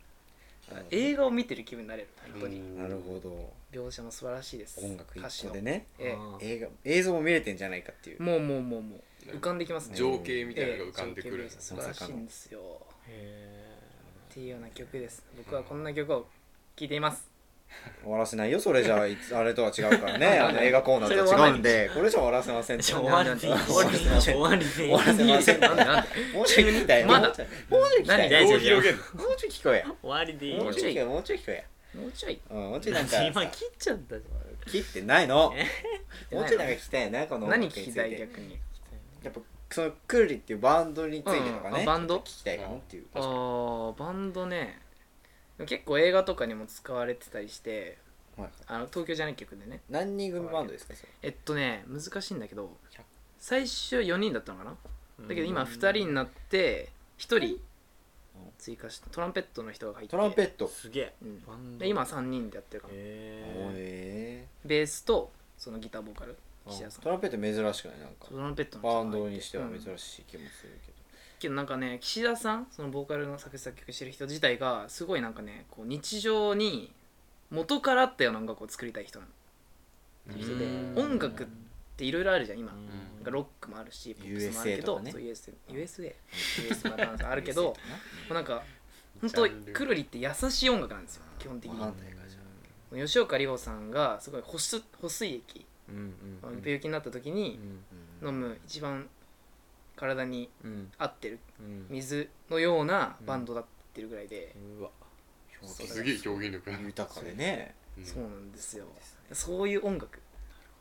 Speaker 1: 映画を見てる気分になれる本当に、
Speaker 2: なるほど
Speaker 1: 描写も素晴らしいです
Speaker 2: 音楽
Speaker 1: 歌詞
Speaker 2: 一
Speaker 1: の
Speaker 2: 個でね
Speaker 1: え
Speaker 5: あ
Speaker 2: 映画映像も見れてんじゃないかってい
Speaker 1: え
Speaker 2: う
Speaker 1: もうもうもうもう浮かんできますね
Speaker 4: 情景みたいなのが浮かんでくる
Speaker 1: ええ情景が浮かんでくる素晴らしいんですよ
Speaker 5: へえ
Speaker 1: っていうような曲です僕はこんな曲を聴いています
Speaker 2: 終わらせないよそれ じゃあいつあれとは違うからねあの映画コーナーとは違うんでこれじゃ終わらせませんって
Speaker 5: じゃあ
Speaker 2: 終
Speaker 5: 終わりでいい
Speaker 1: なんで
Speaker 5: 終わりでいい終わりでい
Speaker 2: わ
Speaker 5: い
Speaker 2: らせませ ん
Speaker 1: なんでなんで
Speaker 2: もうちょい聞きたい
Speaker 1: まだ
Speaker 2: もうちょいもうちょい聞きたい
Speaker 1: 何
Speaker 2: も
Speaker 4: ど
Speaker 2: う
Speaker 4: う広げんの
Speaker 2: ちょい聞こえや
Speaker 5: 終わりでいい
Speaker 2: もうちょい聞こえもうちょい聞こえ
Speaker 1: もうちょい
Speaker 2: やうんもうちょいなんか
Speaker 5: 今切っちゃったじゃ
Speaker 2: 切ってないの
Speaker 1: え
Speaker 2: もうちょいなんか聞きたいなこの音楽
Speaker 1: 何
Speaker 2: につ
Speaker 1: 聞
Speaker 2: い
Speaker 1: き
Speaker 2: て
Speaker 1: たい逆に
Speaker 2: やっぱそのクーリっていうバンドについてとか
Speaker 1: うん
Speaker 2: ね
Speaker 1: あバンド
Speaker 2: ちょっと聞きたいかなっていう
Speaker 1: あーバンドねでも結構映画とかにも使われてたりして
Speaker 2: はい
Speaker 1: あの東京じゃない曲でね
Speaker 2: 何人組バンドですかそれ
Speaker 1: えっとね難しいんだけど最初4人だったのかなだけど今2人になって1人追加してトランペットの人が入って
Speaker 2: トランペット
Speaker 3: すげえ
Speaker 1: うん
Speaker 3: バンド
Speaker 1: で今3人でやってるかな
Speaker 3: へ
Speaker 2: へ
Speaker 1: ベースとそのギターボーカル
Speaker 2: え
Speaker 1: 岸田さん
Speaker 2: トランペット珍しくないなんか
Speaker 1: トランペットの人
Speaker 2: バ
Speaker 1: が入
Speaker 2: ン
Speaker 1: って
Speaker 2: ドにしては
Speaker 1: うん
Speaker 2: 珍しい気もするけど、
Speaker 1: けどなんかね岸田さんそのボーカルの作詞作曲してる人自体がすごいなんかねこう日常に元からあったような音楽を作りたい人なの人で
Speaker 4: うん
Speaker 1: 音楽っていろいろあるじゃん今、なんか
Speaker 4: ん
Speaker 1: ロックもあるしポップスもあるけ
Speaker 2: USA と
Speaker 1: ど
Speaker 2: かね
Speaker 1: そう USA, USA, USA もなんかあるけ どもうなんか本当
Speaker 4: ジャンル
Speaker 1: くるりって優しい音楽なんですよ基本的
Speaker 2: わ
Speaker 1: に
Speaker 2: かんないかじゃあ
Speaker 1: 吉岡里帆さんがすごい保水保水液
Speaker 2: うんうんうん
Speaker 1: 病気になった時に飲む一番体に
Speaker 2: うん
Speaker 1: 合ってる
Speaker 2: うん
Speaker 1: 水のようなバンドだってるぐらいで、
Speaker 2: うわ
Speaker 1: そう
Speaker 4: すげえ表現力
Speaker 2: 豊かでね
Speaker 4: うん
Speaker 1: そうなんですよそういう音楽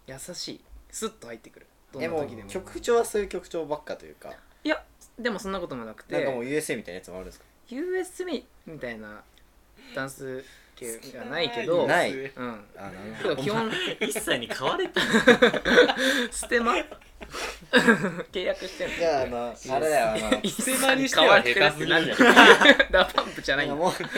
Speaker 1: 優しいスッと入ってくるどん
Speaker 2: え
Speaker 1: な
Speaker 2: も
Speaker 1: 時で
Speaker 2: う
Speaker 1: も
Speaker 2: 曲調はそういう曲調ばっかというか
Speaker 1: いやでもそんなこともなく
Speaker 2: なんかもう
Speaker 1: て
Speaker 2: USA みたいなやつもあるんですか
Speaker 1: USB みたいなダンス系がないけど
Speaker 2: ない
Speaker 1: うん
Speaker 2: あなる
Speaker 1: けど基本
Speaker 5: 一切に買われて
Speaker 1: ステマ契約してんの
Speaker 2: じゃああのあれだよあの
Speaker 1: 一
Speaker 4: ステマにしては下手すぎる
Speaker 1: なんだよ ダパンプじゃないん
Speaker 2: なんか
Speaker 1: だ
Speaker 2: も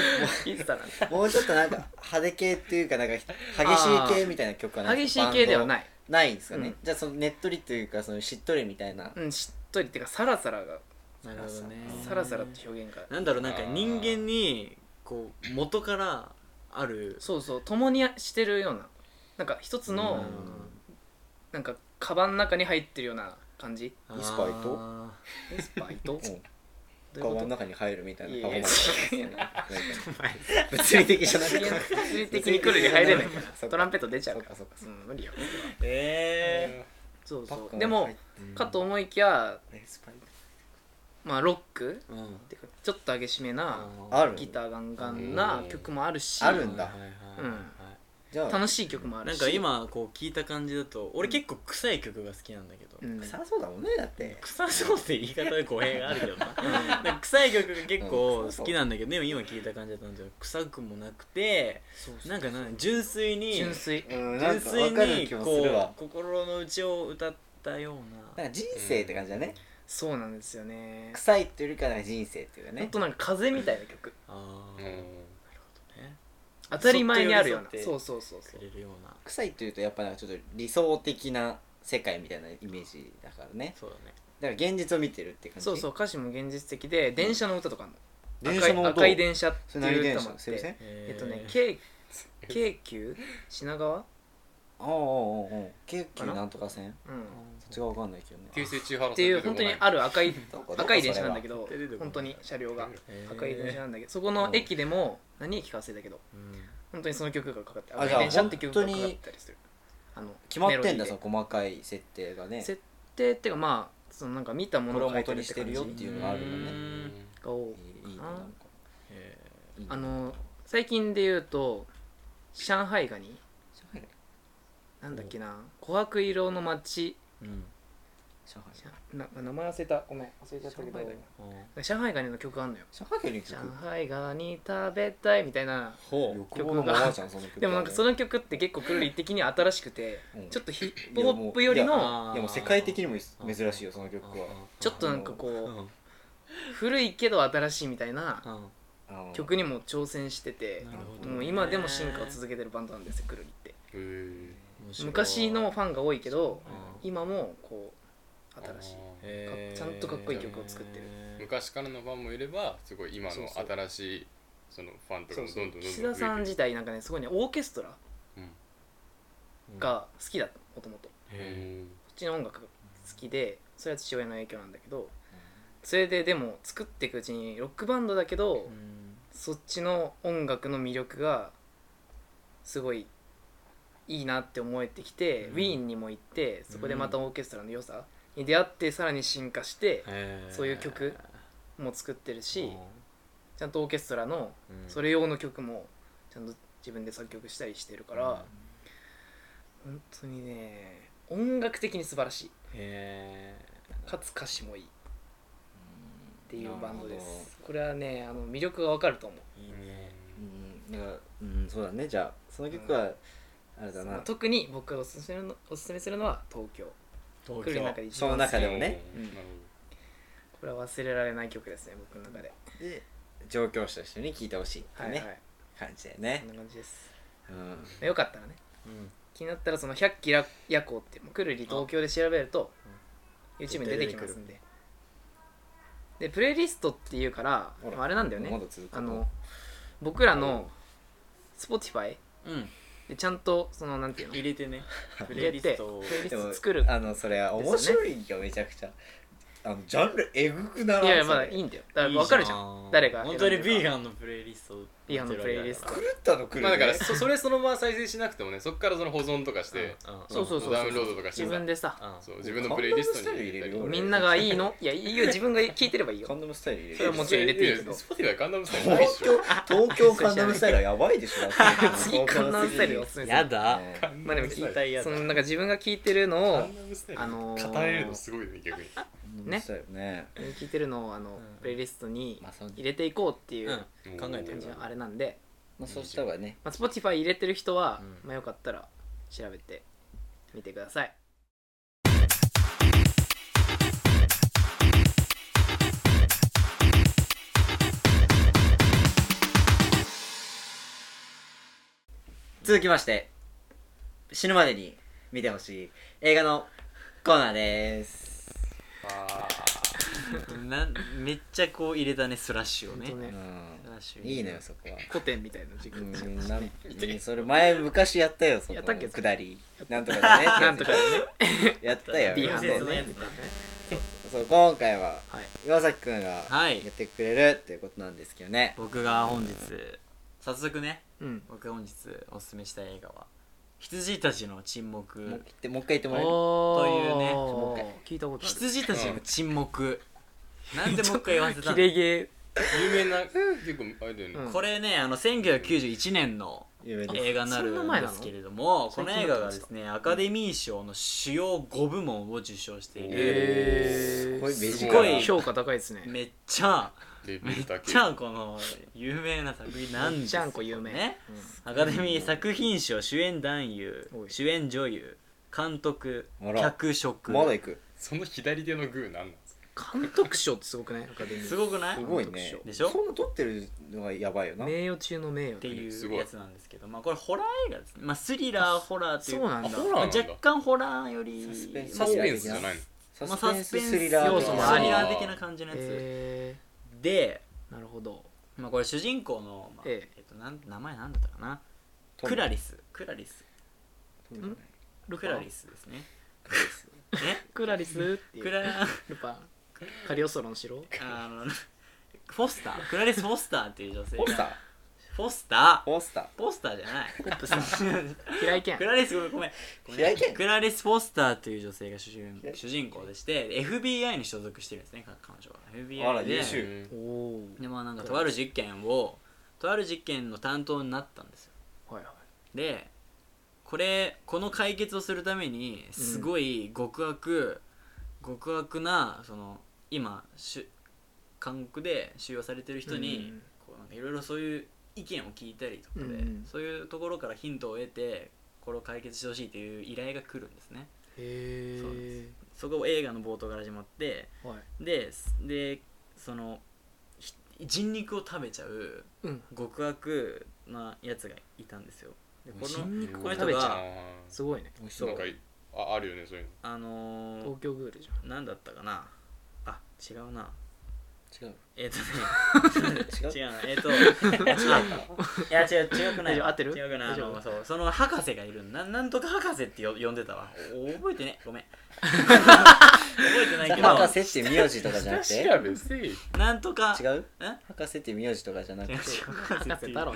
Speaker 1: インスタなん
Speaker 2: うもうちょっとなんか派手系っていうかなんか激しい系みたいな曲はな
Speaker 1: だ
Speaker 2: い
Speaker 1: 激しい系ではないい
Speaker 2: ないんですかね、
Speaker 1: うん
Speaker 2: じゃあそのねっとりというかそのしっとりみたいな、
Speaker 1: うんしっとりっていうかサラサラが
Speaker 3: えなるほどね
Speaker 1: サラサラって表現が
Speaker 3: なんだろうなんか人間にこう元からある
Speaker 1: そうそう共にしてるようななんか一つのなんかカバンの中に入ってるような感じ
Speaker 3: うん
Speaker 2: イスパイと
Speaker 3: あ
Speaker 1: エスパー伊藤
Speaker 2: うん
Speaker 1: ど
Speaker 2: 顔
Speaker 1: うい
Speaker 2: の
Speaker 1: うこ
Speaker 2: 中に入るみた
Speaker 1: と
Speaker 2: い
Speaker 1: い
Speaker 2: な
Speaker 1: や
Speaker 2: 顔
Speaker 1: いや違
Speaker 2: も
Speaker 1: うよ
Speaker 2: 物理的じゃなくて
Speaker 1: 物理的に来るに入れないからトランペット出ちゃう
Speaker 2: そっ
Speaker 1: か
Speaker 2: からそっかそっ
Speaker 1: うん無理よ
Speaker 5: え
Speaker 1: そう
Speaker 2: かパッ
Speaker 1: そ
Speaker 2: ク
Speaker 1: う
Speaker 2: ン
Speaker 1: でもかと思いきや
Speaker 2: エスパイ
Speaker 1: まあロック
Speaker 3: ーうん
Speaker 1: っていうかちょっと激しめな
Speaker 2: ある
Speaker 1: ギターガンガンな曲もあるし
Speaker 2: あるんだ
Speaker 3: はいはいはい
Speaker 1: うん
Speaker 3: はい
Speaker 2: じゃあ
Speaker 1: 楽しい曲もある
Speaker 3: なん
Speaker 1: し
Speaker 3: か今こう聞いた感じだと俺結構臭い曲が好きなんだけど、
Speaker 1: うん
Speaker 2: 臭そうだもんねだって
Speaker 3: 臭そうって言い方で語弊があるけどな なんか臭い曲が結構好きなんだけど、でも今聞いた感じだったんだけど臭くもなくて
Speaker 1: そうそう
Speaker 3: なんかな純粋に
Speaker 1: 純粋
Speaker 2: うんな
Speaker 3: 純
Speaker 2: んか分か
Speaker 3: 粋
Speaker 2: る
Speaker 3: に
Speaker 2: 気もするわ
Speaker 3: こう心の内を歌ったよう
Speaker 2: な
Speaker 3: な
Speaker 2: か
Speaker 3: ん
Speaker 2: 人生って感じだね、
Speaker 1: そうなんですよね
Speaker 2: 臭いっていうよりかはなんか人生っていうか
Speaker 1: ほん
Speaker 2: ね
Speaker 1: となんか風みたいな曲
Speaker 3: あー、
Speaker 4: う
Speaker 3: なる
Speaker 4: ん
Speaker 3: ほどね
Speaker 1: 当たり前にあるような
Speaker 3: そっと寄り
Speaker 1: そ
Speaker 3: 添
Speaker 1: うそうそうそ
Speaker 3: く
Speaker 1: う
Speaker 3: れるような
Speaker 2: 臭いっていうとやっぱなんかちょっと理想的な世界みたいなイメージだからね
Speaker 3: そうだね
Speaker 2: だから現実を見てるって感じ
Speaker 1: そうそう歌詞も現実的で電車の歌とかあんの
Speaker 2: 電
Speaker 1: 赤
Speaker 2: 車
Speaker 1: い
Speaker 2: の音
Speaker 1: 赤い電車っ
Speaker 2: そ
Speaker 1: て
Speaker 2: れ何
Speaker 1: いう
Speaker 2: 電
Speaker 1: 歌もあ
Speaker 2: 車
Speaker 1: っ
Speaker 2: 西武線
Speaker 1: てえ
Speaker 3: え
Speaker 1: っとね
Speaker 3: ー
Speaker 1: 京京急品川
Speaker 2: ああああああ京急なんとか線
Speaker 1: うん
Speaker 2: そっちが分かんないけどね
Speaker 4: 急性中原
Speaker 1: っていう本当にある赤い
Speaker 2: どこどこ
Speaker 1: 赤い電車なんだけ
Speaker 2: ど
Speaker 1: ど
Speaker 3: 出てこない
Speaker 1: 本当に車両が
Speaker 3: えー
Speaker 1: 赤い電車なんだけどそこの駅でも何駅か忘れたけど
Speaker 3: うん
Speaker 1: 本当にその曲がかかって
Speaker 2: あ
Speaker 1: 赤
Speaker 2: じ
Speaker 1: い
Speaker 2: ゃあ
Speaker 1: 電車って曲がか
Speaker 2: 本
Speaker 1: か
Speaker 2: 当
Speaker 1: っ
Speaker 2: に
Speaker 1: たりするあの
Speaker 2: 決まって
Speaker 1: メ
Speaker 2: ん
Speaker 1: ロ
Speaker 2: だ
Speaker 1: ディ
Speaker 2: そ
Speaker 1: ー
Speaker 2: の細かい設定がね
Speaker 1: で設定っていうかまあそのなんか見たも
Speaker 2: これ
Speaker 1: の
Speaker 2: を
Speaker 1: を書いて
Speaker 2: 元
Speaker 1: るっ
Speaker 2: にしててる
Speaker 1: 感じ
Speaker 2: よっていうのがあるんだね
Speaker 1: が多い
Speaker 2: いいいいねなんか
Speaker 3: えー
Speaker 2: いいね
Speaker 1: あの最近で言うと上海ガニ
Speaker 2: 上海
Speaker 1: なんだっけな琥珀色の街
Speaker 3: うん
Speaker 2: 上海
Speaker 1: な名前忘れたごめん忘れちゃったけど
Speaker 2: 上海ガ
Speaker 1: 上海ガニの曲あんのよ
Speaker 2: 上海に行
Speaker 1: 上海ガニ食べたいみたいな
Speaker 2: ほう欲望のままじゃんその曲
Speaker 1: でもなんかその曲って結構くるり的には新しくて、
Speaker 2: うん
Speaker 1: ちょっとヒップホップよりの
Speaker 3: あー
Speaker 2: いやもう世界的にも珍しいよその曲は
Speaker 1: ちょっとなんか
Speaker 3: う
Speaker 1: こ
Speaker 3: ん
Speaker 1: う古いけど新しいみたいな
Speaker 3: うん
Speaker 2: あの
Speaker 1: 曲にも挑戦してて
Speaker 3: なるほどね
Speaker 1: もう今でも進化を続けてるバンドなんですよくるりって
Speaker 4: へ
Speaker 3: 面白い
Speaker 1: 昔のファンが多いけど
Speaker 3: うん
Speaker 1: 今もこう新しい
Speaker 3: へー
Speaker 1: ちゃんとかっこいい曲を作ってる
Speaker 4: 昔からのファンもいればすごい今の新しいそのファンとか
Speaker 1: そう
Speaker 4: も
Speaker 1: そ
Speaker 4: ど
Speaker 1: うん
Speaker 4: どんどんどん
Speaker 1: 岸田さん自体なんかねすごいねオーケストラが好きだったもともとこ
Speaker 3: へ
Speaker 1: っちの音楽が好きでそれは父親の影響なんだけどそれででも作っていくうちにロックバンドだけど、
Speaker 3: ーうん
Speaker 1: そっちの音楽の魅力がすごいいいなって思えてきて、
Speaker 3: うん
Speaker 1: ウィーンにも行ってそこでまたオーケストラの良さに出会ってさらに進化して、
Speaker 3: へー
Speaker 1: そういう曲もう作ってるし、ちゃんとオーケストラの
Speaker 3: うん
Speaker 1: それ用の曲もちゃんと自分で作曲したりしてるから、本当にね音楽的に素晴らしい
Speaker 3: へ
Speaker 1: かつ歌詞もいいっていうバンドで
Speaker 2: なるほ
Speaker 1: すこれはねあの魅力がわかると思う
Speaker 3: ーいいね
Speaker 2: うんだからうんそうだねじゃあその曲はあれだな
Speaker 1: 特に僕がおすすめのおすすめするのは東京
Speaker 3: 東
Speaker 1: 来る中
Speaker 3: 京
Speaker 1: で一
Speaker 2: その
Speaker 1: 番好き
Speaker 2: 中でもね
Speaker 4: うんなる
Speaker 1: これは忘れられない曲ですね僕の中で
Speaker 2: で上京した人に聞いてほしいってい
Speaker 1: は
Speaker 2: う
Speaker 1: い
Speaker 2: ね、
Speaker 1: はい
Speaker 2: 感じだよ
Speaker 1: こ
Speaker 2: ね
Speaker 1: ん、な感じです
Speaker 2: うん
Speaker 1: よかったらね
Speaker 2: うん、
Speaker 1: 気になったらその100キラ夜行ってもうくるり東京で調べると YouTube に出てきますんででプレイリストっていうから
Speaker 2: ほら
Speaker 1: まああれなんだよね
Speaker 2: まだ続く
Speaker 1: あの僕らの Spotify
Speaker 3: うん
Speaker 1: でちゃんとそのなんていうの
Speaker 3: 入れ てねプ
Speaker 1: 入れ
Speaker 3: レイ
Speaker 1: てプレ
Speaker 3: リス
Speaker 1: イ
Speaker 3: トを
Speaker 1: リス
Speaker 2: で
Speaker 1: ト
Speaker 2: も
Speaker 1: 作る
Speaker 2: あのそれは面白いよめちゃくちゃあのジャンルえぐくならん
Speaker 1: いやいや
Speaker 2: そ
Speaker 1: ま
Speaker 2: れ
Speaker 1: だいいんだよだから分かるじゃん誰が
Speaker 3: 本当にビー
Speaker 1: ン
Speaker 3: ガンのプレイリスト
Speaker 1: ビーガンのプレイリスト
Speaker 2: 狂ったの来る
Speaker 4: まあ
Speaker 2: ね
Speaker 4: だからそ それそのまま再生しなくてもねそこからその保存とかして、
Speaker 1: そうそうそう
Speaker 4: ダウンロードとかして
Speaker 1: 自分でさ
Speaker 4: そう自分のプレイリストに入れたり
Speaker 2: うん
Speaker 1: みんながいいのいやいいよ自分が聞いてればいい
Speaker 2: カン
Speaker 1: よ
Speaker 2: ダムスタイル入れ
Speaker 1: それはもちろん入れていいけど
Speaker 4: スポティファイカンダムスタイルないで
Speaker 2: 東
Speaker 4: しょ
Speaker 2: 京東京カンダムスタイルはやばいでしょだって
Speaker 1: 次カンナムスタイルでおすすめす
Speaker 5: や
Speaker 1: る
Speaker 5: だ
Speaker 2: ね
Speaker 1: まあでも聞い
Speaker 5: たいやだ
Speaker 1: そのなんか自分が聞いてるの
Speaker 4: カ
Speaker 1: を
Speaker 4: ンダムスタイル
Speaker 1: あのー
Speaker 4: 語れるのすごいね逆に
Speaker 2: カンダムスタイルね
Speaker 1: 聞いてるのをあの
Speaker 5: ん
Speaker 1: プレイリストに
Speaker 2: まあそ
Speaker 1: 入れていこうっていううん
Speaker 5: 考えて
Speaker 1: 感
Speaker 5: る
Speaker 1: じのあれなんで、
Speaker 2: まあそうした方がね
Speaker 1: まあ、Spotify 入れてる人は、
Speaker 5: うん
Speaker 1: まあよかったら調べてみてください
Speaker 2: 続きまして死ぬまでに見てほしい映画のコーナーです、
Speaker 4: あ
Speaker 5: なんめっちゃこう入れたねスラッシュを
Speaker 1: 本
Speaker 5: ね
Speaker 1: 当
Speaker 2: う
Speaker 1: ね
Speaker 2: ん、
Speaker 5: スラッシュ
Speaker 2: いいのよそこは
Speaker 1: 古典みたいな時
Speaker 2: う
Speaker 1: 間
Speaker 2: んなんうんそれ前昔やったよそ
Speaker 1: や
Speaker 2: の
Speaker 1: ったっけ
Speaker 2: くだりなんとかだねってや つ
Speaker 1: なんとかでね
Speaker 2: やったよ
Speaker 1: D
Speaker 5: や
Speaker 1: 班
Speaker 5: つ
Speaker 1: でね
Speaker 5: そうね
Speaker 2: そう今回は
Speaker 1: はい
Speaker 2: 岩崎くんがや
Speaker 3: はい
Speaker 2: ってくれるっていうことなんですけどね、
Speaker 3: 僕が本日早速ね
Speaker 1: うん
Speaker 3: 僕が本日おすすめしたい映画は「羊たちの沈
Speaker 2: もう
Speaker 3: 黙
Speaker 2: 一回言ってもう一回言ってもらえる
Speaker 1: と
Speaker 3: いうね
Speaker 2: もう一
Speaker 1: 聞いたこ」とある
Speaker 3: 羊たちの 沈黙なんでもう一回言わせた
Speaker 1: 切
Speaker 3: んだ
Speaker 1: れ毛
Speaker 4: ー有名な結構あれだよね、
Speaker 1: うん
Speaker 3: これねあの1991年の
Speaker 2: 有名です
Speaker 3: 映画になるんですけれども
Speaker 1: そ
Speaker 3: こ
Speaker 1: ん
Speaker 3: の
Speaker 1: な前
Speaker 3: 映
Speaker 1: なの
Speaker 3: 画がですねアカデミー賞の主要5部門を受賞している
Speaker 1: へ
Speaker 2: これ
Speaker 1: ー
Speaker 2: 目
Speaker 4: す
Speaker 2: 力
Speaker 4: ごい
Speaker 1: 評価高いですね
Speaker 3: めっちゃ
Speaker 4: レベ
Speaker 3: め
Speaker 4: ル
Speaker 3: っ
Speaker 4: 高い
Speaker 3: ちゃこの有名な作品なんですよ
Speaker 1: めっちゃんこ有名
Speaker 3: ねアカデミー作品賞主演男優
Speaker 1: おい
Speaker 3: 主演女優監督
Speaker 2: あら
Speaker 3: 脚色
Speaker 2: まだ行く
Speaker 4: その左手のグーなんなんですか
Speaker 1: 監督賞ってすごくないアカデミー
Speaker 3: すごくない
Speaker 2: す
Speaker 3: っ
Speaker 2: ごい
Speaker 1: 監
Speaker 2: ね
Speaker 1: 督
Speaker 3: でしょ
Speaker 2: そんな撮ってるのがやばいよな
Speaker 1: 名誉中の名誉
Speaker 3: てい
Speaker 4: す
Speaker 3: う
Speaker 4: ごい
Speaker 3: やつなんですけどまあこれホラー映画ですねまあスリラーホラーっていう
Speaker 1: そうなんだ
Speaker 4: あホラー
Speaker 3: まあ若干ホラーより
Speaker 2: サスペンス
Speaker 4: サスペンスじゃないの
Speaker 2: サ
Speaker 3: まあ
Speaker 2: スペンススリラー
Speaker 1: 要素もあり
Speaker 3: スリラー的な感じのやつ、
Speaker 1: え
Speaker 3: で、
Speaker 1: ーなるほど
Speaker 3: まあ、これ主人公の、まあ
Speaker 1: え
Speaker 3: えっと、なん名前なんだったかなクラリスクラリス
Speaker 1: んル
Speaker 3: クラリスで すねえ
Speaker 1: クラリスっていう
Speaker 3: クラ
Speaker 1: ルパンカリオストロの城
Speaker 3: あのフォスタークラリス・フォスターっていう女性
Speaker 2: ポスタ
Speaker 3: が
Speaker 2: ー
Speaker 3: フォスター
Speaker 2: ポスター
Speaker 3: フォスターじゃない
Speaker 1: ポップさん平井堅
Speaker 3: クラリスごめんごめんごめん
Speaker 2: 平井堅
Speaker 3: クラリス・フォスターという女性が主人
Speaker 2: 平井
Speaker 3: 主人公でして FBI に所属してるんですねか彼女は
Speaker 2: あら
Speaker 3: FBI
Speaker 2: 優
Speaker 3: で
Speaker 2: 秀
Speaker 4: うん
Speaker 1: おお
Speaker 3: でまあなんかとある実験をとある実験の担当になったんですよ
Speaker 1: はいは
Speaker 3: でこれこの解決をするためにすごい極悪、極悪なその今しゅ韓国で収容されてる人に
Speaker 1: うん
Speaker 3: こうなんかいろいろそういう意見を聞いたりとかで、
Speaker 1: うん
Speaker 3: そういうところからヒントを得てこれを解決してほしいという依頼が来るんですね
Speaker 1: いへ
Speaker 3: そう
Speaker 1: え
Speaker 3: そこを映画の冒頭から始まって
Speaker 1: はい
Speaker 3: ですでそのひ人肉を食べちゃう
Speaker 1: うん
Speaker 3: 極悪なやつがいたんですよでこの
Speaker 1: 人肉を
Speaker 3: この
Speaker 1: 食
Speaker 3: 人
Speaker 1: べち
Speaker 4: あ
Speaker 1: ゃう
Speaker 3: が
Speaker 4: ー
Speaker 1: すごいね
Speaker 2: そ
Speaker 3: そう
Speaker 4: なんかいああるよねそういうの
Speaker 3: あのー
Speaker 1: 東京グールじゃん
Speaker 3: なんだったかなあ違うな
Speaker 2: 違う
Speaker 3: えっ、と
Speaker 2: 違う
Speaker 3: ね違うなえっ、と いや違う違うくない
Speaker 1: 大丈夫合ってる
Speaker 3: 違うくないあ
Speaker 1: 大丈夫
Speaker 3: のそうその博士がいるなんなんとか博士ってよ呼んでたわお覚えてねごめん覚えてないけ
Speaker 2: 博士
Speaker 3: ど
Speaker 2: って名字とかじゃなく て
Speaker 4: 調べせい
Speaker 3: なんとか
Speaker 2: 違う
Speaker 3: え
Speaker 2: 博士って名字とかじゃなくて
Speaker 3: 違う違う
Speaker 1: 博士太郎
Speaker 2: 太郎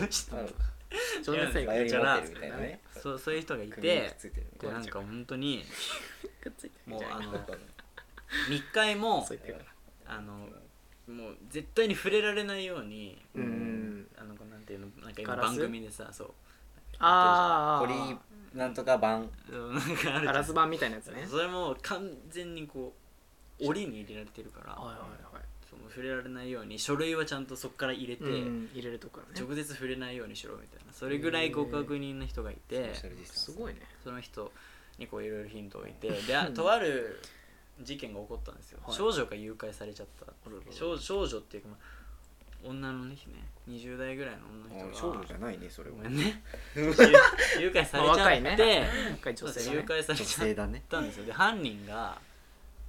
Speaker 2: 太郎
Speaker 1: 少年生
Speaker 3: 違う
Speaker 1: が
Speaker 2: バイオリン持ってるみたいなね
Speaker 3: そうそういう人がい
Speaker 2: 首にく
Speaker 3: て
Speaker 2: っついてるみた
Speaker 3: で
Speaker 2: いな
Speaker 3: なんか本当に
Speaker 1: くっついて
Speaker 3: もうあの
Speaker 2: なんか
Speaker 3: 密会も
Speaker 1: ついてるから
Speaker 3: あのもう絶対に触れられないように
Speaker 1: う
Speaker 2: うんん
Speaker 3: あのなんていうのなん
Speaker 1: ガ
Speaker 3: か今
Speaker 1: ラス
Speaker 3: 番組でさそう
Speaker 1: あ
Speaker 2: ポ
Speaker 1: あ
Speaker 2: リなんとか版
Speaker 3: うんなんかあるじゃ
Speaker 1: ガ
Speaker 3: ん
Speaker 1: ラス板みたいなやつね
Speaker 3: それも完全にこう檻に入れられてるから
Speaker 1: はいはい
Speaker 3: その触れられないように書類はちゃんとそこから入れて、
Speaker 1: はいうん入れるとこからね
Speaker 3: 直接触れないようにしろみたいなそれぐらいご確認の人がい
Speaker 2: ソ
Speaker 3: て
Speaker 2: ーシャルディスタンス
Speaker 1: すごいね
Speaker 3: その人にこういろいろヒントを置いてで
Speaker 1: う
Speaker 3: あ
Speaker 1: ん
Speaker 3: とある事件が起こったんですよ、
Speaker 1: はい
Speaker 3: 少女が誘拐されちゃった少少女っていうか、まあ女のね20代ぐらいの女の人
Speaker 2: 少
Speaker 3: が
Speaker 2: 女じゃないねそれ
Speaker 3: ご
Speaker 2: は
Speaker 3: め んね誘 誘拐されちゃ
Speaker 1: 若い
Speaker 3: っ
Speaker 1: ね
Speaker 3: て、
Speaker 1: 若い女性が
Speaker 3: 誘
Speaker 1: ね
Speaker 3: 拐され
Speaker 2: 女
Speaker 3: ちゃっ
Speaker 2: 性だね
Speaker 3: たんですよで犯人が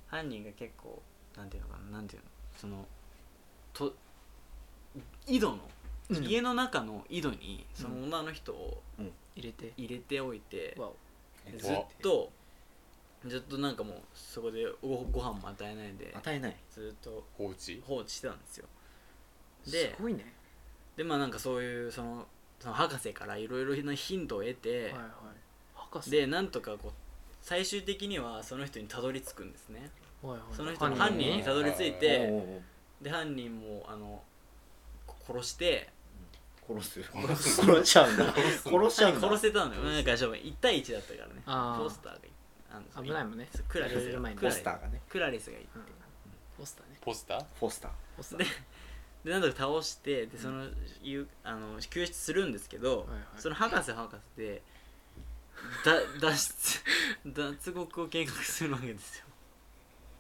Speaker 3: 犯人が結構なんていうのかななんていうのそのと井戸の、
Speaker 1: うん
Speaker 3: 家の中の井戸にその女の人を
Speaker 1: 入れて
Speaker 3: 入れておいて、
Speaker 1: わお
Speaker 3: ずっとずっとなんかもうそこでごご飯も与えないで
Speaker 2: 与えない
Speaker 3: ずっと
Speaker 4: 放置
Speaker 3: 放置してたんですよ
Speaker 1: す
Speaker 3: で
Speaker 1: ごいね
Speaker 3: でまあなんかそういうそのその博士からいろいろなヒントを得
Speaker 1: は
Speaker 3: て
Speaker 1: い、はい博士
Speaker 3: でなんとかこう最終的にはその人にたどり着くんですね
Speaker 1: はいはい
Speaker 3: その人
Speaker 2: の
Speaker 3: 犯
Speaker 2: 犯
Speaker 3: 人
Speaker 2: 人
Speaker 3: に
Speaker 2: ね
Speaker 3: たどり着い
Speaker 2: お
Speaker 3: て
Speaker 2: うおう
Speaker 3: で犯人もあのこ殺して
Speaker 2: おう殺す
Speaker 4: 殺す
Speaker 2: 殺しちゃうんだ
Speaker 4: 殺す
Speaker 2: 殺しちゃうんだ
Speaker 3: 殺せたのよなんかしょうがない1対1だったからね
Speaker 1: あー
Speaker 3: ポスターがあの
Speaker 1: 危ないもんね
Speaker 3: そうクラリ
Speaker 1: やられ
Speaker 3: ス
Speaker 1: る
Speaker 3: が
Speaker 1: 前に
Speaker 3: ク
Speaker 2: ポ
Speaker 3: ラ
Speaker 2: ス
Speaker 3: リ
Speaker 2: ターがね
Speaker 3: クラリスがいて
Speaker 1: うんポスターね
Speaker 4: ポスター
Speaker 2: ポスター
Speaker 1: ポスター
Speaker 3: ででなんとか倒してでその,、ゆあの救出するんですけど、
Speaker 1: はいはい
Speaker 3: その博士は博士でだ 脱出脱獄を計画するわけですよ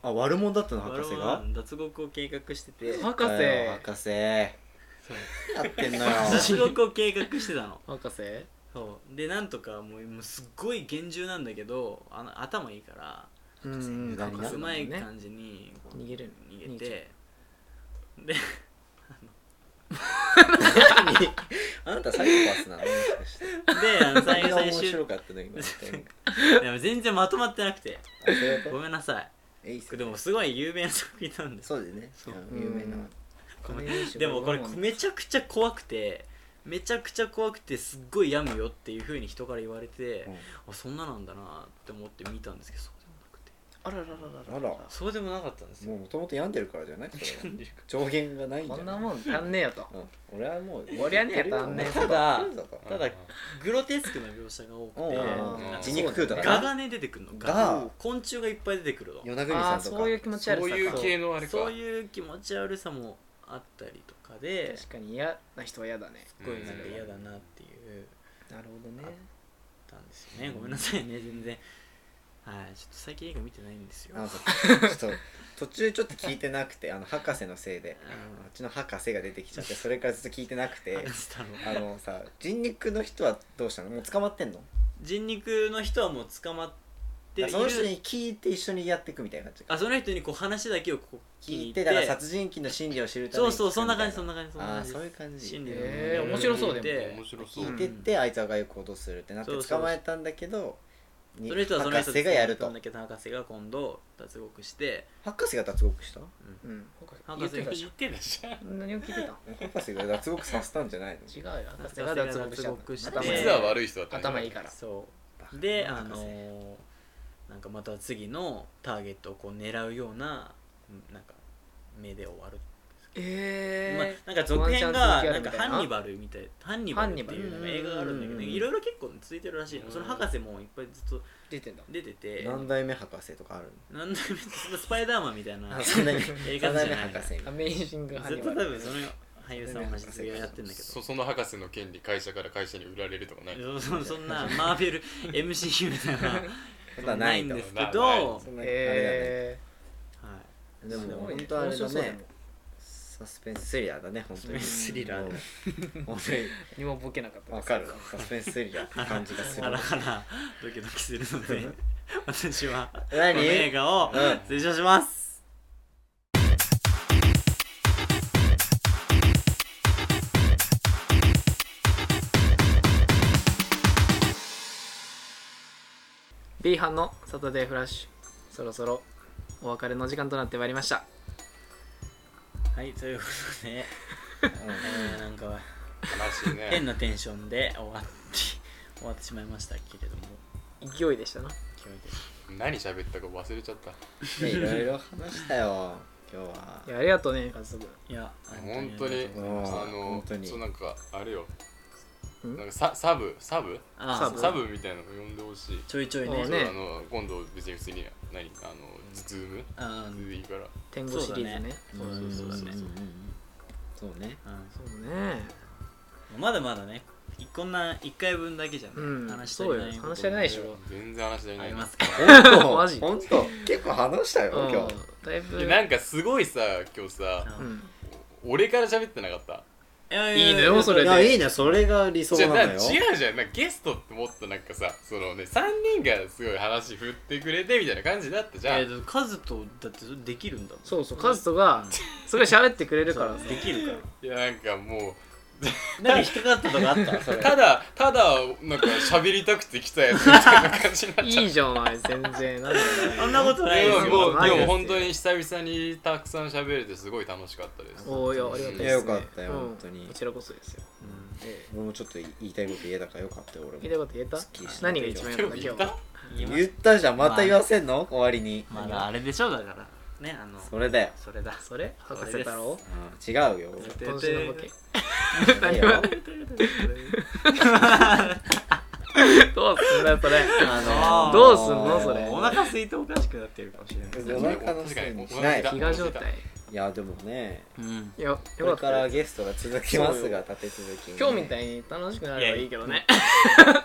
Speaker 2: あ悪者だったの博士
Speaker 3: 我々
Speaker 2: が
Speaker 3: は脱獄を計画してて
Speaker 1: 博士
Speaker 2: だよ博士やってんのよ
Speaker 3: 脱獄を計画してたの
Speaker 1: 博士
Speaker 3: そうでなんとかもうもうすっごい厳重なんだけどあの頭いいか
Speaker 1: う
Speaker 2: 無駄に
Speaker 1: 博
Speaker 2: な
Speaker 1: 士だ
Speaker 2: る
Speaker 3: らう
Speaker 1: もん
Speaker 3: まい
Speaker 1: ね
Speaker 3: 感じにこう
Speaker 1: 逃げる
Speaker 3: 逃げ
Speaker 1: 逃げちゃ
Speaker 3: てで
Speaker 2: 何あなたサイコパスなのもしかして
Speaker 3: で あの最
Speaker 2: 何が面
Speaker 3: 最
Speaker 2: 白
Speaker 3: 終
Speaker 2: かったの今
Speaker 3: でも全然まとまってなくてごめんなさい
Speaker 2: えいっすね
Speaker 3: でもすごい有名な作品なんです
Speaker 2: そうだよね
Speaker 3: そう
Speaker 2: うん有名な
Speaker 1: これいい仕事
Speaker 3: でもこれ
Speaker 1: だんね
Speaker 3: めちゃくちゃ怖くてめちゃくちゃ怖くてすっごい病むよっていうふうに人から言われて、あそんななんだなって思って見たんですけどそうでもなくて
Speaker 1: あらららら
Speaker 2: あら
Speaker 3: そうでもなかったんですよ
Speaker 2: もうもともと病んでるからじゃないそれは上限がないんじ
Speaker 1: こ
Speaker 2: ゃ
Speaker 1: ん
Speaker 2: な
Speaker 1: ないもん足んねえよと
Speaker 2: うん俺はもう
Speaker 1: 俺はねやっぱあんね
Speaker 2: ただ
Speaker 3: ただグロテスクな描写が多
Speaker 2: うんうん
Speaker 3: く
Speaker 2: うん
Speaker 4: うん
Speaker 2: 血肉食うと
Speaker 3: て
Speaker 2: か
Speaker 3: ガ
Speaker 2: な
Speaker 3: がね出てくるのガ
Speaker 2: が
Speaker 3: 昆虫がいっぱい出てくるの
Speaker 2: 与那国
Speaker 1: あ
Speaker 2: さ
Speaker 1: あ
Speaker 2: んとか
Speaker 1: そういう気持ち悪さ
Speaker 4: そういう系のあれか
Speaker 3: そういう気持ち悪さもあったりとかで
Speaker 1: 確かに嫌な人は嫌だね
Speaker 3: すごいなんか嫌だなっていう
Speaker 1: なるほどね
Speaker 3: たんですよねごめんなさいね全然はいちょっと最近映画見てないんですよ
Speaker 2: あのちょっと途中ちょっと聞いてなくてあの博士のせいで
Speaker 3: うん
Speaker 2: うちの博士が出てきちゃってそれからずっと聞いてなくて
Speaker 3: 話したの
Speaker 2: あのさ人肉の人はどうしたのもう捕まってんの
Speaker 3: 人肉の人はもう捕まっている
Speaker 2: その人に聞いて一緒にやっていくみたいな感じ
Speaker 3: あその人にこう話だけをこう
Speaker 2: 聞
Speaker 3: 聞
Speaker 2: い
Speaker 3: い
Speaker 2: て
Speaker 3: て
Speaker 2: だから殺人鬼の心理を知るため
Speaker 3: そ
Speaker 2: に
Speaker 3: うそうそんな感
Speaker 2: 聞
Speaker 3: じそ
Speaker 2: く
Speaker 3: ん
Speaker 2: み
Speaker 3: な感じそん
Speaker 2: たい
Speaker 3: な
Speaker 2: なあ
Speaker 3: 感
Speaker 2: ー
Speaker 3: じ
Speaker 2: そういう感じ
Speaker 3: 心理の
Speaker 1: えー
Speaker 3: ね
Speaker 1: 面白そうでも
Speaker 3: で
Speaker 4: 面白そう
Speaker 2: 聞いてってあいつは外行動するってなって
Speaker 3: そうそう
Speaker 2: 捕まえたんだけどに
Speaker 3: その人はその
Speaker 2: 博
Speaker 3: 人
Speaker 2: 士がやると
Speaker 3: んだけど博士が今度脱獄して
Speaker 2: 博士が脱獄した
Speaker 1: うん言
Speaker 3: 博
Speaker 1: って
Speaker 3: 士
Speaker 1: た
Speaker 3: が
Speaker 1: でしょ
Speaker 4: てたじゃん
Speaker 1: 何を聞いてたの
Speaker 2: 博士が脱獄させたんじゃないの
Speaker 1: 違うよ博士が脱獄しちゃっ
Speaker 3: 博士
Speaker 1: た
Speaker 3: が脱獄して
Speaker 4: 実は悪い人だった
Speaker 1: 頭いいから
Speaker 3: そうで
Speaker 2: バカ
Speaker 3: あ
Speaker 2: な
Speaker 3: の
Speaker 2: 博士
Speaker 3: ーなんかまた次のターゲットをこう狙うようなうんなんか目で終わる、ま
Speaker 1: え
Speaker 3: あ、なんか続編
Speaker 1: ワン
Speaker 3: が
Speaker 1: チャン続きある
Speaker 3: なん
Speaker 1: み
Speaker 3: か
Speaker 1: たいな
Speaker 3: ハンニバルみたいハンニバルっていう
Speaker 2: ハンニバル
Speaker 3: 映画があるんだけど
Speaker 2: うん
Speaker 3: いろいろ結構続いてるらしいのその博士もいっぱいずっと
Speaker 1: 出てんだ
Speaker 3: 出てて
Speaker 2: 何代目博士とかある
Speaker 3: なんだスパイダーマンみたいな
Speaker 2: のあ三代目
Speaker 3: 映
Speaker 2: 三
Speaker 3: 画じゃな
Speaker 2: 代
Speaker 3: い
Speaker 2: 目博士み
Speaker 1: ア
Speaker 2: たいな
Speaker 1: メイジングハ
Speaker 3: ず
Speaker 1: ニ
Speaker 3: っ
Speaker 1: バ
Speaker 3: と多
Speaker 1: ル
Speaker 3: 分その俳優さんも実業やってんだけど
Speaker 4: そ その博士の権利会社から会社に売られるとかない
Speaker 3: そそそんなマーベル MCU みたいな
Speaker 2: そんなのな
Speaker 3: のはない
Speaker 2: い
Speaker 3: ん
Speaker 2: んだ
Speaker 3: ですけど、
Speaker 4: ない
Speaker 3: は
Speaker 2: そんなあれ
Speaker 1: え
Speaker 3: い、
Speaker 2: だ
Speaker 1: ーす
Speaker 2: ねでも
Speaker 1: ごい
Speaker 2: 本
Speaker 1: ね
Speaker 2: 当あれ
Speaker 1: 面白
Speaker 2: だ
Speaker 1: そうでも
Speaker 2: ねサスペンススリラーだね本当に
Speaker 3: サスペンススリラー
Speaker 2: もう本当に
Speaker 1: にもボケなかった
Speaker 2: わかるわサスペンススリラーって感じがす
Speaker 3: ハ
Speaker 2: る
Speaker 3: ラハラドキドキするので私はこの
Speaker 2: 何
Speaker 3: 映画を
Speaker 2: うん
Speaker 3: 推奨します、
Speaker 1: B 班のサタデーフラッシュそろそろお別れの時間となってまいりました
Speaker 3: はいということで、えーなんか
Speaker 4: 悲しい
Speaker 3: 変
Speaker 4: ね
Speaker 3: なテンションで終わって終わってしまいましたけれども
Speaker 1: 勢いでしたな
Speaker 3: 決めて
Speaker 4: 何喋ったか忘れちゃった
Speaker 2: うんいろいろ話したよ今日はい
Speaker 1: やありがとうねカズト君
Speaker 3: いや
Speaker 4: 本当に
Speaker 2: うございます
Speaker 4: あの
Speaker 2: 本当に
Speaker 4: そうなんかあれよ
Speaker 1: ん
Speaker 4: なんかササブサブ
Speaker 3: あ
Speaker 1: サ
Speaker 3: サ
Speaker 1: ブ
Speaker 3: ブ
Speaker 4: サブみたいなの呼んでほしい
Speaker 3: ちょいちょい
Speaker 1: そ
Speaker 3: ね
Speaker 1: う
Speaker 4: そ
Speaker 1: ね
Speaker 4: うあの今度別に普通に何あのズーム
Speaker 3: あ
Speaker 4: でいいから
Speaker 1: 天狗シリーズね
Speaker 3: そうだねそうだね
Speaker 2: んんんんそうね
Speaker 3: う
Speaker 1: そうね
Speaker 3: んまだまだねいこんな1回分だけじゃね、
Speaker 1: うん
Speaker 3: 話したりないことも
Speaker 1: そうよ話したりないでしょ
Speaker 4: 全然話し足り
Speaker 3: あ
Speaker 4: ない
Speaker 3: り
Speaker 4: な
Speaker 3: ますから
Speaker 2: 本当
Speaker 1: マジ
Speaker 2: 本当結構話したよ
Speaker 1: うん
Speaker 2: 今日
Speaker 1: だいぶ
Speaker 4: いやなんかすごいさ今日さ
Speaker 1: うん
Speaker 4: お俺から喋ってなかった
Speaker 3: や
Speaker 1: いいのよそれで
Speaker 2: いやいいねそれが理想
Speaker 4: じゃあな
Speaker 2: な
Speaker 4: 違
Speaker 2: のよ
Speaker 4: うじゃんなんかゲストってもっとなんかさそのね3人がすごい話振ってくれてみたいな感じだったじゃん、
Speaker 5: えー、カズとだってそれできるんだもん
Speaker 1: そうそうカズトがすごい喋ってくれるから
Speaker 5: そうできるから
Speaker 4: いやなんかもう
Speaker 5: 何引っかかったとかあったそれ
Speaker 4: ただただなんか喋りたくて来たやつみたいな感じになっちゃ
Speaker 1: いいじゃんお前全然なんだ
Speaker 5: そんなこと
Speaker 4: う
Speaker 5: ないです
Speaker 4: で
Speaker 5: よ
Speaker 4: も
Speaker 1: な
Speaker 4: で
Speaker 1: いですよ
Speaker 4: もでも本当に久々にたくさん喋れてすごい楽しかったです
Speaker 1: おおいやありがたいです、ね、
Speaker 4: いや
Speaker 2: よかったよ
Speaker 1: うん
Speaker 2: 本当に
Speaker 1: こちらこそですよ、ええ
Speaker 2: 俺もちょっと言いたいこと言えたからよかったよ俺も
Speaker 1: 聞いたこと言えた
Speaker 2: すっきりした
Speaker 1: 何が一番良かった
Speaker 4: で
Speaker 1: 今
Speaker 4: も
Speaker 1: 日
Speaker 4: 言っ
Speaker 1: は
Speaker 2: 言ったじゃんまた言わせんの終わりに
Speaker 3: まだあれでしょだからねあの
Speaker 2: それだよ
Speaker 3: それだ
Speaker 1: それ博士
Speaker 3: それです
Speaker 1: 太郎
Speaker 2: うん違うよ
Speaker 1: 今週のボケ
Speaker 2: いいよ
Speaker 1: どうすんだよそれ
Speaker 2: あのー
Speaker 1: どうすんのそれ
Speaker 3: お腹空いておかしくなってるかもしれない
Speaker 2: お腹のせいにしない
Speaker 4: 確か
Speaker 1: 飢
Speaker 4: に
Speaker 1: 餓状態
Speaker 2: いやでもね
Speaker 3: うん
Speaker 1: いやよ
Speaker 2: こ
Speaker 1: か
Speaker 2: れ
Speaker 1: った
Speaker 2: から
Speaker 1: よ
Speaker 2: ゲストが続きますが立て続きに
Speaker 1: 今日みたいに楽しくなればいいけどね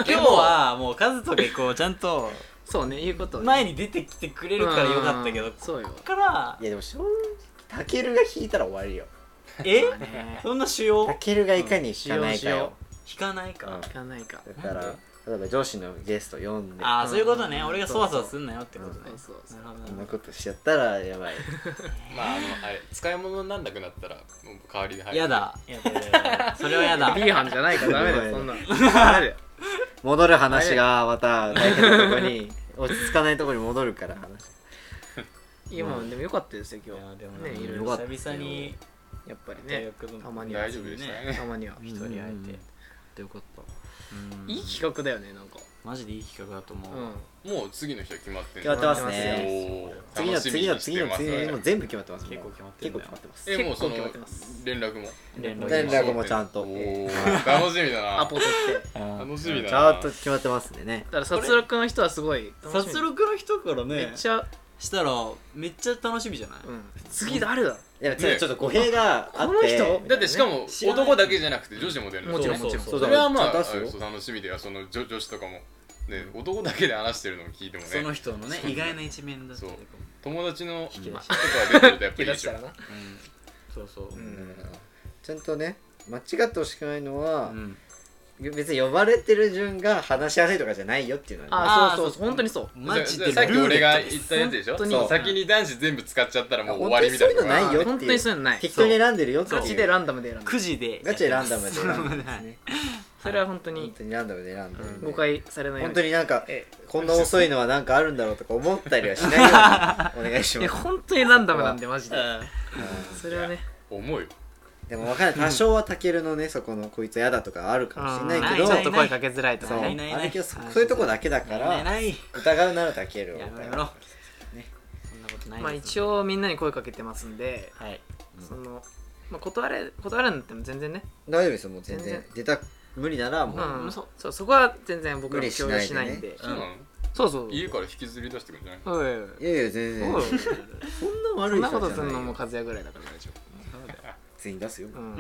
Speaker 3: 今日はもうカズとがこうちゃんと
Speaker 1: そうね言うことをね
Speaker 5: 前に出てきてくれるからよかったけ
Speaker 1: う
Speaker 5: ど
Speaker 1: ん
Speaker 5: こ
Speaker 1: そうよ
Speaker 5: っから
Speaker 2: いやでも正直たけるが引いたら終わりよ
Speaker 5: え
Speaker 1: ね
Speaker 5: そんな主要
Speaker 2: たけるがいかに引かないかよ
Speaker 5: 引かないか、
Speaker 2: うん
Speaker 1: 聞かないか
Speaker 2: だから例えば上司のゲスト読んで
Speaker 3: あ
Speaker 2: こ
Speaker 3: あそういうことね俺がそわそわすんなよってこと
Speaker 1: そ
Speaker 3: ね
Speaker 1: うそうそ
Speaker 3: な
Speaker 1: う
Speaker 3: るほど
Speaker 2: ん
Speaker 3: なるほ
Speaker 2: なこ
Speaker 3: ど
Speaker 2: としちゃったらやばい
Speaker 4: まああのあれ使い物になんなくなったらもう代わりで入る
Speaker 3: やだやだやだやだ それはやだ
Speaker 1: B 班じゃないからダメだよそんなのダメだよ
Speaker 2: 戻る話がまた大変なとこに落ち着かないとこに戻るから話
Speaker 1: 今でもよかったですよ今
Speaker 3: いやでも
Speaker 1: 日ねいろい
Speaker 2: よ
Speaker 1: ろ
Speaker 2: かったよ
Speaker 5: 久々に
Speaker 1: やっぱり
Speaker 5: 大
Speaker 1: ね
Speaker 5: 学の
Speaker 1: たまには
Speaker 4: 大丈夫でした
Speaker 1: たまには
Speaker 3: 一人会え
Speaker 2: うん
Speaker 3: て
Speaker 2: よかった
Speaker 3: うん
Speaker 1: いい企画だよねなんか
Speaker 3: マジでいい企画だと思う、
Speaker 1: うん
Speaker 4: もう次の人決まってん
Speaker 2: 決まってますね
Speaker 4: おー
Speaker 2: 次の
Speaker 4: 楽しみ
Speaker 2: 次の
Speaker 4: にし
Speaker 2: 次
Speaker 4: て
Speaker 2: の
Speaker 4: ます
Speaker 2: 次のもう全部決まってます
Speaker 3: 結構
Speaker 2: もう
Speaker 3: 決まって
Speaker 2: 結
Speaker 3: ん
Speaker 2: 構
Speaker 3: だよ
Speaker 2: 決まってます
Speaker 4: えもうその
Speaker 1: 結構決まってます
Speaker 4: 連絡も
Speaker 3: 連絡
Speaker 2: 連絡もちゃんと
Speaker 4: おー楽しみだな
Speaker 1: アポ取って
Speaker 4: 楽しみだな
Speaker 2: ちゃんと決まってますんでね
Speaker 1: だから殺戮の人はすごい楽しみ
Speaker 3: 殺戮の人から
Speaker 1: め
Speaker 3: ね
Speaker 1: っちゃ、
Speaker 3: したらめっちゃ楽しみじゃない、
Speaker 1: うん、次誰だ
Speaker 2: いやち
Speaker 4: ね
Speaker 2: ょっと語弊があっ
Speaker 1: この
Speaker 2: て
Speaker 1: 人
Speaker 4: だってしかも
Speaker 3: 知らない
Speaker 4: 男だけじゃなくて女子も出るの
Speaker 1: もちろん
Speaker 3: そ
Speaker 1: も
Speaker 3: う
Speaker 1: ち
Speaker 3: そ
Speaker 1: ろ
Speaker 3: う
Speaker 1: ん
Speaker 3: そう
Speaker 4: それはまあ
Speaker 2: 出
Speaker 4: あ
Speaker 2: すよ
Speaker 4: そう楽しみではその女女子とかもね男だけで話してるのを聞いても
Speaker 3: その
Speaker 4: ね
Speaker 3: 人のね意外な一面だったりとかも
Speaker 4: 友達のと
Speaker 3: 聞け
Speaker 4: か
Speaker 3: たし
Speaker 4: が出てるとやっ
Speaker 1: 引
Speaker 4: ぱ
Speaker 1: き
Speaker 4: りいい
Speaker 1: 出
Speaker 4: で
Speaker 1: し
Speaker 4: しょ
Speaker 1: たらな
Speaker 3: そうそう、
Speaker 1: う
Speaker 2: うん
Speaker 1: ん
Speaker 2: ちゃんとね間違ってほしくないのは、
Speaker 3: うん
Speaker 2: 別に呼ばれてる順が話しやすいとかじゃないよっていうのはね
Speaker 1: ああ
Speaker 3: あー
Speaker 1: そうそう
Speaker 3: そう
Speaker 1: 本当にそう
Speaker 3: マジで
Speaker 4: さっき俺が
Speaker 3: ルーレットです
Speaker 4: 言ったやつでしょ
Speaker 1: 本
Speaker 2: 当に
Speaker 4: 先に男子全部使っちゃったらもう終わりみたいな
Speaker 2: 本当にそういうのないよって
Speaker 1: 本当にそういうのない
Speaker 2: 適当に選んでるよってい
Speaker 1: ガ
Speaker 2: う
Speaker 1: チでランダムで選んだ
Speaker 3: 9時で
Speaker 2: ガチでランダ ムで選んでるんです
Speaker 3: はい
Speaker 2: ね
Speaker 1: それは本当
Speaker 2: 本
Speaker 1: に
Speaker 2: 当にランダムで選んでるんで
Speaker 1: 誤解されないよう
Speaker 2: 本当になんか
Speaker 1: ええ
Speaker 2: こんな遅いのはなんかあるんだろうとか思ったりはしないようにお願いし
Speaker 1: い
Speaker 2: ま
Speaker 1: や
Speaker 2: す
Speaker 1: 本当にランダムなんでマジ
Speaker 3: う
Speaker 1: で
Speaker 3: ん
Speaker 1: それはね
Speaker 4: 思うよ
Speaker 2: でも分かんない多少はたけるのねそこのこいつ嫌だとかあるかもしれないけ
Speaker 1: う
Speaker 2: ど
Speaker 1: んち
Speaker 2: そう
Speaker 1: ょっと声かけづらいとか
Speaker 2: あ
Speaker 3: ない
Speaker 1: ね
Speaker 3: ないない
Speaker 2: るけどそそういうとこだけだか
Speaker 3: ない
Speaker 2: ら
Speaker 3: ないや
Speaker 2: 疑うならたけるを
Speaker 3: めろ
Speaker 2: 疑う
Speaker 3: やめろ
Speaker 2: ね
Speaker 3: そんなことない
Speaker 1: まあ一応みんなに声かけてますんで
Speaker 3: はい
Speaker 1: そのまあ断れ断るんだっても全然ね
Speaker 2: 大丈夫ですよもう全
Speaker 1: 全
Speaker 2: 然出た無理ならもう、
Speaker 1: うん
Speaker 3: そう
Speaker 1: そうそこは全然僕ら
Speaker 2: 無
Speaker 1: も
Speaker 2: 理し
Speaker 1: 共
Speaker 2: な
Speaker 1: 有
Speaker 2: いでね
Speaker 1: しないんで
Speaker 4: そうなの
Speaker 1: そうそう
Speaker 4: 家から引きずり出してくるんじゃない
Speaker 1: おいおいおい
Speaker 2: いやいや全然
Speaker 1: おい
Speaker 2: そんな
Speaker 1: そ
Speaker 2: 悪
Speaker 1: ん
Speaker 2: い
Speaker 1: なこ
Speaker 2: 人
Speaker 1: と
Speaker 2: じゃ
Speaker 1: す
Speaker 2: なんい
Speaker 1: のも
Speaker 2: よ
Speaker 1: 和也ぐらいだから大丈
Speaker 2: 全員出すよ、
Speaker 1: 夫 うん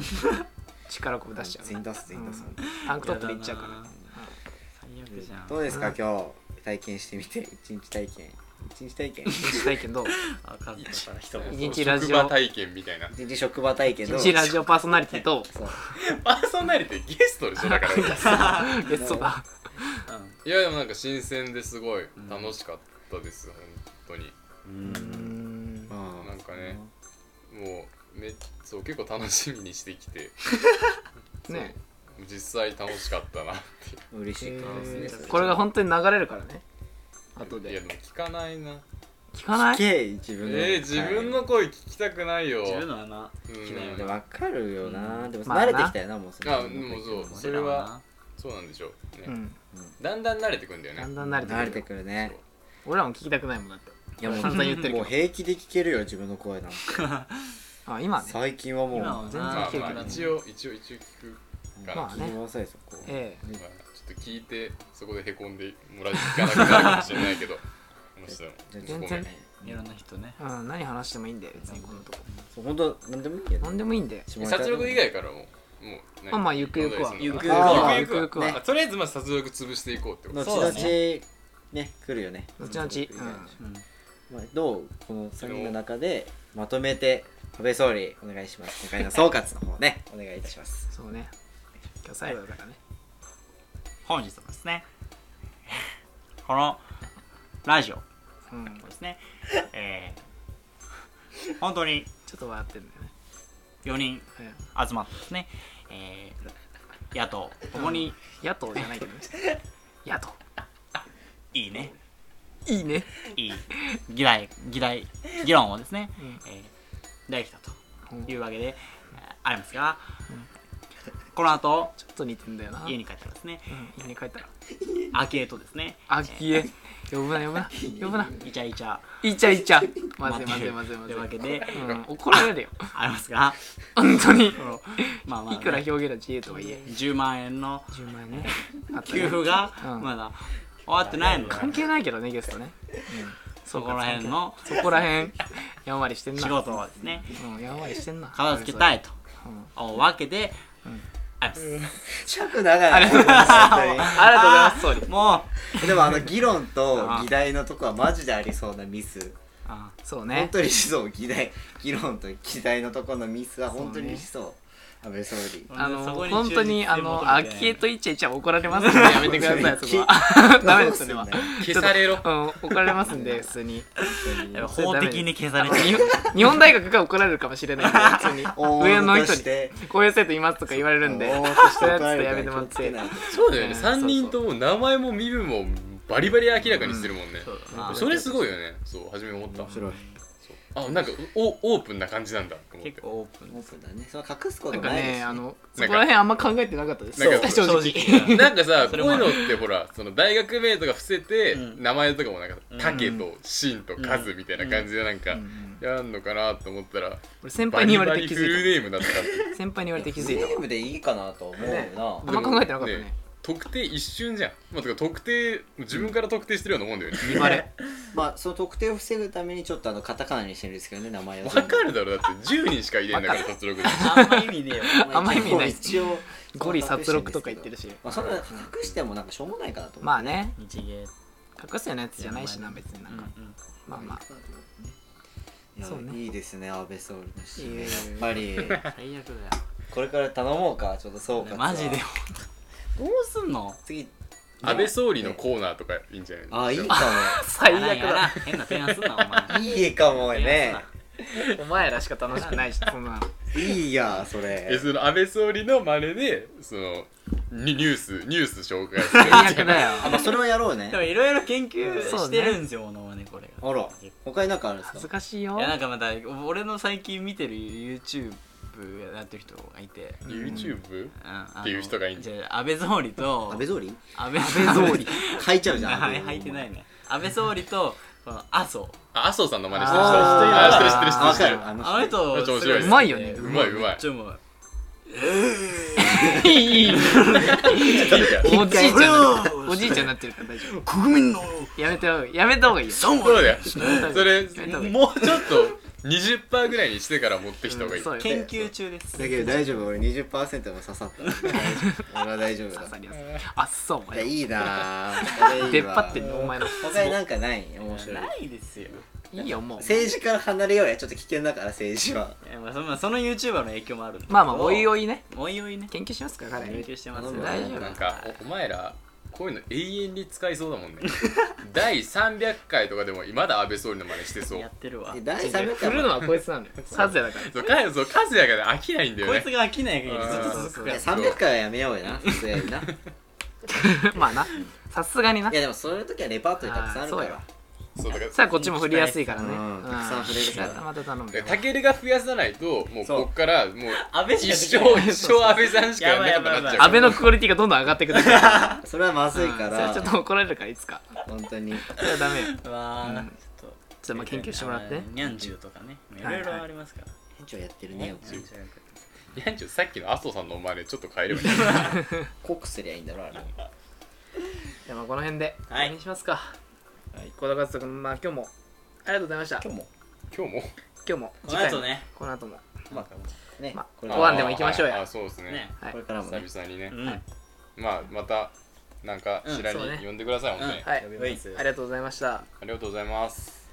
Speaker 1: 力こぶ出しちゃう
Speaker 2: 全員出す全員出す、
Speaker 1: うんタンクトップでいっちゃうから
Speaker 3: やだな最悪じゃん
Speaker 2: どうですか、
Speaker 1: うん
Speaker 2: 今日体験してみて一日体験一日体験
Speaker 1: 一日体験どう
Speaker 3: あカズトから一
Speaker 1: 一
Speaker 3: 言
Speaker 1: 日ラジオ
Speaker 4: 職場体験みたいな
Speaker 2: 一日職場体験
Speaker 1: 一
Speaker 2: どう
Speaker 1: 日ラジオパーソナリティと
Speaker 2: そう
Speaker 4: パーソナリティゲストでしょだからい
Speaker 1: ゲストだ
Speaker 4: やでもなんか新鮮ですごい楽しかったです本当に
Speaker 1: うん
Speaker 2: まあ
Speaker 4: なんかねもうめそう結構楽しみにしてきて
Speaker 1: ね
Speaker 4: 実際楽しかったなって
Speaker 2: 嬉しいことですね
Speaker 1: えー
Speaker 2: それ
Speaker 1: これが本当に流れるからね後
Speaker 4: いや
Speaker 1: で
Speaker 4: でも聞かないな
Speaker 1: 聞かない
Speaker 2: 聞け自分の
Speaker 4: えー、自分の声聞きたくないよ
Speaker 3: 自分の穴
Speaker 4: うん
Speaker 3: 嫌い
Speaker 2: で分かるよな、
Speaker 3: うん
Speaker 2: でも
Speaker 1: まあな
Speaker 2: 慣れてきたよなもうそ
Speaker 4: あもうそうそれはそうなんでしょう、ね
Speaker 1: うん
Speaker 4: だんだん慣れてくんだよね
Speaker 1: だんだん慣れて
Speaker 2: 慣れ
Speaker 1: く
Speaker 2: て
Speaker 1: る
Speaker 2: くるね
Speaker 1: 俺らも聞きたくないもんだって
Speaker 2: いやもう
Speaker 1: 散々言ってるけど
Speaker 2: もう平気で聞けるよ自分の声なんて
Speaker 1: あ今ね
Speaker 2: 最近はもう
Speaker 3: 今
Speaker 2: 聞
Speaker 3: はね
Speaker 1: 全然
Speaker 4: ま
Speaker 1: 聞
Speaker 4: あ
Speaker 1: ける
Speaker 4: ま
Speaker 1: け
Speaker 4: あ
Speaker 1: どね
Speaker 4: 一応一応一応聞くから、
Speaker 1: まあね
Speaker 2: きなさいそこ、
Speaker 1: え
Speaker 4: まあちょっと聞いてそこでへこんでもらい聞かなくなるかもしれないけどもしかしたら
Speaker 2: 全
Speaker 1: 然
Speaker 4: ごめん
Speaker 3: いろんな人ね
Speaker 1: えうん何話してもいいんだよ別にこんなとこ
Speaker 2: そう本当なんでもいいよ
Speaker 1: 何でもいいんだよ
Speaker 2: 下ネタ
Speaker 4: 殺戮以外からももうね
Speaker 1: まあまあゆくゆくは
Speaker 4: 問題する
Speaker 2: ゆ
Speaker 4: のか
Speaker 2: くゆくは
Speaker 4: あゆくゆくは
Speaker 2: ね
Speaker 4: あとりあえずまあ殺戮潰していこうってこと
Speaker 2: 後
Speaker 4: そ
Speaker 2: 々
Speaker 3: そうだ
Speaker 2: ね来るよね
Speaker 1: 後々
Speaker 2: 殺戮以外
Speaker 1: うん
Speaker 3: うん
Speaker 2: まあ、どうこの3人の中でまとめて戸部総理お願いします今回の総括の 方ねお願いいたします
Speaker 1: そうね今日最後だからね、
Speaker 3: 本日もですねこのラジオ
Speaker 1: うん
Speaker 3: もですねえー、本当に
Speaker 1: ちょっと笑ってんだよね
Speaker 3: 4人
Speaker 1: うん
Speaker 3: 集まってですね、えー、野党ともに
Speaker 1: 野党じゃない けどね野党
Speaker 3: いいね
Speaker 1: いいね
Speaker 3: いい議題議題議論をですね、
Speaker 1: うん
Speaker 3: えーできたと
Speaker 1: うん
Speaker 3: い
Speaker 1: ちょ
Speaker 3: うわけであありますが、この後
Speaker 1: っと似てんだよな
Speaker 3: 家に帰ったらですね
Speaker 1: うん、家に帰ったら
Speaker 3: アキエとですね
Speaker 1: あきえ呼ぶな呼ぶ な呼ぶな
Speaker 3: イチャイチャ
Speaker 1: いちゃいちゃま
Speaker 3: 待
Speaker 1: ずい
Speaker 3: って
Speaker 1: まずい
Speaker 3: る
Speaker 1: まずいまず
Speaker 3: とい
Speaker 1: いう
Speaker 3: わけで
Speaker 1: うん、怒られるよ
Speaker 3: ありま すが
Speaker 1: 本当に
Speaker 3: このまあまあ
Speaker 1: い
Speaker 3: ね、
Speaker 1: くら表現の自由とはいえ
Speaker 3: 10万円の
Speaker 1: 10万円ね
Speaker 3: 給付が
Speaker 1: うん
Speaker 3: まだ終わってないので、
Speaker 1: 関係ないけどねゲストね、
Speaker 3: そこら辺の
Speaker 1: そこら辺やんわりしてんな
Speaker 3: 仕事をですね
Speaker 1: うんやんわりしてんな
Speaker 3: 片付けたいと
Speaker 1: うん
Speaker 3: 思うわけで、あります
Speaker 2: 尺長い
Speaker 1: あ
Speaker 2: 本
Speaker 1: りがとうございます総理
Speaker 3: も
Speaker 2: 当にでもあの議論と議題のとこはマジでありそうなミス
Speaker 3: うあ
Speaker 1: そう
Speaker 2: 本
Speaker 1: ね
Speaker 2: 当にしそう議題議論と議題のとこのミスは本当にしそう安倍総理
Speaker 1: あの
Speaker 3: そこに
Speaker 1: 本当にあ
Speaker 3: 忠実に求めて
Speaker 1: のあきえといちゃいちゃ怒られますんでやめてくださいそこはダメですそれは
Speaker 4: 消されろ
Speaker 1: うん怒られますんで普 通に
Speaker 3: やっぱ法的に消されて
Speaker 1: 日本日本大学が怒られるかもしれないんで普通に上の人に
Speaker 2: て
Speaker 1: こういう生徒いますとか言われるんで
Speaker 2: おーっとし
Speaker 1: そ
Speaker 2: て
Speaker 1: ういうやつ
Speaker 2: 怒ら
Speaker 1: と
Speaker 2: れる
Speaker 1: やめてもらっ
Speaker 2: から気をつけ
Speaker 1: て
Speaker 2: ないと
Speaker 4: そうだよね
Speaker 1: うん
Speaker 4: 3人とも名前も身分もバリバリ明らかにしてるもんね、
Speaker 3: そうだな
Speaker 4: それすごいよねそう初め思った
Speaker 2: 面白い
Speaker 4: あなんかおオープンな感じなんだと思って
Speaker 3: 結構オープン
Speaker 2: オープンだねそれは隠すこ
Speaker 1: な
Speaker 2: と
Speaker 1: んか
Speaker 2: ないです
Speaker 1: ね
Speaker 2: ね
Speaker 1: あのそこら辺あんま考えてなかったです
Speaker 4: なんか
Speaker 1: 正
Speaker 3: 正
Speaker 1: 直
Speaker 3: 直
Speaker 4: なんかさ
Speaker 3: そう
Speaker 4: こ
Speaker 3: れ
Speaker 4: い
Speaker 3: も
Speaker 4: うのってほらその大学名とか伏せて、
Speaker 3: うん
Speaker 4: 名前とかもなんか
Speaker 3: う
Speaker 4: 「
Speaker 3: ん
Speaker 4: タケ」と「シン」と「カズ」みたいな感じでなんか、やんのかなと思ったら
Speaker 1: 俺先輩に言われて気
Speaker 4: バリバリフ
Speaker 1: づい
Speaker 4: ルネームだったって
Speaker 1: た先輩に言われて気づい
Speaker 2: ネ
Speaker 1: た
Speaker 2: ー
Speaker 1: わ
Speaker 2: ムでいいかなと思う
Speaker 1: あ
Speaker 2: な
Speaker 1: ま
Speaker 2: ん
Speaker 1: 考えてなかったね
Speaker 4: 特定一瞬じゃんまあ、てか特定自分から特定してるようなもんだよね
Speaker 1: 見バレ
Speaker 2: まあその特定を防ぐためにちょっとあのカタカナにしてるんですけどね名前を
Speaker 4: わかるだろだって10人しかいないんだから卒力 で
Speaker 3: あんま意味ねえよ
Speaker 2: ま
Speaker 1: あんま意味ない
Speaker 2: 一応
Speaker 1: ゴリ殺戮とか言ってるし
Speaker 2: まあそれは隠してもなんかしょうもないかなと思う
Speaker 1: まあね
Speaker 3: 日芸
Speaker 1: 隠すようなやつじゃないしな別にな
Speaker 3: うん
Speaker 1: んか
Speaker 3: うん
Speaker 1: まあまあ
Speaker 2: いや
Speaker 1: そうね
Speaker 2: いいですね安倍総理の指名
Speaker 1: いやいやいや
Speaker 2: やっぱり
Speaker 3: 最悪だよ
Speaker 2: これから頼もうかちょっとそうか
Speaker 3: マジで本当どうすんの
Speaker 2: 次
Speaker 4: 安倍総理のコーナーとかいいんじゃない
Speaker 2: あいい
Speaker 4: あ
Speaker 2: か
Speaker 1: 最
Speaker 3: やらん
Speaker 1: 悪
Speaker 3: やらん
Speaker 1: だ
Speaker 3: 変な提案すんなお
Speaker 2: もいいかも
Speaker 3: 前
Speaker 2: ね
Speaker 1: お前らしか楽しくないしそんない
Speaker 2: いやそれ
Speaker 4: えその安倍総理の真似でそのニニュースニュース紹介するみた
Speaker 1: 最
Speaker 4: い
Speaker 1: 悪
Speaker 4: な
Speaker 1: だよ
Speaker 2: あまあそれはやろうね
Speaker 3: でもいろいろ研究
Speaker 1: そう
Speaker 3: して
Speaker 1: ね
Speaker 3: るんですよものまねこれが
Speaker 2: あら他になんかあるん で
Speaker 1: 恥
Speaker 2: す
Speaker 1: ず
Speaker 2: か
Speaker 1: かしいよ
Speaker 3: いやなんかまた俺の最近見てる YouTube やってる人がいて、うん
Speaker 4: YouTube?
Speaker 3: あの
Speaker 4: っていう人がいいんだ
Speaker 3: じゃあ安倍総理と
Speaker 2: 安倍総理
Speaker 3: 安倍
Speaker 1: 安倍総理
Speaker 2: 書いちゃうじゃん
Speaker 3: はい入ってないね安倍総理とこの麻生
Speaker 4: あ麻生さんの真似してる人
Speaker 1: あー
Speaker 4: あ知ってる知ってる知ってる
Speaker 2: わ
Speaker 4: 知って
Speaker 2: か
Speaker 4: る
Speaker 2: る
Speaker 3: あ
Speaker 2: あ
Speaker 3: の
Speaker 2: 人
Speaker 3: 人
Speaker 4: あの人
Speaker 3: す
Speaker 4: 面白
Speaker 3: ご
Speaker 4: いです
Speaker 1: うまいよね
Speaker 4: うまいうま
Speaker 3: め
Speaker 4: い
Speaker 3: っちゃうまい
Speaker 1: いいいいおじいちゃん
Speaker 3: 俺を
Speaker 1: おじいちゃんになってるから大丈夫
Speaker 3: 国民の
Speaker 1: やめたやめた方がいいよ
Speaker 3: 3
Speaker 4: そう
Speaker 3: 割
Speaker 4: だよそれもうちょっと20%ぐらいにしてから持ってきた方がいい、
Speaker 1: そうよ
Speaker 3: 研究中です
Speaker 2: だけど大丈夫俺20%も刺 さった大丈夫俺は大丈夫だ
Speaker 1: 刺さりやすいあっそうお
Speaker 2: いや
Speaker 1: 前
Speaker 2: いいな ぁ
Speaker 1: 出っ張ってんのお前の
Speaker 2: 他になんかない面白い
Speaker 3: ないですよ
Speaker 1: いいよもう
Speaker 2: 政治から離れようやちょっと危険だから政治はい
Speaker 3: やまあそのその YouTuber の影響もあるんだけど
Speaker 1: まあまあおいおいね
Speaker 3: おいおいね
Speaker 1: 研究しますから彼
Speaker 3: 研究してます
Speaker 2: 頼
Speaker 3: よ
Speaker 2: むわ
Speaker 1: 大丈夫
Speaker 4: なんかおお前らこういうの永遠に使いそうだもんね第300回とかでもまだ安倍総理の真似してそう
Speaker 3: やってるわ
Speaker 2: え第300
Speaker 1: 振
Speaker 2: 回
Speaker 1: るのはこいつなんだよサズヤだから
Speaker 4: そうかそうカズヤがね飽きないんだよ
Speaker 3: こい
Speaker 4: ね
Speaker 3: つが飽きない限りずっと続く
Speaker 1: そう
Speaker 3: か
Speaker 1: そう
Speaker 3: ら
Speaker 2: 300回はやめようよなさすが にない
Speaker 1: まあな、さすがにな。
Speaker 2: やでもそういう時はレパートリーたくさんあるか
Speaker 1: あーそうよ
Speaker 2: ら
Speaker 4: そうだから
Speaker 1: さあこっちも振りやすいからね。
Speaker 2: うんたくさん振れるから
Speaker 1: また頼むよ。
Speaker 4: たけるが増やさないともう
Speaker 2: そう
Speaker 4: こっからもう
Speaker 3: 安倍
Speaker 4: 一
Speaker 3: し
Speaker 4: 生
Speaker 3: かできない
Speaker 4: 一生安倍さんしかやんなくなっちゃう
Speaker 1: 安倍のクオリティがどんどん上がってくるから。
Speaker 2: それはまずいか
Speaker 1: うん
Speaker 2: ら
Speaker 1: それちょっと怒られるからいつか。
Speaker 2: 本当に
Speaker 1: それはダメよ。
Speaker 3: うわー
Speaker 1: うん
Speaker 3: ちょっ
Speaker 1: ち
Speaker 3: と
Speaker 1: ょっとまあ研究してもらってね。
Speaker 3: ニャンジューとかねい
Speaker 1: はい
Speaker 3: ろいろありますから
Speaker 2: 店長やってるねよ
Speaker 3: ニャン
Speaker 2: く
Speaker 3: ジュー
Speaker 4: いやちょさっきの麻生さんのお前でちょっと変えればいい
Speaker 2: 濃くすりゃいいんだろあれ
Speaker 1: じゃあまあこの辺で終わりにしますか。
Speaker 2: はい
Speaker 1: 小田和人君、まあ今日もありがとうございました。
Speaker 2: 今日も
Speaker 4: 今日も
Speaker 1: 今日も。
Speaker 3: この後ね。
Speaker 1: この後も。
Speaker 2: まあね
Speaker 1: まあ
Speaker 2: これ
Speaker 1: ご飯でも行きましょう
Speaker 4: あ
Speaker 1: や
Speaker 4: あ。そうですね
Speaker 3: ね
Speaker 1: はい
Speaker 2: これからもね
Speaker 4: 久々にね、
Speaker 3: うん
Speaker 4: まあまたなんか知らに
Speaker 1: うんそうね
Speaker 4: 呼んでください、本当に、
Speaker 3: うん
Speaker 1: はい。
Speaker 3: 呼びます
Speaker 1: ありがとうございました。
Speaker 4: ありがとうございます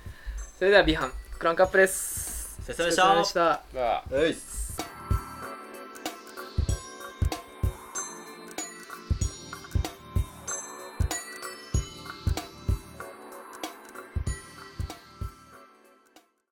Speaker 1: それでは B 班クランクアップです。
Speaker 6: れ様でした
Speaker 7: お疲れ様でした
Speaker 1: まあ
Speaker 2: ういっす